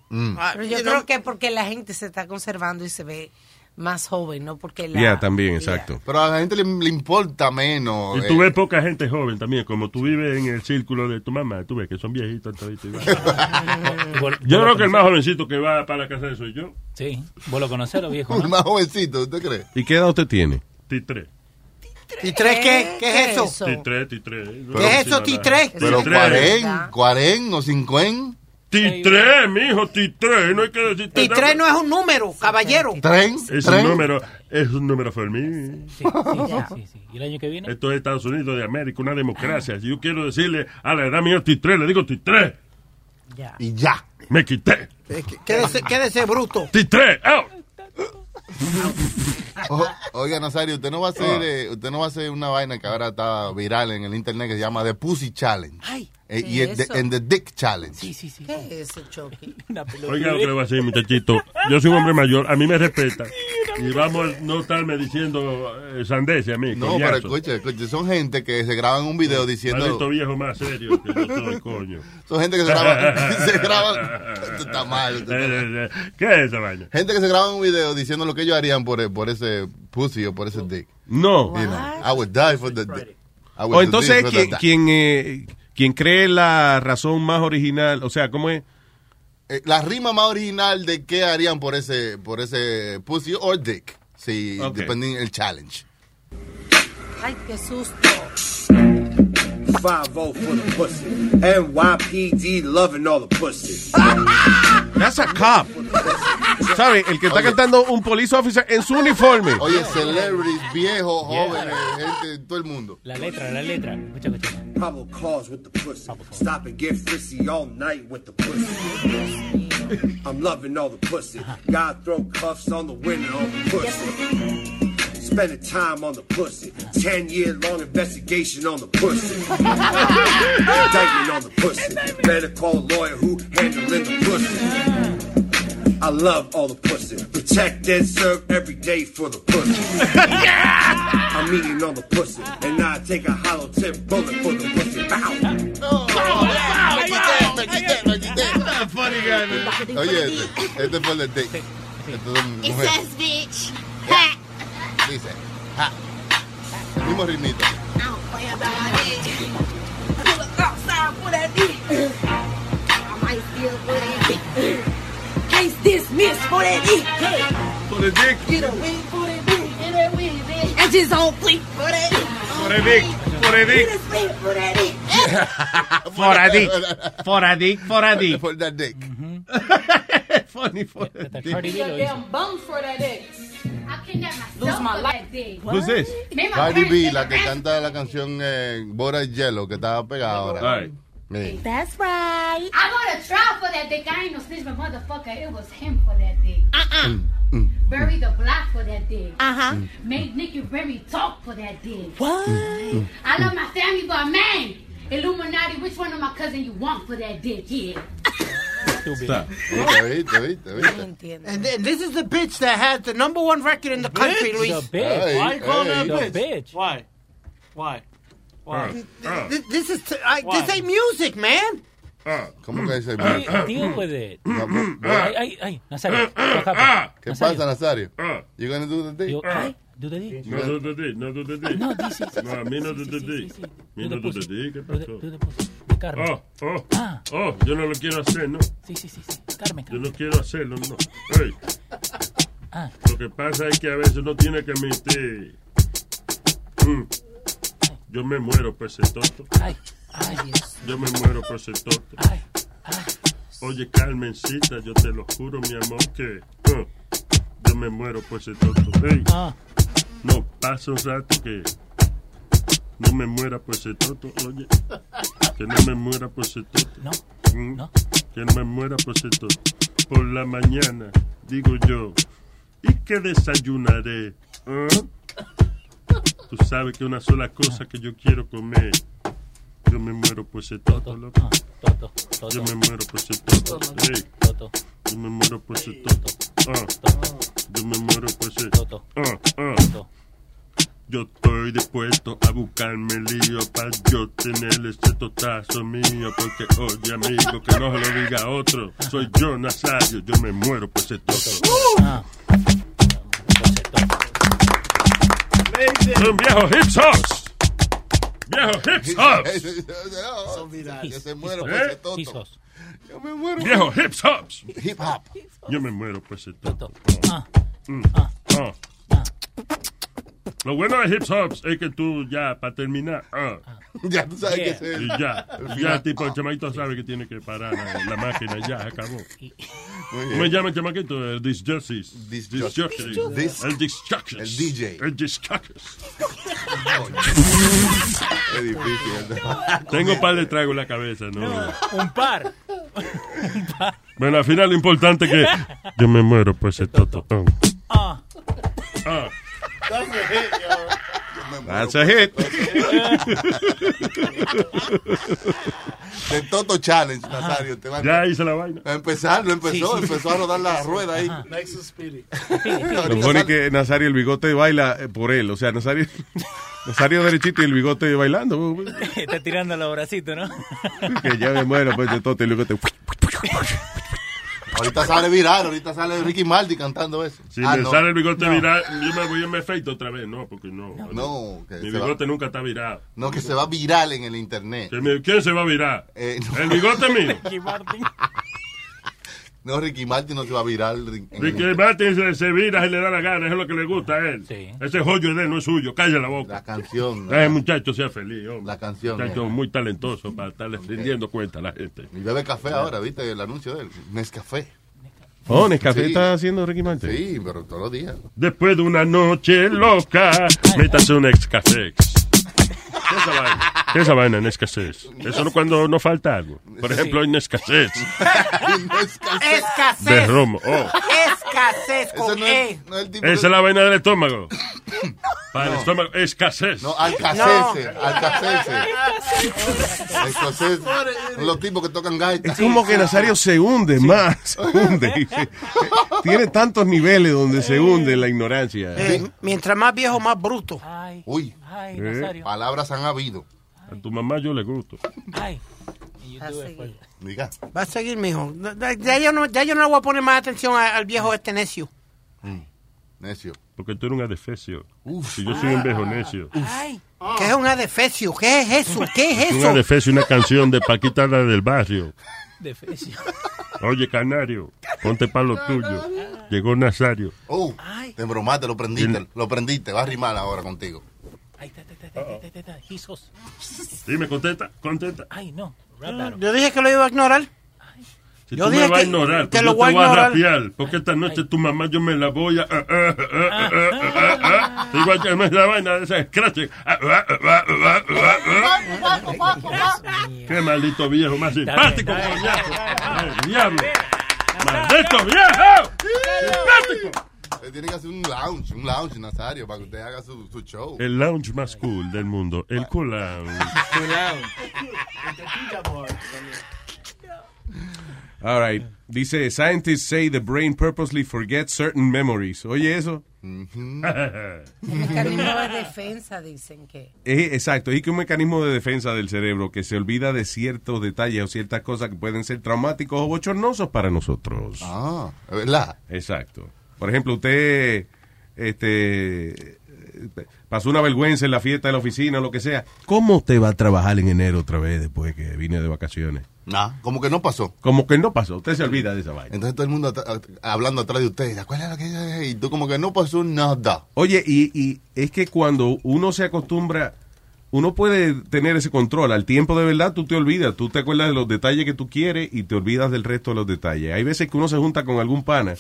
S4: Mm.
S9: Ah,
S8: Pero yo
S9: you
S8: creo
S9: know,
S8: que porque la gente se está conservando y se ve más joven, no porque la...
S4: Ya, también, exacto.
S7: Pero a la gente le, le importa menos.
S5: Y tú
S7: eh.
S5: ves poca gente joven también, como tú vives en el círculo de tu mamá, tú ves que son viejitos toditos igual. "Ah". Yo creo que el más jovencito que va para la casa de soy yo.
S6: Sí, vos lo conocés, lo viejo.
S7: El más jovencito, ¿usted cree?
S4: ¿Y qué edad usted tiene?
S5: Titre.
S9: ¿Y tres qué?
S5: eh.
S9: ¿Qué es eso?
S5: Titre, titre.
S7: Pero- Pero cuarén, cuarén o cincuén.
S5: Titre, mijo, titre. No hay que decir
S9: Y tres no es un número, caballero.
S5: Es
S9: Tren.
S5: un número, es un número for me.
S9: Ya.
S6: ¿Y el año que viene? Ah.
S5: Esto es Estados Unidos de América, una democracia. Si yo quiero decirle a la edad mía titre, le digo titre.
S7: Y ya.
S5: Me quité.
S9: Quédese, quédese bruto.
S5: Titre, out.
S7: O- oiga, Nazario, usted
S5: Ah.
S7: no va a hacer, eh, usted no va a hacer una vaina que ahora está viral en el internet que se llama The Pussy Challenge. Eh,
S8: ¿qué
S7: y
S8: es
S7: el de-
S8: eso?
S7: and the Dick Challenge.
S8: ¿Qué es eso, Chucky?
S5: Oiga lo que le voy a decir, muchachito. Yo soy un hombre mayor, a mí me respeta. Y vamos a no estarme diciendo eh, sandeces a mí.
S7: No,
S5: coñazo.
S7: pero escucha, escucha, son gente que se graban un video diciendo.
S5: Maldito viejo más serio que yo soy, coño.
S7: Son gente que se graba- se graba- Esto está mal. esto está mal.
S5: Eh, eh, ¿Qué es esa vaina?
S7: Gente que se graba un video diciendo lo que ellos harían por, por ese pussy o por ese dick.
S4: No.
S7: You know, I would die for the dick. I would
S4: O
S7: do
S4: Oh,
S7: this
S4: entonces,
S7: for the
S4: quien,
S7: dick.
S4: quien, eh, quien cree la razón más original, o sea, ¿cómo es?
S7: Eh, la rima más original de qué harían por ese, por ese pussy or dick. Sí,
S4: Ok.
S7: dependiendo del challenge.
S8: Ay, qué susto.
S1: 5-0 for oh the pussy. NYPD loving all the pussy.
S4: That's a cop. ¿Sabe? El que está cantando un police officer en su uniforme.
S7: Oye, celebrities, viejos, jóvenes, gente, todo el mundo.
S6: La letra, la letra. Escucha, escucha.
S1: Probable cause with the pussy. Stop and get frisky all night with the pussy. I'm loving all the pussy. God throw cuffs on the winner on the pussy. Spending time on the pussy. Ten year long investigation on the pussy. Indictment on the pussy. Better call a lawyer who handling the pussy. I love all the pussy. Protect and serve every day for the pussy. I'm eating on the pussy, and I take a hollow tip bullet for the pussy. Bow.
S7: Oye, este, este fue el de dick. Este es un mujer.
S15: bitch.
S7: Dice, ja. El mismo ritmito.
S15: Case dismissed for that
S4: For the dick.
S15: Get a win for that dick. Get a win, bitch. Edges on fleek for that dick.
S4: For the dick. For the dick.
S15: Get a sleep for that dick.
S4: For a dick. For a dick. For a dick.
S7: For that dick.
S4: Funny for the
S15: Este, Cardi B lo hizo. Damn bum for that dick. I kidnapped myself Lose my life. that dick.
S7: Who's this?
S15: Me and my
S7: Cardi
S15: parents
S7: B,
S15: did
S7: la que
S15: that.
S7: canta la canción eh, Bora y Yellow, que estaba pegada ahora.
S4: Right.
S7: Sí.
S15: That's right. I go to trial for that dick. I ain't no snitch, but motherfucker, it was him for that dick. Uh-uh. Bury the block for that dick. Uh-huh. Made Nicky Berry talk for that dick. What? I love my family, but man, Illuminati, which one of my cousin you want for that dick? Yeah.
S7: Está. ¿Viste, viste, viste, viste?
S9: And, th- this is the bitch that had the number one record in the country,
S2: Bitch?
S9: Luis.
S2: The bitch. Why you calling her a bitch?
S9: Why? Why?
S2: Why?
S9: Th- th- This is t- I, this ain't music, man.
S7: ¿Cómo que dice?
S6: Deal- deal with it.
S5: Eh,
S6: Ay, ay, ay, Nazario.
S5: ah.
S7: ¿Qué pasa, Nazario? You gonna do the dick?
S6: Do the D. Ah,
S5: No, do the D, no, do the D.
S6: No, D, sí, sí,
S5: No, a mí no, do the D. Mí no, do the D, ¿qué pasó? Oh, oh, oh, yo no lo quiero hacer, ¿no?
S6: Ah. Sí, sí, sí, sí.
S5: Yo no quiero hacerlo, no. Ey.
S6: Ah.
S5: Lo que pasa es que a veces uno tiene que admitir. Mm. Yo me muero por ese toto. Yo me muero por ese toto. Oye, Carmencita, yo te lo juro, mi amor, que uh, yo me muero por ese toto. Ey.
S6: Ah,
S5: No, pasa un rato que no me muera por ese toto, oye. Que no me muera por ese toto. Mm.
S6: No, no.
S5: Que no me muera por ese toto. Por la mañana, digo yo, ¿y qué desayunaré? ¿Ah? Tú sabes que una sola cosa que yo quiero comer. Yo me muero por ese toto, loco. Yo me muero por ese toto. Ey. Yo me muero por ese toto. Ah. Yo me muero por ese toto. Ah, ah. Yo estoy dispuesto a buscarme lío para yo tener ese totazo mío, porque oye amigo, que no se lo diga a otro, soy yo Nazario, yo me muero por ese toto. Son viejos hip hops. Viejos hip hops.
S7: Son virales. Yo se muero por
S5: ¿Eh?
S7: ese toto. Yo me muero. pues.
S5: Viejos hip hops.
S7: Hip hop.
S5: Yo me muero por ese toto. Mm, ah. Lo bueno de hip hops es que tú ya, para terminar, ah.
S7: Ya tú sabes que se.
S5: Y ya, ya tipo el chamaquito sabe que tiene que parar la, la máquina, ya se acabó. ¿Cómo se llama el chamaquito? El disc jockeys. Disc jockeys.
S7: Disc-
S5: El disc jockeys. El
S7: DJ.
S5: El disc jockeys.
S7: Es difícil.
S5: Tengo un par de tragos en la cabeza, ¿no?
S6: Un par.
S5: Bueno, al final lo importante es que yo me muero por ese toto. Ah.
S6: Ah.
S5: Ah.
S7: pues,
S4: That's a hit.
S7: De Toto Challenge, Nazario. Te va a-
S5: Ya hice la vaina.
S7: A empezar, lo empezó,
S2: Sí, sí.
S7: empezó a rodar la rueda ahí.
S2: Next is Speedy.
S4: Lo bueno es que Nazario el bigote baila eh, por él. O sea, Nazario, Nazario derechito y el bigote bailando.
S6: Está tirando los bracitos, ¿no?
S4: Que ya me muero, pues de todo. Y luego te.
S7: Ahorita sale viral, ahorita sale Ricky Martin cantando eso.
S5: Si
S7: Ah,
S5: me
S7: no.
S5: sale el bigote
S7: No.
S5: viral, yo me voy a me feito otra vez. No, porque no.
S7: No, que
S5: Mi
S7: se va-
S5: bigote nunca está virado.
S7: No, que se va viral en el internet. Eh,
S5: Que mi- ¿Quién se va a virar?
S7: no.
S5: El bigote mío.
S7: No, Ricky Martin no se va viral. en el
S5: Ricky Martin se, se vira, se le da la gana, eso es lo que le gusta a él. Ese joyo es de él, no es suyo, calla la boca.
S7: La canción.
S5: Ese Eh, muchacho sea feliz, hombre.
S7: La canción,
S5: Muchacho
S7: eh.
S5: muy talentoso para estarle rindiendo cuenta a la gente.
S7: Y bebe café ahora, ¿viste? El anuncio de él. Nescafé.
S4: Oh, Nescafé
S7: Sí.
S4: está haciendo Ricky Martin.
S7: Sí, pero todos los días.
S5: Después de una noche loca, métase un ex café. Esa vaina en escasez. Eso no cuando no falta algo. Por
S7: Sí.
S5: ejemplo, en escasez
S9: Escasez.
S5: de romo. Oh.
S9: Escasez con E.
S5: Esa es la vaina del estómago. Para el estómago, escasez.
S7: No, alcacese, alcacese. Escocés, los tipos que tocan gaita.
S4: Es como que Nazario se hunde más, se hunde. Tiene tantos niveles donde se hunde la ignorancia.
S9: Eh, mientras más viejo, más bruto.
S7: Uy.
S6: Ay,
S4: Nazario.
S7: Palabras han habido.
S5: A tu mamá yo le gusto.
S6: Ay.
S7: Diga.
S9: Va a seguir, mijo. Ya, ya yo no, ya yo no le voy a poner más atención a- al viejo este necio.
S7: Mm. Necio.
S5: Porque tú eres un adefesio. y yo soy un viejo necio.
S7: Ah.
S9: ¿Qué es un adefesio? ¿Qué es eso? ¿Qué es
S5: Un
S9: eso?
S5: adefesio, una canción de Paquita la del barrio.
S6: Defecio.
S5: Oye, canario, ponte para lo tuyo. Llegó Nazario.
S7: Oh, te embromaste, lo prendiste, lo prendiste. Va a rimar ahora contigo.
S6: Ay, ta, ta, ta, ta, ta, ta, ta. Jesus.
S5: Dime, contenta, contenta.
S6: Ay, no.
S9: Yo dije que lo iba a ignorar.
S5: Si
S9: Yo
S5: tú me
S9: dije
S5: vas a
S9: que-
S5: ignorar,
S9: que
S5: pues
S9: lo
S5: yo te
S9: voy a
S5: voy a
S9: ignorar.
S5: rapear. Porque esta noche tu mamá yo me la voy a. ah, ah, ah, ah, ah, ah, ah, ah. Igual que me la vaina de esa scratch. Ah, ah, ah, ah, ah, ah, ah. Qué maldito viejo, más simpático. coñazo. Ay, Diablo. ¡Maldito viejo! ¡Simpático!
S7: Usted tiene que hacer un lounge, un lounge, Nazario, para que usted haga su, su show.
S4: Eh,
S5: El lounge más cool del mundo, el cool lounge.
S4: All right. Dice, scientists say the brain purposely forgets certain memories. Oye, eso.
S8: El mecanismo de defensa dicen que.
S4: Es- exacto, es que un mecanismo de defensa del cerebro que se olvida de ciertos detalles o ciertas cosas que pueden ser traumáticos o bochornosos para nosotros.
S7: Ah, ¿verdad?
S4: Exacto. Por ejemplo, usted este, pasó una vergüenza en la fiesta de la oficina, lo que sea. ¿Cómo usted va a trabajar en enero otra vez después que vine de vacaciones?
S7: Nah, Ah, como que no pasó.
S4: Como que no pasó. Usted se olvida de esa vaina.
S7: Entonces todo el mundo atr- a- hablando atrás de usted. ¿Te acuerdas lo que yo dije? Y tú como que no pasó nada.
S4: Oye, y, y es que cuando uno se acostumbra, uno puede tener ese control. Al tiempo de verdad tú te olvidas, tú te acuerdas de los detalles que tú quieres y te olvidas del resto de los detalles. Hay veces que uno se junta con algún pana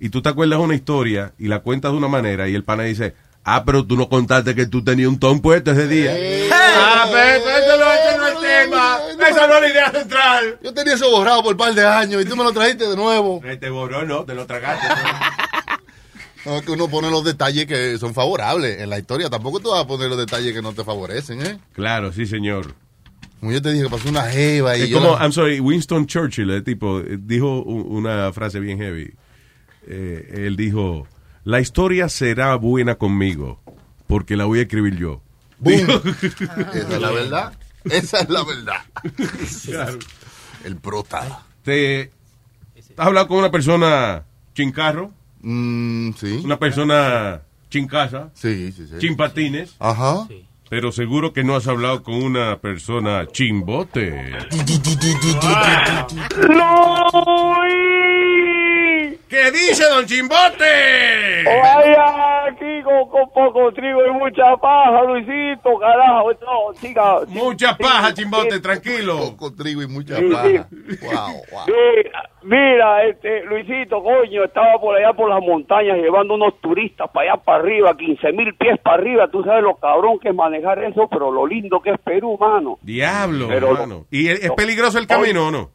S4: y tú te acuerdas una historia y la cuentas de una manera y el pana dice, ah, pero tú no contaste que tú tenías un ton puesto ese día.
S7: Ah, pero eso no, eso no es
S2: tema.
S7: Esa no es la idea central. Yo tenía eso borrado por un par de años y tú me lo trajiste de nuevo.
S4: Te borró, no, te lo tragaste.
S7: No, es que uno pone los detalles que son favorables en la historia. Tampoco tú vas a poner los detalles que no te favorecen, ¿eh?
S4: Claro, sí, señor.
S7: Como yo te dije, pasó una jeva y
S4: Es
S7: yo Ah,
S4: como,
S7: la-
S4: I'm sorry, Winston Churchill, el tipo, eh, dijo u- una frase bien heavy. Eh, él dijo, la historia será buena conmigo, porque la voy a escribir yo.
S7: Esa es la verdad. Esa es la verdad. El prota.
S4: ¿Te has hablado con una persona chincarro?
S7: Mm, sí.
S4: Una persona chincasa.
S7: Sí, sí, sí.
S4: Chimpatines.
S7: Ajá.
S4: Pero seguro que no has hablado con una persona chimbote.
S2: ¿Qué
S4: dice don Chimbote?
S2: Vaya aquí con, con poco trigo y mucha paja, Luisito, carajo. No, siga.
S4: Mucha paja, Chimbote, tranquilo.
S7: Poco trigo y mucha
S2: Sí,
S7: paja.
S2: sí.
S7: Wow, wow.
S2: Mira, mira, este, Luisito, coño, estaba por allá por las montañas llevando unos turistas para allá para arriba, 15 mil pies para arriba. Tú sabes lo cabrón que es manejar eso, pero lo lindo que es Perú, mano.
S4: Diablo,
S2: Pero
S4: hermano. ¿Y es, es peligroso el camino o no?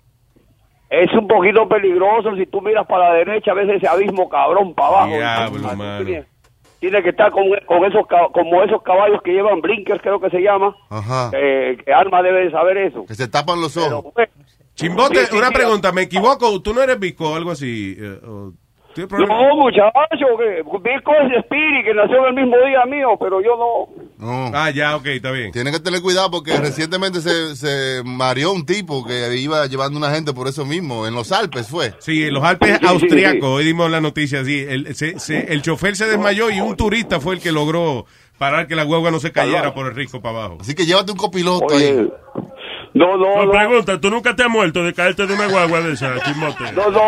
S2: Es un poquito peligroso si tú miras para la derecha, a veces ese abismo cabrón para abajo.
S4: Diablo, mano.
S2: Tiene que estar con, con esos ca- como esos caballos que llevan blinkers, creo que se llama.
S7: Ajá.
S2: Eh, que Alma debe de saber eso.
S7: Ah.
S2: pues,
S7: Que se tapan los ojos. Este
S4: Chimbote,
S2: Sí, sí,
S4: una
S2: sí.
S4: pregunta, ¿me equivoco? ¿Tú no eres bico o algo así? Eh, o- ¿Tienes problema?
S2: No, muchacho, que Vico es Spirit, que nació el mismo día mío, pero yo no.
S4: Ah, ya, ok, está bien.
S7: Tiene que tener cuidado porque recientemente se, se mareó un tipo que iba llevando una gente por eso mismo. En los Alpes fue.
S4: Sí, en los Alpes austriacos, hoy dimos la noticia, sí, el, se- se- el chofer se desmayó y un turista fue el que logró parar que la huelga no se cayera por el risco para abajo.
S7: Así que llévate un copiloto
S2: ahí. No, no,
S5: no. pregunta, ¿tú nunca te has muerto de caerte de una guagua de esa, Chimbote?
S2: No, no,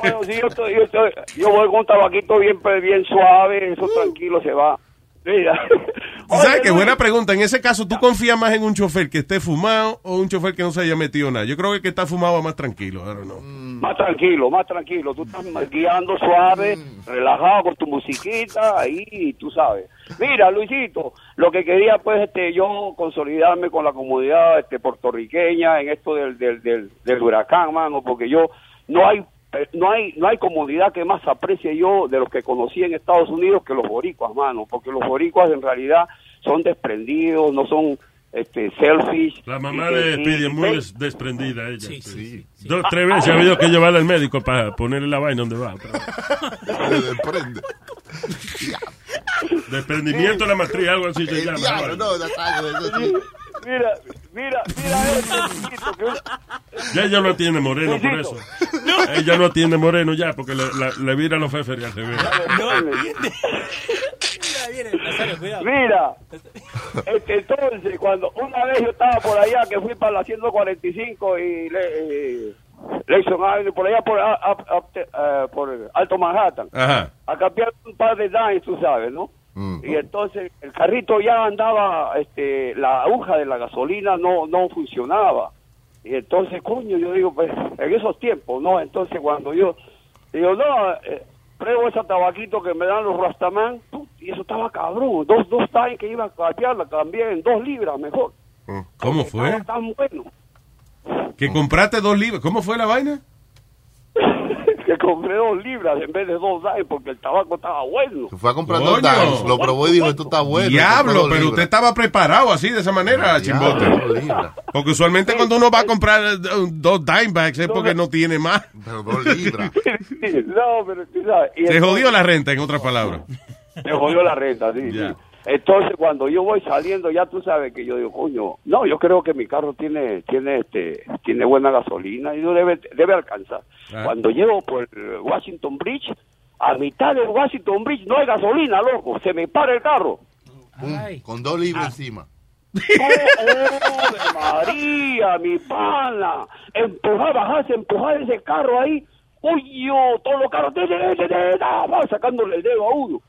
S2: bueno, sí, yo, estoy- yo, estoy- yo voy con un tabaquito bien, pues, bien suave, eso tranquilo se va. Mira,
S4: Tú ¿Sabes qué? Buena pregunta. En ese caso, ¿tú confías más en un chofer que esté fumado o un chofer que no se haya metido nada? Yo creo que el que está fumado va más tranquilo, ahora no.
S5: Mm.
S2: más tranquilo, más tranquilo, tú estás guiando suave,
S5: Mm.
S2: relajado con tu musiquita, ahí tú sabes. Mira, Luisito, lo que quería pues este, yo consolidarme con la comunidad este, puertorriqueña en esto del, del, del, del huracán, mano, porque yo no hay eh, no hay no hay comunidad que más aprecie yo de los que conocí en Estados Unidos que los boricuas, mano, porque los boricuas en realidad son desprendidos, no son este selfish.
S5: La mamá
S2: Y que-
S5: de
S2: y-
S5: Speedy es
S2: y-
S5: muy des- desprendida ella.
S2: Sí,
S5: Dos, tres veces ha habido que llevarla al médico para ponerle la vaina donde va.
S7: Se desprende.
S5: Desprendimiento de la matriz, algo así se
S7: El
S5: llama.
S7: diablo, no, ya sabes, eso sí.
S2: Mira, mira, mira eso, Luisito, que
S5: Ya ella no tiene moreno,
S2: Pues
S5: por eso. Ella no tiene moreno ya, porque le, la- le vira los feferes al revés.
S2: Mira, este, entonces, cuando una vez yo estaba por allá, que fui para la 145 y le, eh, Lexon Avenue, por allá, por, a- a- a- te- eh, por Alto Manhattan,
S4: Ajá.
S2: a cambiar un par de dimes, tú sabes, ¿no?
S4: Mm.
S2: Y este, entonces el carrito ya andaba, este, la aguja de la gasolina no, no funcionaba. Y entonces, coño, yo digo, pues, en esos tiempos, ¿no? Entonces cuando yo, digo, no, eh, pruebo ese tabaquito que me dan los rastamán, ¡pum! y eso estaba cabrón, dos, dos times que iba a cambiarla, cambié en dos libras mejor.
S4: ¿Cómo fue?
S2: Estaba tan bueno
S4: Que compraste dos libras. ¿Cómo fue la vaina?
S2: que compré dos libras en vez de dos dimes porque el tabaco estaba bueno.
S7: Fue a comprar
S4: Coño.
S7: dos dimes, lo probó y dijo, esto está bueno.
S4: Diablo,
S7: compró dos
S4: pero usted
S7: libras.
S4: estaba preparado así, de esa manera,
S7: Diablo,
S4: chimbote.
S7: libras.
S4: Porque usualmente cuando uno va a comprar eh, dos dimebacks es porque no tiene más.
S7: Pero dos libras.
S2: no, pero tú sabes. y
S4: Se
S2: entonces-
S4: jodió la renta, en otras palabras.
S2: Me jodió la renta, sí, sí. Entonces, cuando yo voy saliendo, ya tú sabes que yo digo, coño, no, yo creo que mi carro tiene tiene este tiene buena gasolina y no debe, debe alcanzar.
S23: Ah.
S2: Cuando llego por el Washington Bridge, a mitad de Washington Bridge no hay gasolina, loco. Se me para el carro.
S7: Con dos libras encima.
S2: ¡Oh, María, mi pana! Empujar, bajarse, empujar ese carro ahí. ¡Uy, yo! Todos los carros. de- de- de- de- ah, va Sacándole el dedo a uno.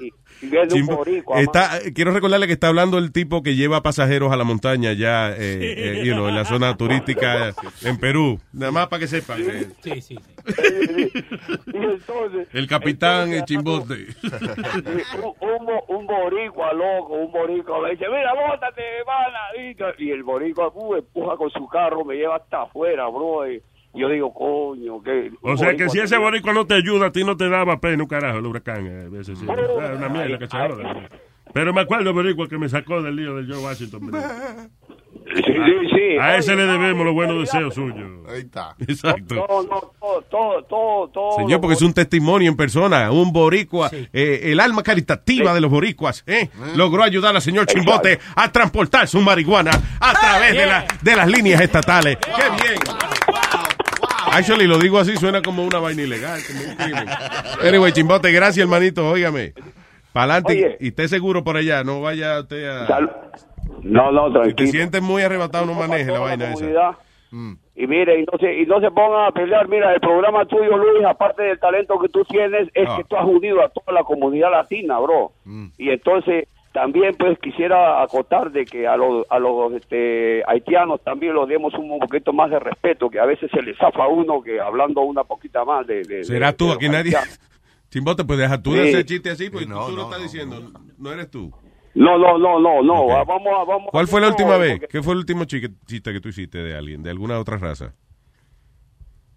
S2: Y- y- Y viene un
S4: Chimbo. Este,
S2: boricua.
S4: Está, quiero recordarle que está hablando el tipo que lleva pasajeros a la montaña ya eh, eh, you know, en la zona turística en Perú. Nada más para que sepan. eh,
S6: Sí, sí,
S2: Y entonces,
S4: el capitán el
S2: entonces,
S4: chimbote.
S2: un, un bo- un boricua, loco, un boricua me dice, mira, bótate, pana. Y, y el boricua uh, empuja con su carro, me lleva hasta afuera, bro. Y yo digo, coño, que...
S5: O sea que si ese boricua no te ayuda, a ti no te daba pena un carajo el huracán. eh, a veces sí. Ah, una mierda que se joda. Pero me acuerdo el boricua que me sacó del lío de Joe Washington. ¿verdad? A ese le debemos los buenos deseos suyos.
S7: Ahí está.
S4: Exacto.
S2: No, no, todo, todo, todo, todo.
S4: Señor, porque es un testimonio en persona, un boricua, eh, el alma caritativa de los boricuas, eh,
S2: Mm.
S4: logró ayudar al señor Chimbote a transportar su marihuana a través de,
S2: Ah,
S4: la- de las líneas estatales. ¡Qué bien! Actually, lo digo así, suena como una vaina ilegal, como un crimen. Anyway, Chimbote, gracias, hermanito, óigame. Pa'lante, y esté seguro por allá, no vaya usted a...
S2: No, no,
S4: Si te sientes muy arrebatado, no maneje la vaina esa.
S2: comunidad.
S4: Mm.
S2: Y mire, y no, se, y no se pongan a pelear. Mira, el programa tuyo, Luis, aparte del talento que tú tienes, es
S4: Ah. Mm.
S2: que tú has unido a toda la comunidad latina, bro. Y entonces, también, pues, quisiera acotar de que a los, a los este, haitianos también los demos un poquito más de respeto, que a veces se les zafa a uno que hablando una poquita más de... de-
S4: Será
S2: de-
S4: tú,
S2: de
S4: aquí
S2: los
S4: nadie...
S2: haitianos.
S4: Chimbote, pues deja tú de
S2: Sí.
S4: hacer chiste así, porque tú lo estás diciendo, no eres tú.
S2: No, no, no, no, no.
S4: Ok.
S2: ah, Vamos a... Vamos a-
S4: ¿Cuál fue la
S2: no,
S4: última vez?
S2: porque-
S4: ¿Qué fue el último chique- chiste que tú hiciste de alguien, de alguna otra raza?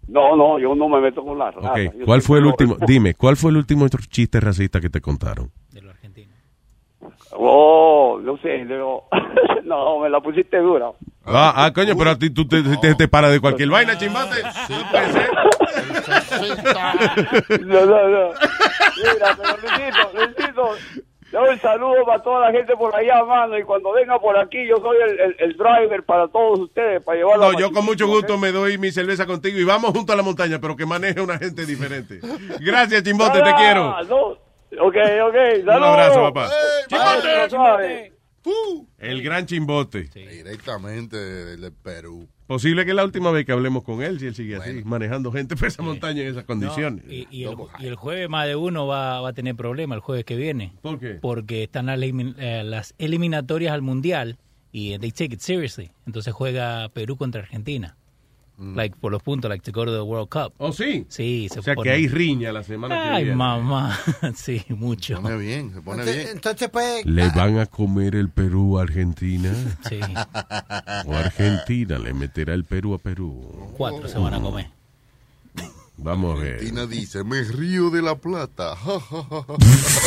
S2: No, no, yo no me meto con la raza.
S4: Ok,
S2: Ah, Yo eh,
S4: ¿cuál
S2: soy
S4: fue el
S2: pro-
S4: último? Dime, ¿cuál fue el último otro chiste racista que te contaron?
S2: Oh, no sé, no, no, me la pusiste dura.
S4: Ah, ah, coño, pero a ti tú te, te, te paras de cualquier vaina, chimbate.
S2: No, no, no. Mira, pero Luisito, Luisito, yo un saludo para toda la gente por allá, mano, y cuando venga por aquí, yo soy el, el- el driver para todos ustedes, para llevarlo.
S4: No, yo con mucho gusto me doy mi cerveza contigo y vamos junto a la montaña, pero que maneje una gente diferente. Gracias, chimbote,
S2: Ah,
S4: te quiero.
S2: Ok, ok,
S4: Un
S2: saludos.
S4: abrazo, papá.
S2: Chimbote, suave.
S4: El gran chimbote.
S7: Directamente del Perú.
S4: Posible que la última vez que hablemos con él, si él sigue así, manejando gente por esa montaña en esas condiciones.
S6: No, y, y el, y el jueves más de uno va, va a tener problema el jueves que viene.
S4: ¿Por qué?
S6: Porque están las, elimin- eh, las eliminatorias al mundial y eh, they take it seriously. Entonces juega Perú contra Argentina. Like por los puntos, like to go to the World Cup.
S4: Mm. ¿Oh, sí?
S6: Sí, se
S4: O sea,
S6: pone-
S4: que hay riña la semana que
S6: Ay,
S4: viene.
S6: mamá. sí, mucho. Se pone bien, se pone
S9: Entonces, entonces, pues,
S4: ¿Le van a comer el Perú a Argentina?
S6: Sí.
S4: ¿O Argentina le meterá el Perú a Perú?
S6: Cuatro se van a comer.
S4: Vamos a ver.
S7: Tina dice, me río de la plata.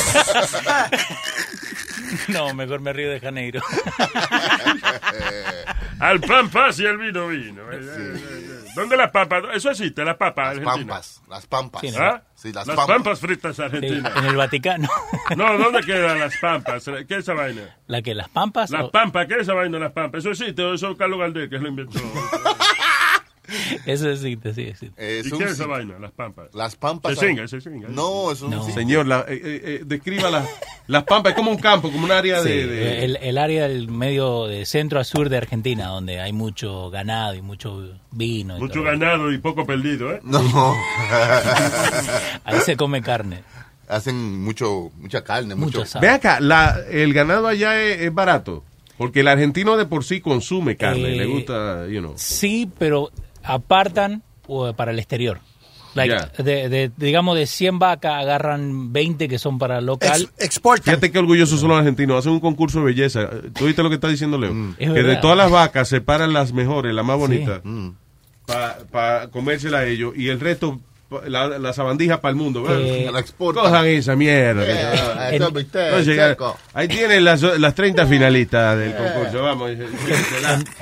S7: Ja, ja, ja, ja.
S6: No, mejor me río de Janeiro.
S5: Al pan fácil el vino vino. Eh, eh, eh, ¿Dónde las papas? Eso existe, las papas.
S7: Las
S5: argentinas.
S7: pampas, las pampas.
S5: Sí, ¿no? ¿Ah?
S7: Sí, las,
S5: Las
S7: pampas.
S5: pampas fritas argentinas.
S6: Sí, en el Vaticano.
S5: No, ¿dónde quedan las pampas? ¿Qué es esa vaina?
S6: ¿La que las pampas?
S5: Las
S6: o-
S5: pampas, ¿qué es esa vaina? Las pampas. Eso existe, o eso es Carlos Gardel que lo inventó.
S6: Eso existe, sí existe.
S7: Eh,
S5: ¿Y
S7: son
S5: qué es
S7: sí-
S5: esa vaina? Las pampas.
S7: Las pampas.
S5: Se singa, se singa.
S7: No, eso no.
S4: Señor, la- eh, eh, eh, describa las, las pampas, es como un campo, como un área
S6: Sí,
S4: de... de-
S6: el, el área del medio de centro a sur de Argentina, donde hay mucho ganado y mucho vino. y
S5: Mucho
S6: todo.
S5: ganado y poco perdido, ¿eh?
S7: No.
S6: Ahí se come carne.
S7: Hacen mucho, mucha carne. Mucho,
S4: Ve acá, la- el ganado allá es, es barato, porque el argentino de por sí consume
S6: Eh,
S4: carne, le gusta, you know.
S6: Sí, pero apartan o, para el exterior. Like,
S4: Yeah.
S6: de, de- digamos, de 100 vacas agarran 20 que son para local.
S4: Fíjate qué orgullosos son los argentinos. Hacen un concurso de belleza. ¿Tú viste lo que está diciendo Leo?
S7: Mm.
S6: Es
S4: que de
S6: verdad.
S4: todas las vacas separan las mejores, las más
S6: Sí.
S4: bonitas,
S7: Mm.
S4: para comérselas a ellos y el resto, pa- la, la sabandija para el mundo.
S7: Eh,
S4: ¿verdad?
S7: La exportan.
S4: Cojan esa mierda. Ah,
S7: Eh, eso es usted,
S4: No llega-
S7: checo.
S4: ahí tienen las, las 30 finalistas del
S6: Eh.
S4: concurso. Vamos.
S6: En,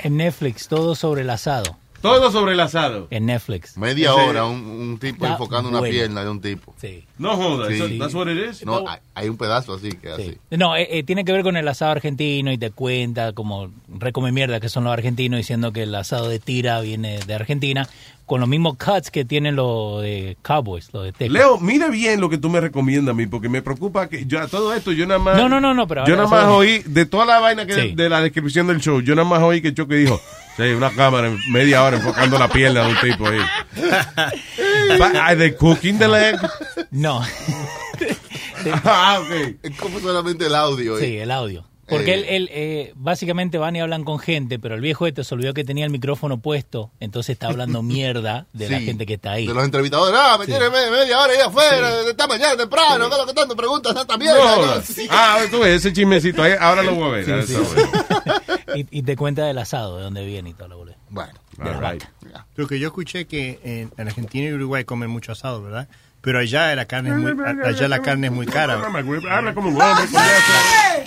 S6: en Netflix, todo sobre el asado.
S4: Todo sobre el asado.
S6: En Netflix.
S7: Media
S4: Ese-
S7: hora, un, un tipo
S4: Está
S7: enfocando una
S4: bueno.
S7: pierna de un tipo.
S4: No jodas,
S7: Sí.
S4: so that's what it is.
S7: No, hay, hay un pedazo así que así.
S6: No, eh, eh, tiene que ver con el asado argentino y te cuenta como recome mierda que son los argentinos diciendo que el asado de tira viene de Argentina con los mismos cuts que tienen los de Cowboys, los de Texas.
S4: Leo, mira bien lo que tú me recomiendas a mí, porque me preocupa que yo a todo esto yo nada más.
S6: No, no, no, no, pero
S4: Yo
S6: ahora
S4: nada más
S6: eso-
S4: oí de toda la vaina que
S6: Sí.
S4: de la descripción del show, yo nada más oí que Choque dijo, sí, una cámara en media hora enfocando la pierna de un tipo ahí. But are they cooking the leg?
S6: No.
S4: ah, ok.
S7: Es como solamente el audio. ¿eh?
S6: Sí, el audio. Porque
S7: Eh.
S6: él, él, eh, básicamente van y hablan con gente, pero el viejo este se olvidó que tenía el micrófono puesto, entonces está hablando mierda de la
S7: Sí,
S6: gente que está ahí.
S7: De los entrevistadores, ah, me
S6: Sí.
S7: tiene me- media hora ahí afuera, esta mañana temprano, ¿qué es lo que tanto preguntas a esta mierda?
S4: No
S7: No,
S4: jodas. Ah, tú ves ese chismecito ahí, ahora lo voy a ver.
S6: Sí,
S4: Ahora
S6: sí.
S4: está bueno.
S6: y, y te cuenta del asado, de dónde viene y todo lo boludo.
S7: Bueno,
S4: All right.
S12: Lo que yo escuché que en, en Argentina y Uruguay comen mucho asado, ¿verdad? Pero allá la carne es muy, a- allá la carne es muy cara.
S5: Habla como un hombre.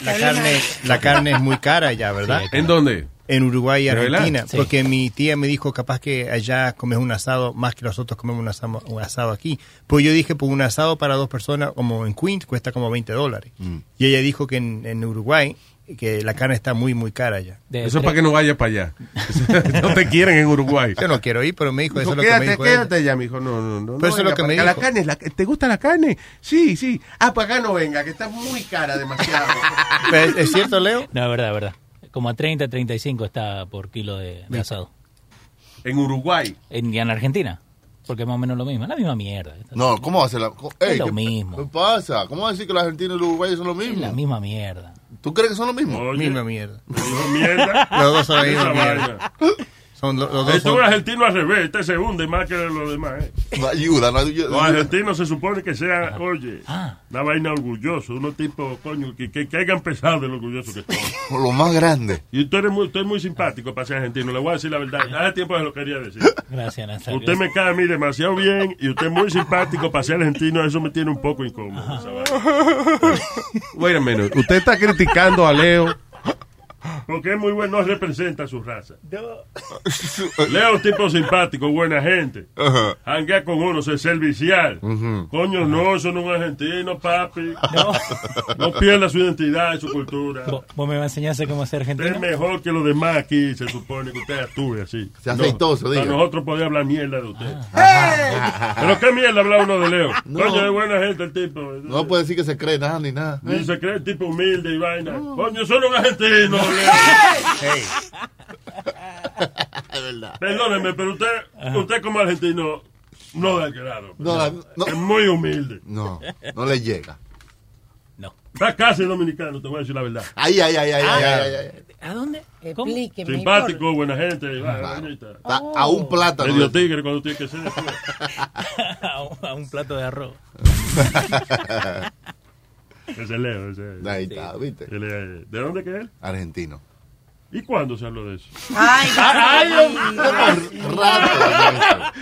S12: La carne, la carne es muy cara allá, ¿verdad?
S4: ¿En dónde?
S12: En Uruguay y
S4: ¿De verdad?
S12: Argentina.
S4: Sí.
S12: Porque mi tía me dijo, capaz que allá comes un asado más que nosotros comemos un asamo- un asado, aquí. Pues yo dije, pues un asado para dos personas, como en Queens, cuesta como 20 dólares. Y ella dijo que en, en Uruguay, que la carne está muy, muy cara allá.
S4: Eso es para que no vaya para allá. no te quieren en Uruguay.
S12: Yo no quiero ir, pero me dijo, eso es lo que me
S4: quédate,
S12: dijo ella.
S4: quédate allá, mijo. No, no, no.
S12: Pero eso es lo que me
S4: La
S12: dijo.
S4: carne, la- ¿Te gusta la carne? Sí, sí. Ah, para acá no venga, que está muy cara demasiado.
S12: Pues, ¿Es, cierto, Leo?
S6: No, es verdad, es verdad. Como a 30, 35 está por kilo de, de asado.
S4: ¿En Uruguay?
S6: En, y en Argentina. Porque es más o menos lo mismo. La misma mierda.
S7: No, ¿cómo va a ser la.? co-
S6: Es
S7: ey,
S6: lo
S7: ¿qué-
S6: mismo.
S7: ¿Qué pasa? ¿Cómo va a decir que los argentinos y los uruguayos son lo mismo?
S6: La misma mierda.
S7: ¿Tú crees que son lo mismo?
S12: Misma mierda.
S5: mierda.
S12: Los dos son la misma
S5: Esa
S12: mierda. Son lo- los
S5: Esto
S12: dos
S5: es un
S12: son-
S5: argentino al revés, este se hunde más que los demás. ¿eh?
S7: Ayuda, no ayuda.
S5: Los argentinos se supone que sea, oye,
S12: Ah.
S5: una vaina orgulloso, unos tipos, coño, que, que, que hayan pesado de lo orgulloso que son.
S7: Lo más grande.
S5: Y usted es muy, usted es muy simpático para ser argentino, le voy a decir la verdad. Hace tiempo que lo quería decir.
S6: Gracias, Nazario.
S5: Usted me cae a mí demasiado bien y usted es muy simpático para ser argentino, eso me tiene un poco incómodo. esa vaina.
S4: Wait a minute. Usted está criticando a Leo.
S5: Porque es muy bueno, no representa su raza. Leo es un tipo simpático, buena gente.
S7: Ajá.
S5: Hanguea con uno, se servicial.
S7: Ujú.
S5: Coño, no, eso no es argentino, papi. No, pierda su identidad y su cultura.
S6: ¿Vos, vos me enseñaste cómo ser
S5: Usted
S6: argentino?
S5: es mejor que los demás aquí, se supone que usted actúe así.
S7: Se aceitoso,
S5: no,
S7: diga. Ah,
S5: para Nosotros podíamos hablar mierda de usted. Pero qué mierda habla uno de Leo.
S7: No.
S5: Coño, es buena gente el tipo.
S7: No pues, eh. puede decir que se cree nada ni nada.
S5: Ni se cree tipo humilde y vaina. Coño, solo un argentino.
S7: Es verdad.
S5: Perdóneme, pero usted, usted como argentino no da claro.
S7: No,
S5: ¿verdad?
S7: no.
S5: Es muy humilde.
S7: No, no le llega.
S5: Está casi dominicano, te voy a decir la verdad.
S7: Ahí, ahí, ahí, ahí,
S5: Ah.
S7: ahí, ahí, ahí.
S6: ¿A dónde?
S8: Explíqueme.
S5: Simpático, buena gente. y vaina, bonita.
S7: Está a
S6: Oh.
S7: un plátano.
S5: Medio tigre cuando tiene que ser.
S6: a, un, a un plato de arroz.
S5: Ese es Leo. Ese, es.
S7: Ahí está, ¿viste?
S5: Él es- eh, ¿De dónde que es él?
S7: Argentino.
S5: ¿Y cuándo se habló de eso?
S4: Ah,
S8: Ay,
S10: Ay,
S8: Dios mío.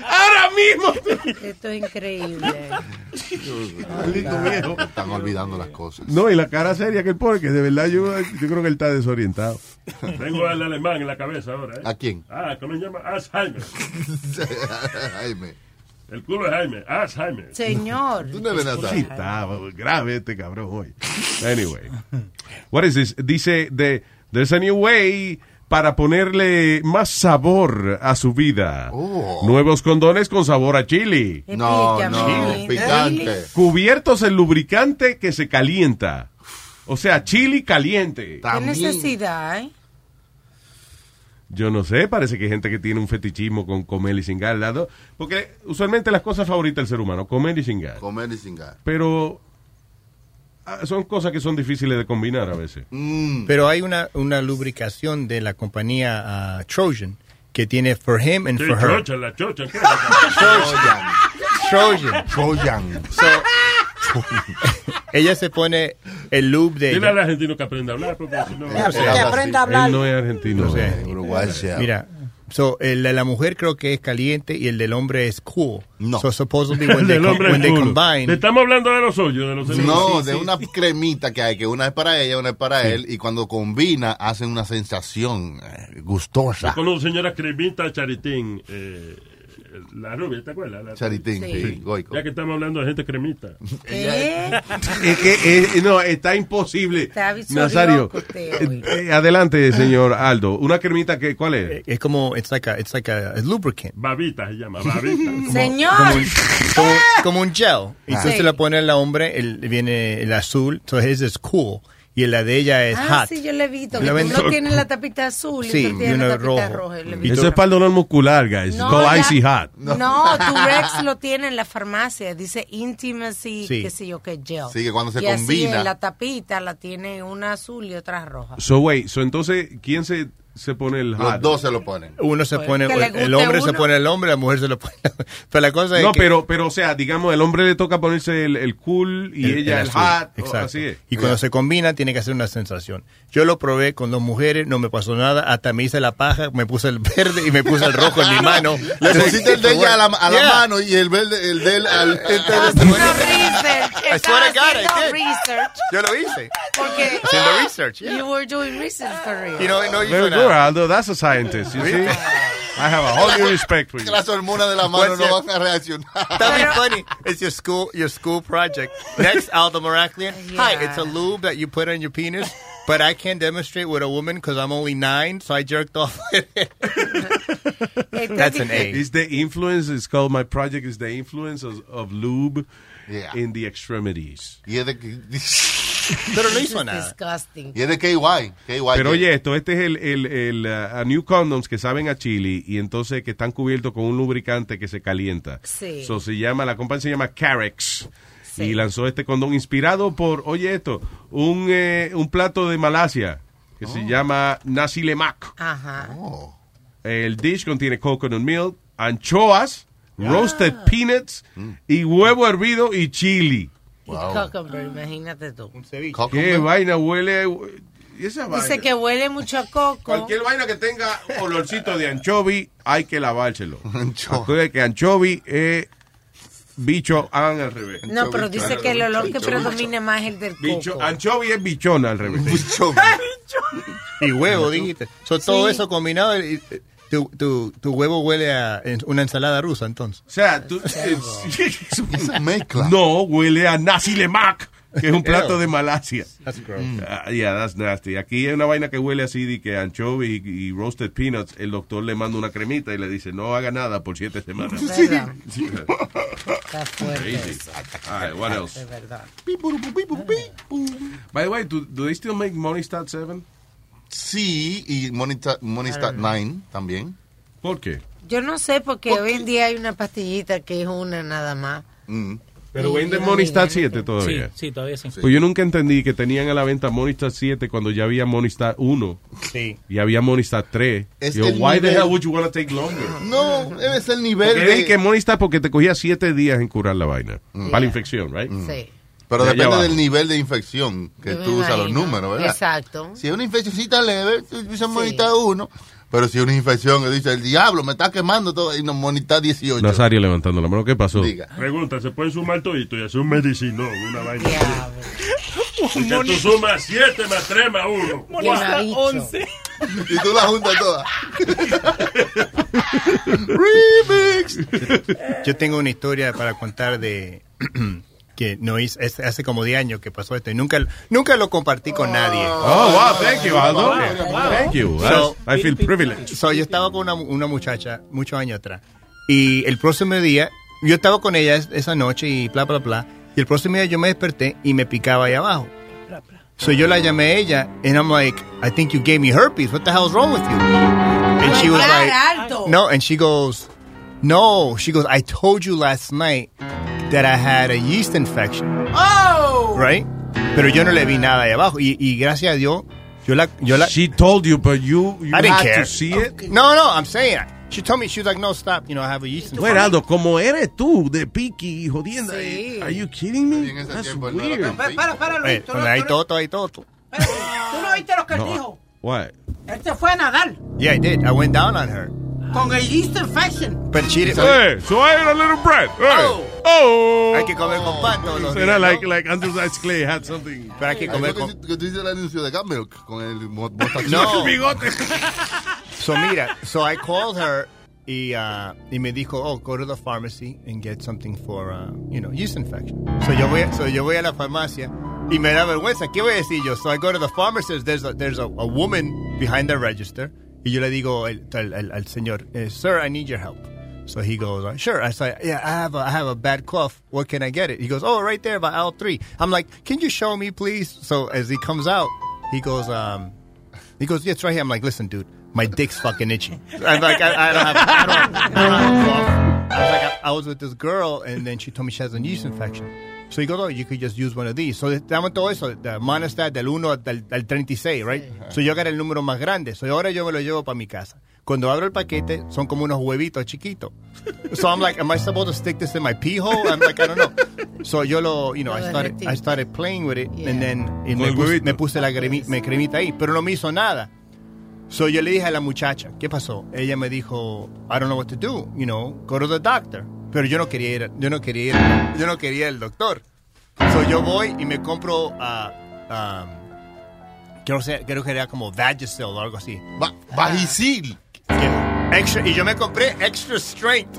S4: Ahora mismo.
S8: Esto es increíble. Oh,
S7: Están olvidando las cosas.
S4: No, y la cara seria que él pone, que de verdad yo, yo creo que él está desorientado.
S5: Tengo al alemán en la cabeza ahora. ¿eh?
S4: ¿A quién?
S5: Ah, ¿cómo se llama? Alzheimer.
S7: Jaime.
S5: El culo de Jaime. Alzheimer.
S8: Señor.
S7: Tú no ves nada.
S4: Pues, Sí, está grave este cabrón hoy. Anyway. What is this? Dice, de, there's a new way para ponerle más sabor a su vida. Nuevos condones con sabor a chili.
S7: No, no, picante.
S4: Cubiertos en lubricante que se calienta. O sea, chili caliente.
S8: Qué necesidad, ¿eh?
S4: Yo no sé, parece que hay gente que tiene un fetichismo con comer y cingar al lado. Porque usualmente las cosas favoritas del ser humano, comer y cingar.
S7: Comer y cingar.
S4: Pero ah, son cosas que son difíciles de combinar a veces.
S12: Mm.
S4: Mm.
S12: Pero hay una, una lubricación de la compañía ah, Trojan que tiene for him and
S5: Sí,
S12: for her.
S5: chocha, la chocha. ¿qué?
S12: Trojan. So, ella se pone el loop de
S5: Dile
S12: ella.
S5: al argentino que aprenda a hablar, porque si no...
S12: No sé. Que aprenda a hablar. Él no es argentino.
S4: No sé.
S7: Uruguay sea.
S12: Mira, So, el de la mujer creo que es caliente y el del hombre es cool. No. So, supposedly
S5: El
S12: when they,
S5: del
S12: com-
S5: hombre
S12: when they
S5: culo. Le
S12: combine.
S5: estamos hablando de los hoyos, de los
S7: No,
S5: cerillos.
S7: de una cremita que hay, que una es para ella, una es para él, y cuando combina hacen una sensación eh, gustosa.
S5: Yo conozco señora Cremita Charitín. eh, la rubia, ¿te acuerdas? La-
S7: Charitín, sí, Goico.
S5: Ya que estamos hablando de gente cremita.
S4: Es que eh, no, está imposible.
S8: Está visorioco
S4: Nazario.
S8: usted hoy.
S4: Eh, eh, adelante, señor Aldo. Una cremita que ¿cuál es?
S12: Es como it's like a, it's like a, a lubricant.
S5: Babita se llama, babita.
S8: Señor.
S12: Como un, como, como un gel. Y
S8: Ah.
S12: entonces
S8: Sí.
S12: la pone el hombre, el, viene el azul, entonces es cool. Y la de ella es
S8: Ah,
S12: hot.
S8: sí, yo le he visto. Que
S12: Lo ven-
S8: uno tiene la tapita azul y
S12: Sí,
S8: otro tiene
S12: y uno
S8: la tapita
S12: rojo.
S8: roja. Le he visto.
S4: Eso es para el dolor muscular, guys.
S8: No,
S4: Called
S8: la-
S4: Icy Hot.
S8: No, tu Rex lo tiene en la farmacia. Dice Intimacy,
S4: Sí.
S8: qué sé yo, qué gel.
S4: Sí, que cuando se
S8: y así
S4: combina.
S8: en la tapita la tiene una azul y otra roja.
S4: So, wait, so entonces, ¿quién se, se pone el hot?
S7: Los dos se lo ponen.
S12: Uno se
S4: Pues,
S12: pone,
S4: que le
S12: el,
S4: guste
S12: hombre se
S4: uno.
S12: pone el hombre, la mujer se lo pone. Pero la cosa es
S4: No,
S12: que-
S4: pero, pero, o sea, digamos, el hombre le toca ponerse el, el cool y ella el,
S12: azul.
S4: hot. o-
S12: Exacto.
S4: Así es.
S12: Y cuando se combina, tiene que hacer una sensación. Yo lo probé con dos mujeres, no me pasó nada, hasta me hice la paja, me puse el verde y me puse el rojo en mi mano.
S7: Le pusiste el de ella a la, a la
S12: Yeah.
S7: mano y el verde, el de él al.
S8: Research.
S12: swear to
S8: Estaba
S12: God, I
S8: haciendo
S12: did.
S8: research.
S12: Yo lo hice.
S8: Porque
S12: Haciendo research, yeah.
S8: you were doing research for real.
S12: Y no- no hizo
S4: Very good, Aldo. That's a scientist, you see. I have a whole new respect for you.
S7: Las hormonas de la mano no van a reaccionar.
S12: That'd be funny. It's your school, your school project. Next, Aldo Maraclian. Hi, it's a lube that you put on your penis, but I can't demonstrate with a woman because I'm only nine, so I jerked off.
S8: Este
S12: That's an A.
S4: It's the influence. It's called my project. Is the influence of, of lube in the extremities.
S12: Pero no hizo
S8: nada. Disgusting.
S7: Y es de KY. KY
S4: Pero
S7: que-
S4: oye esto, este es el, el, el, uh, a new condoms que saben a chili y entonces que están cubiertos con un lubricante que se calienta.
S8: Sí.
S4: So, se llama, la compañía se llama Carex.
S8: Sí.
S4: Y lanzó este condón inspirado por, oye esto, un, eh, un plato de Malasia que se llama Nasi Lemak.
S8: Ajá.
S4: Oh. El dish contiene coconut milk, anchoas, roasted peanuts y huevo hervido y chili.
S8: Y cucumber, imagínate tú. Un
S12: ceviche.
S4: Qué vaina huele. ¿Y esa
S8: Dice
S4: vaina?
S8: que huele mucho a coco.
S4: Cualquier vaina que tenga olorcito de anchovy, hay que lavárselo. Acuérdate que anchovy es bicho an al revés.
S8: No, pero dice que el olor que predomina más es el del
S4: Bicho-
S8: coco.
S4: anchovy es bichona al revés.
S12: Y huevo, dijiste. So, todo
S4: Sí.
S12: eso combinado, y- y- tu, tu, tu huevo huele a en- una ensalada rusa, entonces.
S4: O sea, tú, es una mezcla. No, huele a nasi lemak, que es un plato de Malasia.
S12: That's gross.
S7: Mm.
S4: Ah, yeah, that's nasty. Aquí hay una vaina que huele así de que anchovy y, y roasted peanuts. El doctor le manda una cremita y le dice, no haga nada por siete semanas.
S8: ¿Verdad?
S4: Sí.
S8: Está fuerte
S4: Crazy.
S8: eso.
S4: All right, what else?
S8: De verdad.
S4: By the way, do, do they still make Money Stat 7?
S7: Sí, y Monistat 9 también.
S4: ¿Por qué?
S8: Yo no sé porque hoy en día hay una pastillita que es una nada más.
S12: Eh,
S7: Mm.
S4: Pero
S8: Sí,
S4: venden
S8: yo
S4: Monistat
S8: vi,
S4: 7 todavía.
S6: Sí, sí, todavía sí.
S4: Pues yo nunca entendí que tenían a la venta Monistat 7 cuando ya había Monistat 1
S12: Sí.
S4: y había Monistat 3.
S7: Es
S4: Yo,
S7: el
S4: why the
S7: nivel-
S4: hell would you want to take longer?
S7: No, debe ser el nivel
S4: Porque dije
S7: de.
S4: que Monistat porque te cogía 7 días en curar la vaina.
S12: Mm.
S4: Para la infección, right?
S8: Sí.
S7: Pero
S4: De allá
S7: depende
S4: abajo.
S7: del nivel de infección que
S8: Yo me
S7: tú usas los
S8: imagino.
S7: números, ¿verdad?
S8: Exacto.
S7: Si es una infeccióncita leve, tú usas Monistat 1. Pero si es una infección que dice, el diablo, me está quemando todo, y no, Monistat 18.
S4: Nazario levantando la mano. ¿Qué pasó?
S5: Pregunta, ¿se pueden sumar todito y hacer un medicinón, una vaina? así? Porque tú sumas 7 más 3 más 1.
S10: Molesta
S5: 11.
S7: Y tú la juntas todas.
S12: Yo tengo una historia para contar de que no hice, es- hace como 10 años que pasó esto y nunca, nunca lo compartí con nadie.
S4: Oh, wow, thank you, Aldo. Thank you.
S12: So-
S4: I feel privileged.
S12: So, yo estaba con una, una muchacha muchos años atrás y el próximo día, yo estaba con ella es- esa noche y bla, bla, bla. Y el próximo día yo me desperté y me picaba ahí abajo. So yo la llamé a ella and I'm like, I think you gave me herpes. What the hell is wrong with you? And she was
S8: Hablar
S12: like,
S8: alto.
S12: No, and she goes, No. She goes, I told you last night that I had a yeast infection,
S8: ¡Oh!
S12: right? Pero yo no le vi nada ahí abajo. Y, y gracias a Dios, yo la, yo la.
S4: She told you, but you, you
S12: I didn't
S4: had
S12: care.
S4: to see it.
S12: No, no, I'm saying. She told me, she was like, no, stop, you know, I have a yeast infection.
S4: Bueno, Aldo, como eres tú de piqui y jodienda, eh, ¿are you kidding me?
S12: ese
S4: That's
S12: tiempo él no
S4: weird.
S9: Pa- Para, para,
S12: Eh,
S9: Luis. Tú no,
S12: hay
S9: tú no-
S12: toto, hay toto.
S9: tú no oíste lo que él
S12: No.
S9: dijo.
S4: What?
S9: Él se fue a nadar.
S12: Yeah, I did. I went down on her.
S9: Con el Eastern Fashion.
S12: Perchire.
S10: Hey, so I ate a little bread. Hey.
S9: Oh.
S10: Oh.
S12: Hay que comer con pan todos los
S4: Será
S12: días,
S4: like, like Andrew Dice Clay had something.
S12: Pero hay que comer
S7: con... Que tú hiciste el anuncio de Gamble con el... mo- mostacho.
S12: No. So mira, so I called her y, uh, y me dijo, oh, go to the pharmacy and get something for, uh, you know, yeast infection. So yo, voy, so yo voy a la farmacia y me da vergüenza. ¿Qué voy a decir yo? So I go to the pharmacist, there's a, there's a, a woman behind the register y yo le digo al, al- al- al señor, eh, sir, I need your help. So he goes, uh, sure. I say, yeah, I have a, I have a bad cough. Where can I get it? He goes, oh, right there by aisle three. I'm like, can you show me, please? So as he comes out, he goes, um, he goes, yeah, it's right here. I'm like, listen, dude, my dick's fucking itchy. I'm like, I, I don't have, I don't, I don't have a cough. I was like, I, I was with this girl, and then she told me she has a yeast infection. So he goes, oh, you could just use one of these. So dame todo eso, the monostat del 1 al, al 36, right? So yo agarré el número más grande. So ahora yo me lo llevo para mi casa. Cuando abro el paquete, son como unos huevitos chiquitos. So I'm like, am I supposed to stick this in my pee hole? I'm like, I don't know. So yo lo, you know, I started, I started playing with it, and then y me, puse, me puse la cremi- me cremita ahí, pero no me hizo nada. So yo le dije a la muchacha, ¿qué pasó? Ella me dijo, I don't know what to do, you know, go to the doctor. Pero yo no quería ir, yo no quería ir, yo no quería el doctor. So yo voy y me compro, ah, um, creo, sea- creo que era como Vagisil o algo así. Vagisil. Extra, y yo me compré Extra Strength.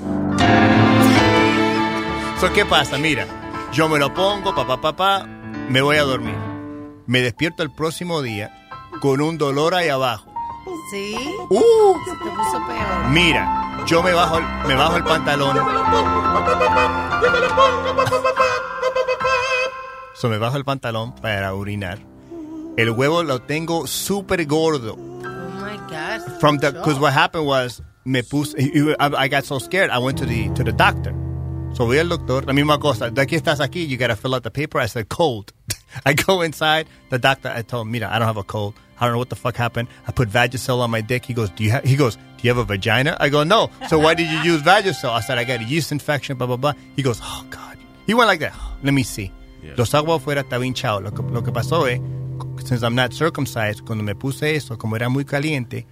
S12: So, ¿qué pasa? Mira, yo me lo pongo, papá, papá, me voy a dormir. Me despierto el próximo día con un dolor ahí abajo.
S8: Sí.
S12: Uh.
S8: Se te puso peor.
S12: Mira, yo me bajo, el- me bajo el pantalón. So me bajo el pantalón para orinar. El huevo lo tengo súper gordo.
S8: Oh my God.
S12: From the, because what happened was, me puse, I, I got so scared, I went to the, to the doctor. So voy al doctor, la misma cosa. De aquí estás aquí, you gotta fill out the paper. I said, cold. I go inside, the doctor, I told him, mira, I don't have a cold. I don't know what the fuck happened. I put Vagisil on my dick. He goes, do you have, he goes, do you have a vagina? I go, no. So why did you use Vagisil? I said, I got a yeast infection, blah, blah, blah. He goes, oh God. He went like that. Let me see. Los aguas afuera estaba hinchado. Lo que, lo que pasó es, since I'm not circumcised, cuando me puse eso, como era muy caliente,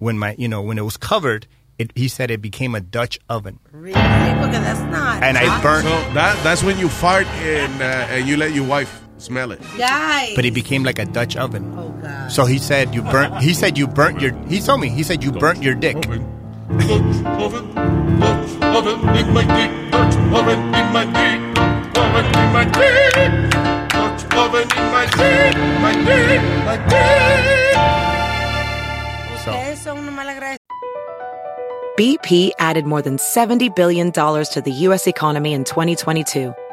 S12: when my, you know, when it was covered, it, he said it became a Dutch oven.
S8: Really? Porque that's not.
S12: And I burnt.
S4: So that, that's when you fart and, uh, and you let your wife smell it.
S8: Guys.
S12: But it became like a Dutch oven. So he said you burnt. He said you burnt your. He told me. He said you burnt your
S4: Oh,
S12: dick.
S8: Ustedes son una mala gracia.
S14: BP added more than $70 billion to the U.S. economy in 2022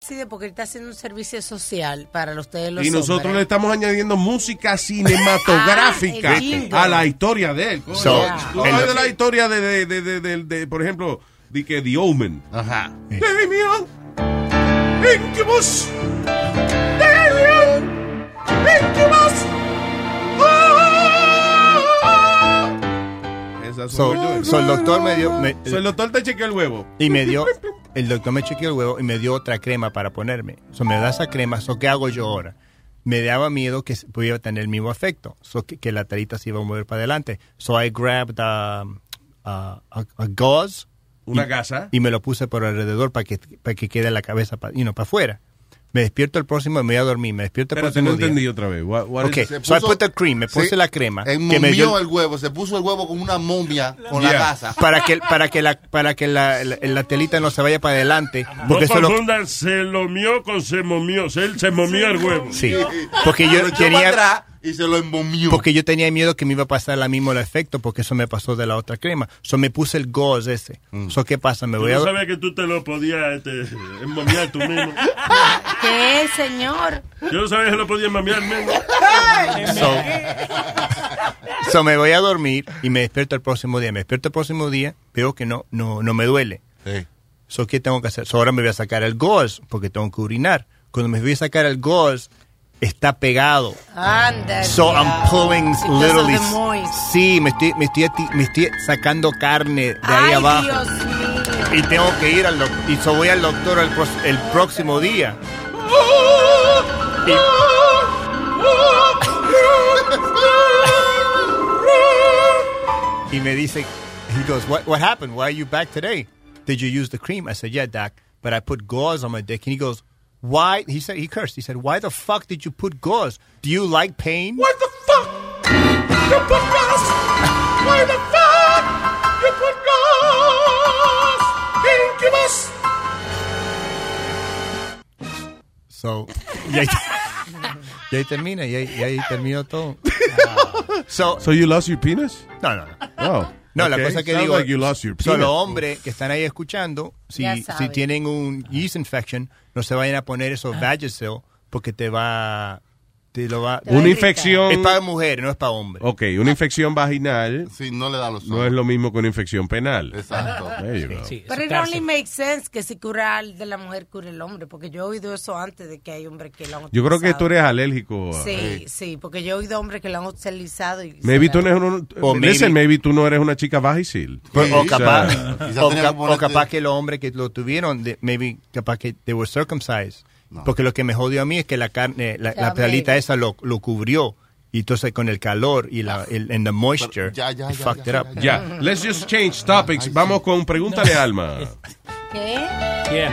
S8: Sí, porque él está haciendo un servicio social para los- ustedes los
S4: Y nosotros le
S8: hombres.
S4: estamos añadiendo música cinematográfica
S8: Ah, el jingle.
S4: a la historia de él. coño.
S12: So,
S4: Tú
S12: en
S4: sabes
S12: lo-
S4: de la historia de, de, de, de, de- de, por ejemplo, de que The Omen.
S12: Ajá.
S4: Damien, Incubus,
S10: Damien, Incubus.
S12: So, so el doctor me dio. me-
S4: So, el doctor te chequeó el huevo.
S12: y me dio. El doctor me chequeó el huevo y me dio otra crema para ponerme. So me da esa crema. So ¿qué hago yo ahora? Me daba miedo que pudiera tener el mismo efecto. So que, que la tarita se iba a mover para adelante. So I grabbed um, a, a, a gauze.
S4: Una
S12: y-
S4: gasa.
S12: Y me lo puse por alrededor para que, para que quede la cabeza para you know, para afuera. Me despierto el próximo y me voy a dormir. Me despierto el
S4: Espérate,
S12: próximo
S4: no
S12: día.
S4: entendí otra vez. What- what
S12: Ok,
S4: is-
S12: so I put the cream, me puse
S7: Sí.
S12: la crema.
S7: Enmomió
S12: me dio-
S7: el huevo, se puso el huevo con una momia con la
S12: Yeah.
S7: gasa.
S12: Para que, para que, la, para que la, la- la telita no se vaya para adelante. Porque
S5: no
S12: eso lo-
S5: confundan, se lo mió con se momió. Él se momió el huevo.
S12: Sí, porque
S5: Lo
S12: yo
S5: echó
S12: tenía...
S5: para atrás
S7: y se lo embomió.
S12: Porque yo tenía miedo que me iba a pasar la misma el efecto, porque eso me pasó de la otra crema. So me puse el gauze ese.
S7: Mm.
S12: So, ¿qué pasa? Me
S5: Tú
S12: voy
S5: no
S12: a...
S5: sabías que tú te lo podías este, momiar tú mismo.
S8: ¿Qué es, señor?
S5: Yo no sabía que lo podía mamear mismo.
S12: So- So me voy a dormir y me despierto el próximo día. Me despierto el próximo día, veo que no, no, no me duele. So, ¿qué tengo que hacer? So, ahora me voy a sacar el gauze, porque tengo que urinar. Cuando me voy a sacar el gauze, está pegado.
S8: Anda.
S12: So
S8: diablo.
S12: I'm pulling
S8: uh, Because of
S12: literally.
S8: the moist.
S12: Sí, me estoy, me estoy, ati- me estoy sacando carne de ahí
S8: Ay,
S12: abajo.
S8: Dios mío.
S12: Y tengo que ir al doctor. Y so voy al doctor el, pro- el próximo día. Y me dice, he goes, what, what happened? Why are you back today? Did you use the cream? I said, yeah, doc, but I put gauze on my dick. And he goes, why? He said, he cursed. He said, why the fuck did you put gauze? Do you like pain? What the fuck? You put gauze?
S10: Why the fuck you put gas incubus?
S12: So, y ahí, y ahí termina, y ahí, y ahí terminó todo. So,
S4: So you lost your penis?
S12: No, no, no.
S4: Oh,
S12: No, la
S4: okay.
S12: cosa que
S4: Sounds
S12: digo,
S4: like you lost your
S12: solo
S4: penis.
S12: hombres que están ahí escuchando, si,
S4: Ya saben.
S12: si tienen un yeast infection, no se vayan a poner esos Vagisil porque te va, te lo va.
S4: Una infección.
S12: Es para mujeres, no es para hombres.
S4: Ok, una infección vaginal.
S7: Sí, no le da los
S4: No es lo mismo que una infección penal.
S7: Exacto.
S4: There you go.
S8: Pero it only makes sense que si cura al de la mujer, cure el hombre, porque yo he oído eso antes de que hay hombres que lo han
S4: Yo creo que
S8: utilizado.
S4: tú eres alérgico. a-
S8: Sí, sí, porque yo he oído hombres que lo han utilizado y...
S4: Maybe tú no eres una,
S12: O
S4: listen, maybe tú no eres una chica vagisil.
S12: Pero- pues, o,
S4: sea,
S12: capaz,
S7: Quizás
S12: o,
S7: tenía
S12: ca-
S7: que ponerte-
S12: o capaz que los hombres que lo tuvieron, de- maybe capaz que they were circumcised. Porque lo que me jodió a mí es que la carne, la, la
S7: También.
S12: pelita esa lo, lo cubrió. Y entonces con el calor y la el, and the moisture,
S7: ya, ya,
S12: it
S7: ya,
S12: fucked it up.
S4: Ya, let's just change topics. Vamos con pregúntale alma.
S8: ¿Qué?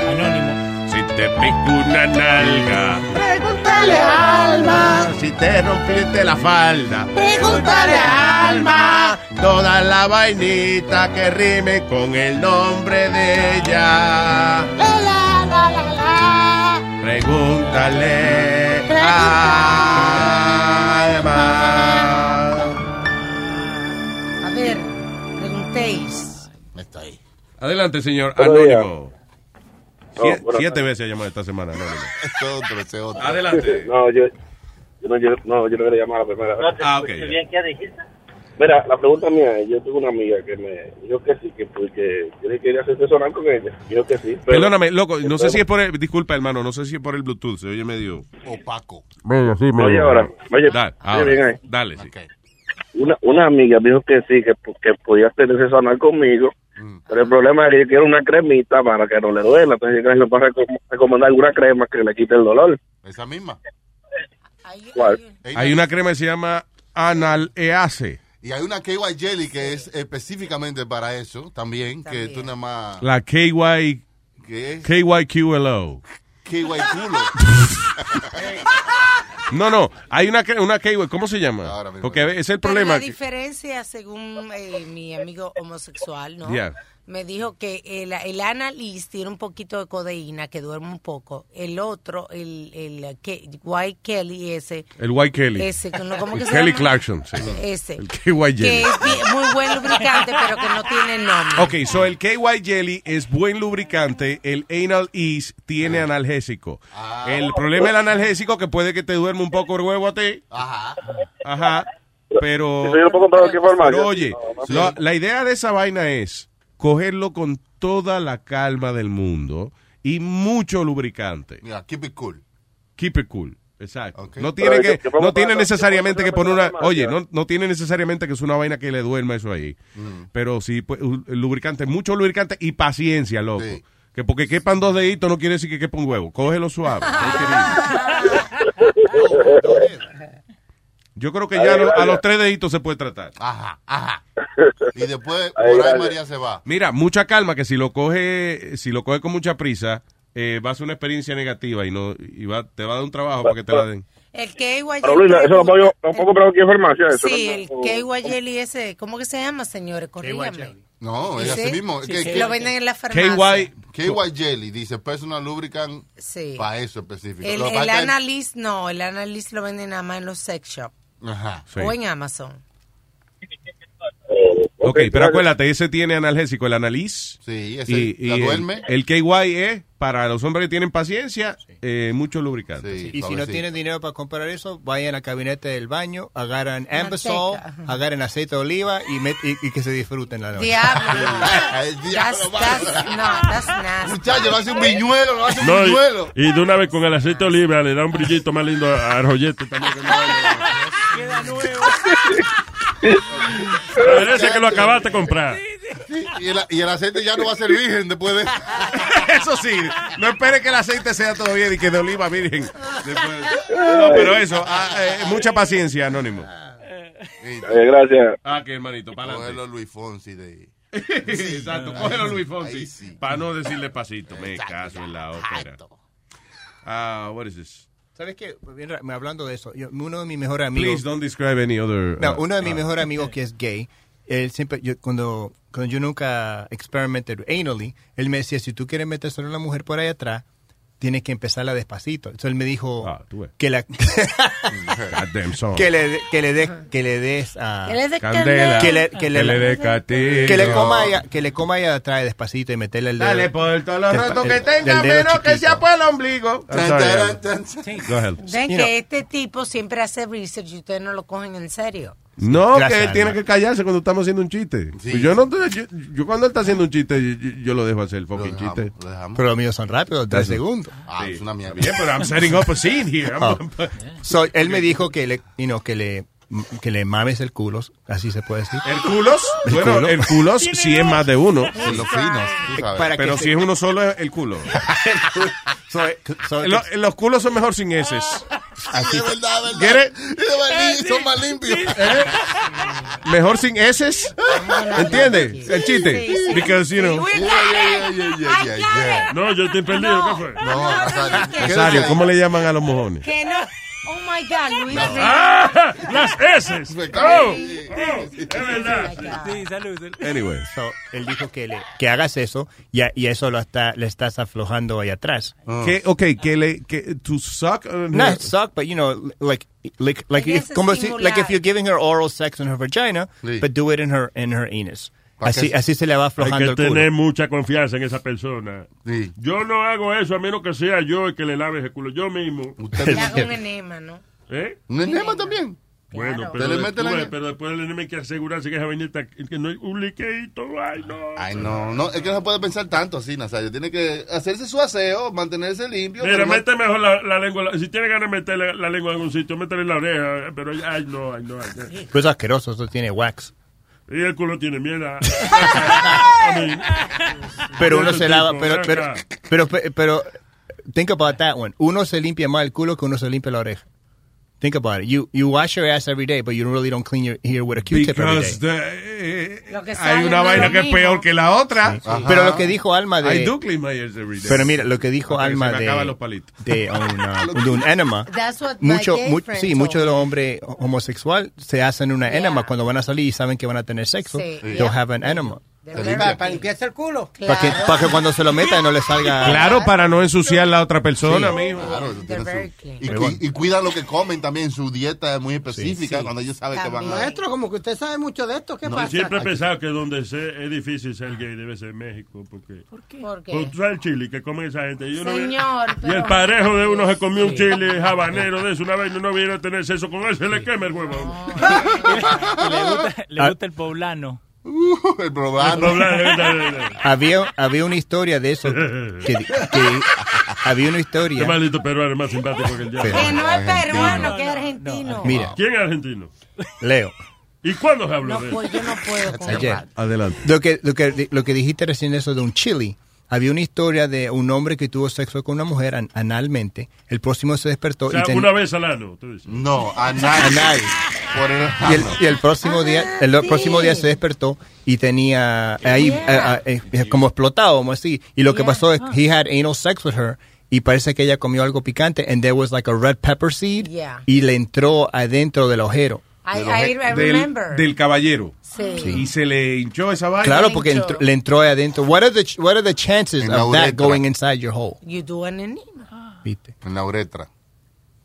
S5: Anónimo. Si te pico una nalga.
S10: Pregúntale alma.
S11: Si te rompiste la falda.
S10: Pregúntale alma.
S11: Toda la vainita que rime con el nombre de ella.
S10: La la la la la.
S11: Pregúntale
S8: A ver, preguntéis.
S4: Adelante, señor
S11: Buenos
S4: Anónimo.
S13: No,
S4: Sie-
S13: buenas
S4: siete veces ha llamado esta semana, Anónimo.
S13: Adelante. No, yo, yo no, yo, no, yo no voy a llamar a la primera vez.
S4: Ah, ok.
S13: bien, ¿qué dijiste? Mira, la pregunta mía es, yo tengo una amiga que me dijo que sí, que porque que quería hacerse sonar con ella. Yo que sí. pero-
S4: Perdóname, loco, no sé si es por el, disculpa hermano, no sé si es por el Bluetooth, se oye medio
S7: opaco.
S13: Oye, ahora, oye, oye,
S4: dale,
S13: bien
S4: ahora,
S13: ahí.
S4: dale, sí.
S13: Una, una amiga me dijo que sí, que, que podía hacerse sonar conmigo.
S4: Mm.
S13: Pero el problema es que yo quiero una cremita para que no le duela. Entonces yo creo que le puedo recom- recomendar alguna crema que le quite el dolor.
S7: Esa misma.
S13: ¿Cuál?
S4: Hay una crema que se llama E Analease.
S7: Y hay una KY Jelly que es específicamente para eso también, que tú nada más...
S4: La KY,
S7: ¿Qué?
S4: KYQLO.
S7: KY culo.
S4: No, no, hay una, cre- una KY, ¿cómo se llama? Porque ese es el
S8: Pero
S4: problema.
S8: la diferencia, según eh, mi amigo homosexual, ¿no?
S4: Yeah.
S8: Me dijo que el, el Annalise tiene un poquito de codeína, que duerme un poco. El otro, el, el que, White Kelly, ese.
S4: El White Kelly.
S8: Ese, que no- ¿cómo que
S4: El
S8: se
S4: Kelly
S8: llama?
S4: Clarkson, sí.
S8: Ese.
S4: El KY Jelly.
S8: Que es bien- muy buen lubricante, pero que no tiene nombre.
S4: Ok, so el KY Jelly es buen lubricante, el Anal Ease tiene
S7: Ah.
S4: analgésico. El problema del analgésico que puede que te duerme un poco el huevo a ti.
S7: Ajá.
S4: Ajá. Pero,
S13: Eso yo lo puedo comprar de cualquier forma.
S4: pero
S13: Yo-
S4: oye,
S13: no, no,
S4: la,
S13: no.
S4: la idea de esa vaina es cogerlo con toda la calma del mundo y mucho lubricante.
S7: Mira, keep it cool.
S4: Keep it cool. Exacto. No
S7: Pero
S4: tiene
S7: yo-
S4: que,
S7: yo puedo
S4: no tiene
S7: comprar-
S4: necesariamente
S7: yo
S4: que
S7: puedo
S4: poner una,
S7: comprar
S4: oye,
S7: demasiado.
S4: no, no tiene necesariamente que es una vaina que le duerma eso ahí.
S7: Mm.
S4: Pero sí, pues, un- el lubricante, mucho lubricante y paciencia, loco. Que porque quepan dos deditos no quiere decir que quepa un huevo. Cógelo suave. Yo creo que ya a los, a los tres deditos se puede tratar.
S7: Ajá, ajá. Y después, por ahí María se va.
S4: Mira, mucha calma que si lo coge, si lo coge con mucha prisa, eh, va a ser una experiencia negativa y no y va, te va a dar un trabajo para que te la den.
S8: El KYJ.
S13: Pero Luisa, eso lo puedo, lo puedo comprar aquí en farmacia. Eso,
S8: Sí,
S13: ¿no?
S8: el KYJ ese. ¿Cómo que se llama, señores? Corrígame.
S7: No, es así
S8: ¿Sí?
S7: mismo.
S8: Sí,
S7: que-
S8: sí.
S7: que-
S8: Lo venden en la farmacia.
S7: KY, KY Jelly, dice Personal Lubricant
S8: Sí.
S7: para eso específico.
S8: El,
S7: Lo que
S8: el
S7: pasa es que-
S8: Analyst, no. El Analyst lo venden nada más en los sex shops.
S7: Ajá.
S4: Sí.
S8: O en Amazon.
S4: Ok, pero acuérdate, ese tiene analgésico, el analiz.
S7: Sí, ese la
S4: el-
S7: duerme.
S4: El, KY es para los hombres que tienen paciencia, eh, mucho lubricante.
S12: Y si no tienen dinero para comprar eso, vayan al gabinete del baño, agarran ambasol,
S8: Manteca, ajá.
S12: agarren aceite de oliva y, met- y, y que se disfruten la noche.
S8: Diablo.
S7: El
S8: That's, that's, no, that's nasty.
S7: Muchacho, lo hace un viñuelo, lo hace un
S5: No, y,
S7: viñuelo.
S5: y de una vez con el aceite de oliva le da un brillito más lindo a- al rollete también. Parece que lo acabaste de comprar.
S7: Y el, y el aceite ya no va a ser virgen después de
S4: Eso sí, no espere que el aceite sea todo bien y que de oliva virgen. Después- no, pero eso, ah, eh, mucha paciencia, Anónimo.
S7: Ah.
S13: Eh, gracias.
S4: Ah, que hermanito, para
S7: Cógelo Luis Fonsi de
S4: Exacto,
S7: ahí
S4: cógelo
S7: sí, ahí
S4: Luis Fonsi.
S7: sí.
S4: Para no decirle pasito, me caso en la ópera. Ah, what is this?
S12: ¿Sabes qué? Pues Bien ra- Hablando de eso, yo- uno de mis mejores amigos...
S4: Please don't describe any other.
S12: No,
S4: uh,
S12: uno de mis
S4: uh,
S12: mejores amigos que es gay, él siempre, yo, cuando, cuando yo nunca experimented anally, él me decía, si tú quieres meter solo a una mujer por ahí atrás, tienes que empezarla despacito. Entonces él me dijo que la...
S4: Goddamn song.
S12: que le que le des que le des a
S4: Que le des candela.
S12: que le que le,
S4: Que le des castigo.
S12: que le coma allá que le coma allá atrás despacito y meterle el dedo
S4: Dale por todos los
S12: del-
S4: ratos que
S12: del- del
S4: tenga,
S12: dedo
S4: menos que
S12: chiquito.
S4: sea por el ombligo.
S12: I'm sorry, Alan. Go ahead.
S8: Ven
S12: You
S8: que
S12: know-
S8: este tipo siempre hace research y ustedes no lo cogen en serio.
S4: No,
S12: Gracias,
S4: que él tiene
S12: Alma.
S4: que callarse cuando estamos haciendo un chiste. Pues Yo, no, yo, yo cuando él está haciendo un chiste, yo, yo- yo lo dejo hacer el fucking chiste.
S12: pero los míos son rápidos tres
S4: Eso.
S12: segundos
S7: Ah, es una mierda.
S4: Yeah, but I'm setting up a scene here.
S12: Oh. So, él me dijo que le you know, que le que le mames el culo así se puede decir
S4: ¿El culos? Bueno,
S12: culo.
S4: el culos sí es más de uno.
S12: Sí, los finos, tú sabes. Para
S4: Pero
S12: que
S4: si
S12: se-
S4: es uno solo, es el culo.
S12: so-
S4: Lo- los culos son mejor sin S.
S7: Ah. Así. verdad, verdad.
S4: ¿Get it?
S7: Son más limpios.
S4: ¿Eh? Mejor sin S. ¿Entiendes? El
S7: Ah. Sí,
S4: chiste.
S7: sí.
S4: Because, you know.
S7: Yeah, yeah, yeah, yeah, yeah, yeah.
S5: No, yo estoy perdido. ¿Qué fue?
S7: No, Nazario.
S4: Rosario, ¿cómo le llaman a los mojones?
S8: Que no. Oh my God, Luis.
S5: ¡Ah! ¡Las heces!
S8: cago.
S5: ¡Oh! ¡Oh! ¡Es verdad!
S6: Sí, salud. salud.
S4: Anyway.
S12: So, él dijo que le que hagas eso y, a- y eso lo está le estás aflojando ahí atrás
S4: Oh. Que, ok, que le. Que, to suck. uh,
S12: No, it suck, but you know, like, like, like,
S4: Ella
S12: if,
S4: se
S12: como si,
S4: singular.
S12: like if you're giving her oral sex in her vagina,
S5: Sí.
S12: but do it in her, in her anus.
S5: Pa'
S12: Así,
S5: que-
S12: así se le va aflojando
S5: Hay
S12: el
S5: que tener
S12: culo.
S5: mucha confianza en esa persona. Yo no hago eso a menos que sea yo el que le lave el culo. Yo mismo.
S8: Le hago un enema, ¿no?
S5: ¿Eh?
S7: ¿Un enema también?
S5: Bueno,
S7: Claro.
S5: pero,
S7: Usted le mete la-
S5: después, pero después del enema hay que asegurarse que esa vainita, que no hay un liqueíto. Ay, no.
S7: Ay, no, no, es que no se puede pensar tanto así, Nazario. Tiene que hacerse su aseo, mantenerse limpio.
S5: Mira,
S7: pero no-
S5: mete mejor la, la lengua. Si tiene ganas de meter la, la lengua en algún sitio, métele en la oreja. Pero, ay, no, ay, no. Ay, no.
S12: Pues es asqueroso, eso tiene wax.
S5: Y el culo tiene ah. mierda.
S12: Pero uno se
S5: Este
S12: lava,
S5: tipo,
S12: pero,
S5: ven
S12: pero,
S5: acá.
S12: pero, pero, think about that one. Uno se limpia más el culo que uno se limpia la oreja. Think about it. You, you wash your ass every day, but you really don't clean your ear with a Q-tip every day.
S4: Because the-
S8: Lo que
S4: hay
S8: sale no
S4: una
S8: es
S4: vaina
S8: lo
S4: que es
S8: mismo.
S4: peor que la otra.
S12: Ajá. Pero lo que dijo Alma de-
S4: I do clean my ears every day.
S12: Pero mira, lo que dijo
S4: Hasta que
S12: Alma
S4: se me
S12: de,
S4: acaban los palitos.
S12: de, una- de un enema.
S8: That's what my
S12: mucho,
S8: gay
S12: mu-
S8: friend
S12: sí,
S8: told
S12: muchos de
S8: me.
S12: los hombres homosexuales se hacen una
S8: Yeah.
S12: enema cuando van a salir y saben que van a tener sexo.
S8: Sí.
S12: They'll
S8: Yeah.
S12: have an enema.
S9: Para, para limpiarse el culo.
S12: Para que, pa' que cuando se lo metan no le salga.
S4: Claro, para no ensuciar la otra persona,
S7: Sí,
S4: mijo.
S7: claro, eso tiene
S9: very
S7: su- y, cui- y cuida lo que comen también, su dieta es muy específica cuando ellos saben que van a...
S9: Maestro, como que usted sabe mucho de esto, ¿qué
S5: Yo
S9: pasa?
S5: siempre he pensado que donde se- es difícil ser gay debe ser México. Porque, ¿Por
S8: qué? ¿Por qué?
S5: tú sabes el chile que comen esa gente. Y, uno ve-
S8: Señor,
S5: y el
S8: pero-
S5: parejo de uno se comió un chile habanero de eso. Una vez y uno vino a tener sexo con él, se le quema el huevo. a uno.
S6: Le gusta,
S4: Ah,
S6: le gusta el poblano.
S7: el
S5: El poblano,
S12: Había, había una historia de eso. Que, que- había una
S5: Qué
S12: historia.
S5: maldito peruano es más simpático que el diablo.
S12: Que no es
S8: Peruano, que argentino.
S12: Mira.
S5: ¿Quién es argentino?
S12: Leo.
S5: ¿Y cuándo se habló
S8: No
S5: de
S8: puedo,
S5: eso?
S8: yo no puedo con
S12: Ayer. Adelante. Lo que, lo que, lo que dijiste recién eso de un chili. había una historia de un hombre que tuvo sexo con una mujer an- analmente. El próximo se despertó
S5: O sea,
S12: y ten-
S5: una vez al ano.
S7: No,
S12: Anal.
S8: Ah,
S12: Y el, y el próximo día, el próximo día se despertó y tenía ahí eh, eh, eh, como explotado, como así. Y lo que pasó es
S8: Ah.
S12: he had anal sex with her y parece que ella comió algo picante and there was like a red pepper seed
S8: Yeah.
S12: y le entró adentro del ojero.
S8: I, I, I
S4: Del,
S8: remember.
S4: del caballero.
S8: Sí.
S4: Y se le hinchó esa vaina.
S12: Claro, porque entró- le entró ahí adentro. What are the ch- what are the chances
S4: En la
S12: of that
S4: uretra.
S12: going inside your hole?
S8: You do an enema.
S12: Viste.
S7: En la uretra.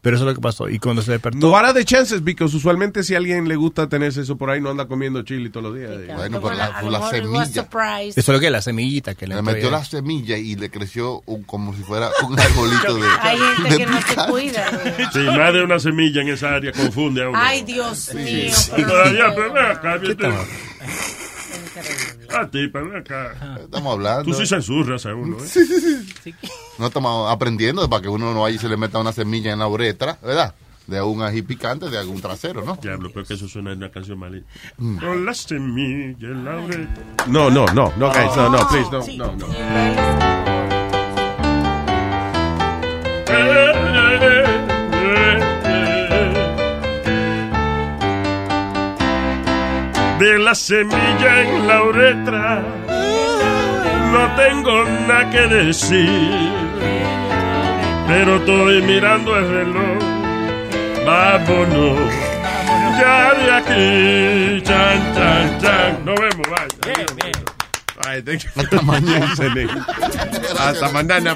S12: Pero eso es lo que pasó. Y cuando se despertó,
S4: No vara de chances, because usualmente si a alguien le gusta tenerse eso por ahí, no anda comiendo chili todos los días.
S7: Bueno, pero la- la semilla.
S12: eso es lo que es la semillita que le,
S7: Le
S12: entró
S7: metió
S12: ahí.
S7: la semilla y le creció un- como si fuera un arbolito de...
S8: Hay gente que no se cuida.
S5: Sí, más de una semilla en esa área confunde a uno.
S8: Ay, Dios mío.
S5: Y Todavía, pero ven acá, yo
S7: Este,
S5: te- A ti, pero ven acá.
S7: Estamos hablando.
S5: Tú sí censurras a uno, ¿eh?
S7: No estamos aprendiendo para que uno no vaya y se le meta una semilla en la uretra, ¿verdad? De un ají picante, de algún trasero, ¿no?
S5: Diablo, pero que eso suena en una canción malita. Con la semilla en la uretra.
S4: Mm. No, no, no, no, guys, no, no, please, no, no, no.
S5: De la semilla en la uretra no tengo nada que decir, pero estoy mirando el reloj. Vámonos ya de aquí, chan, chan, chan. Nos vemos, bye.
S4: Ay, thank you. Hasta mañana. Eh. Hasta mañana,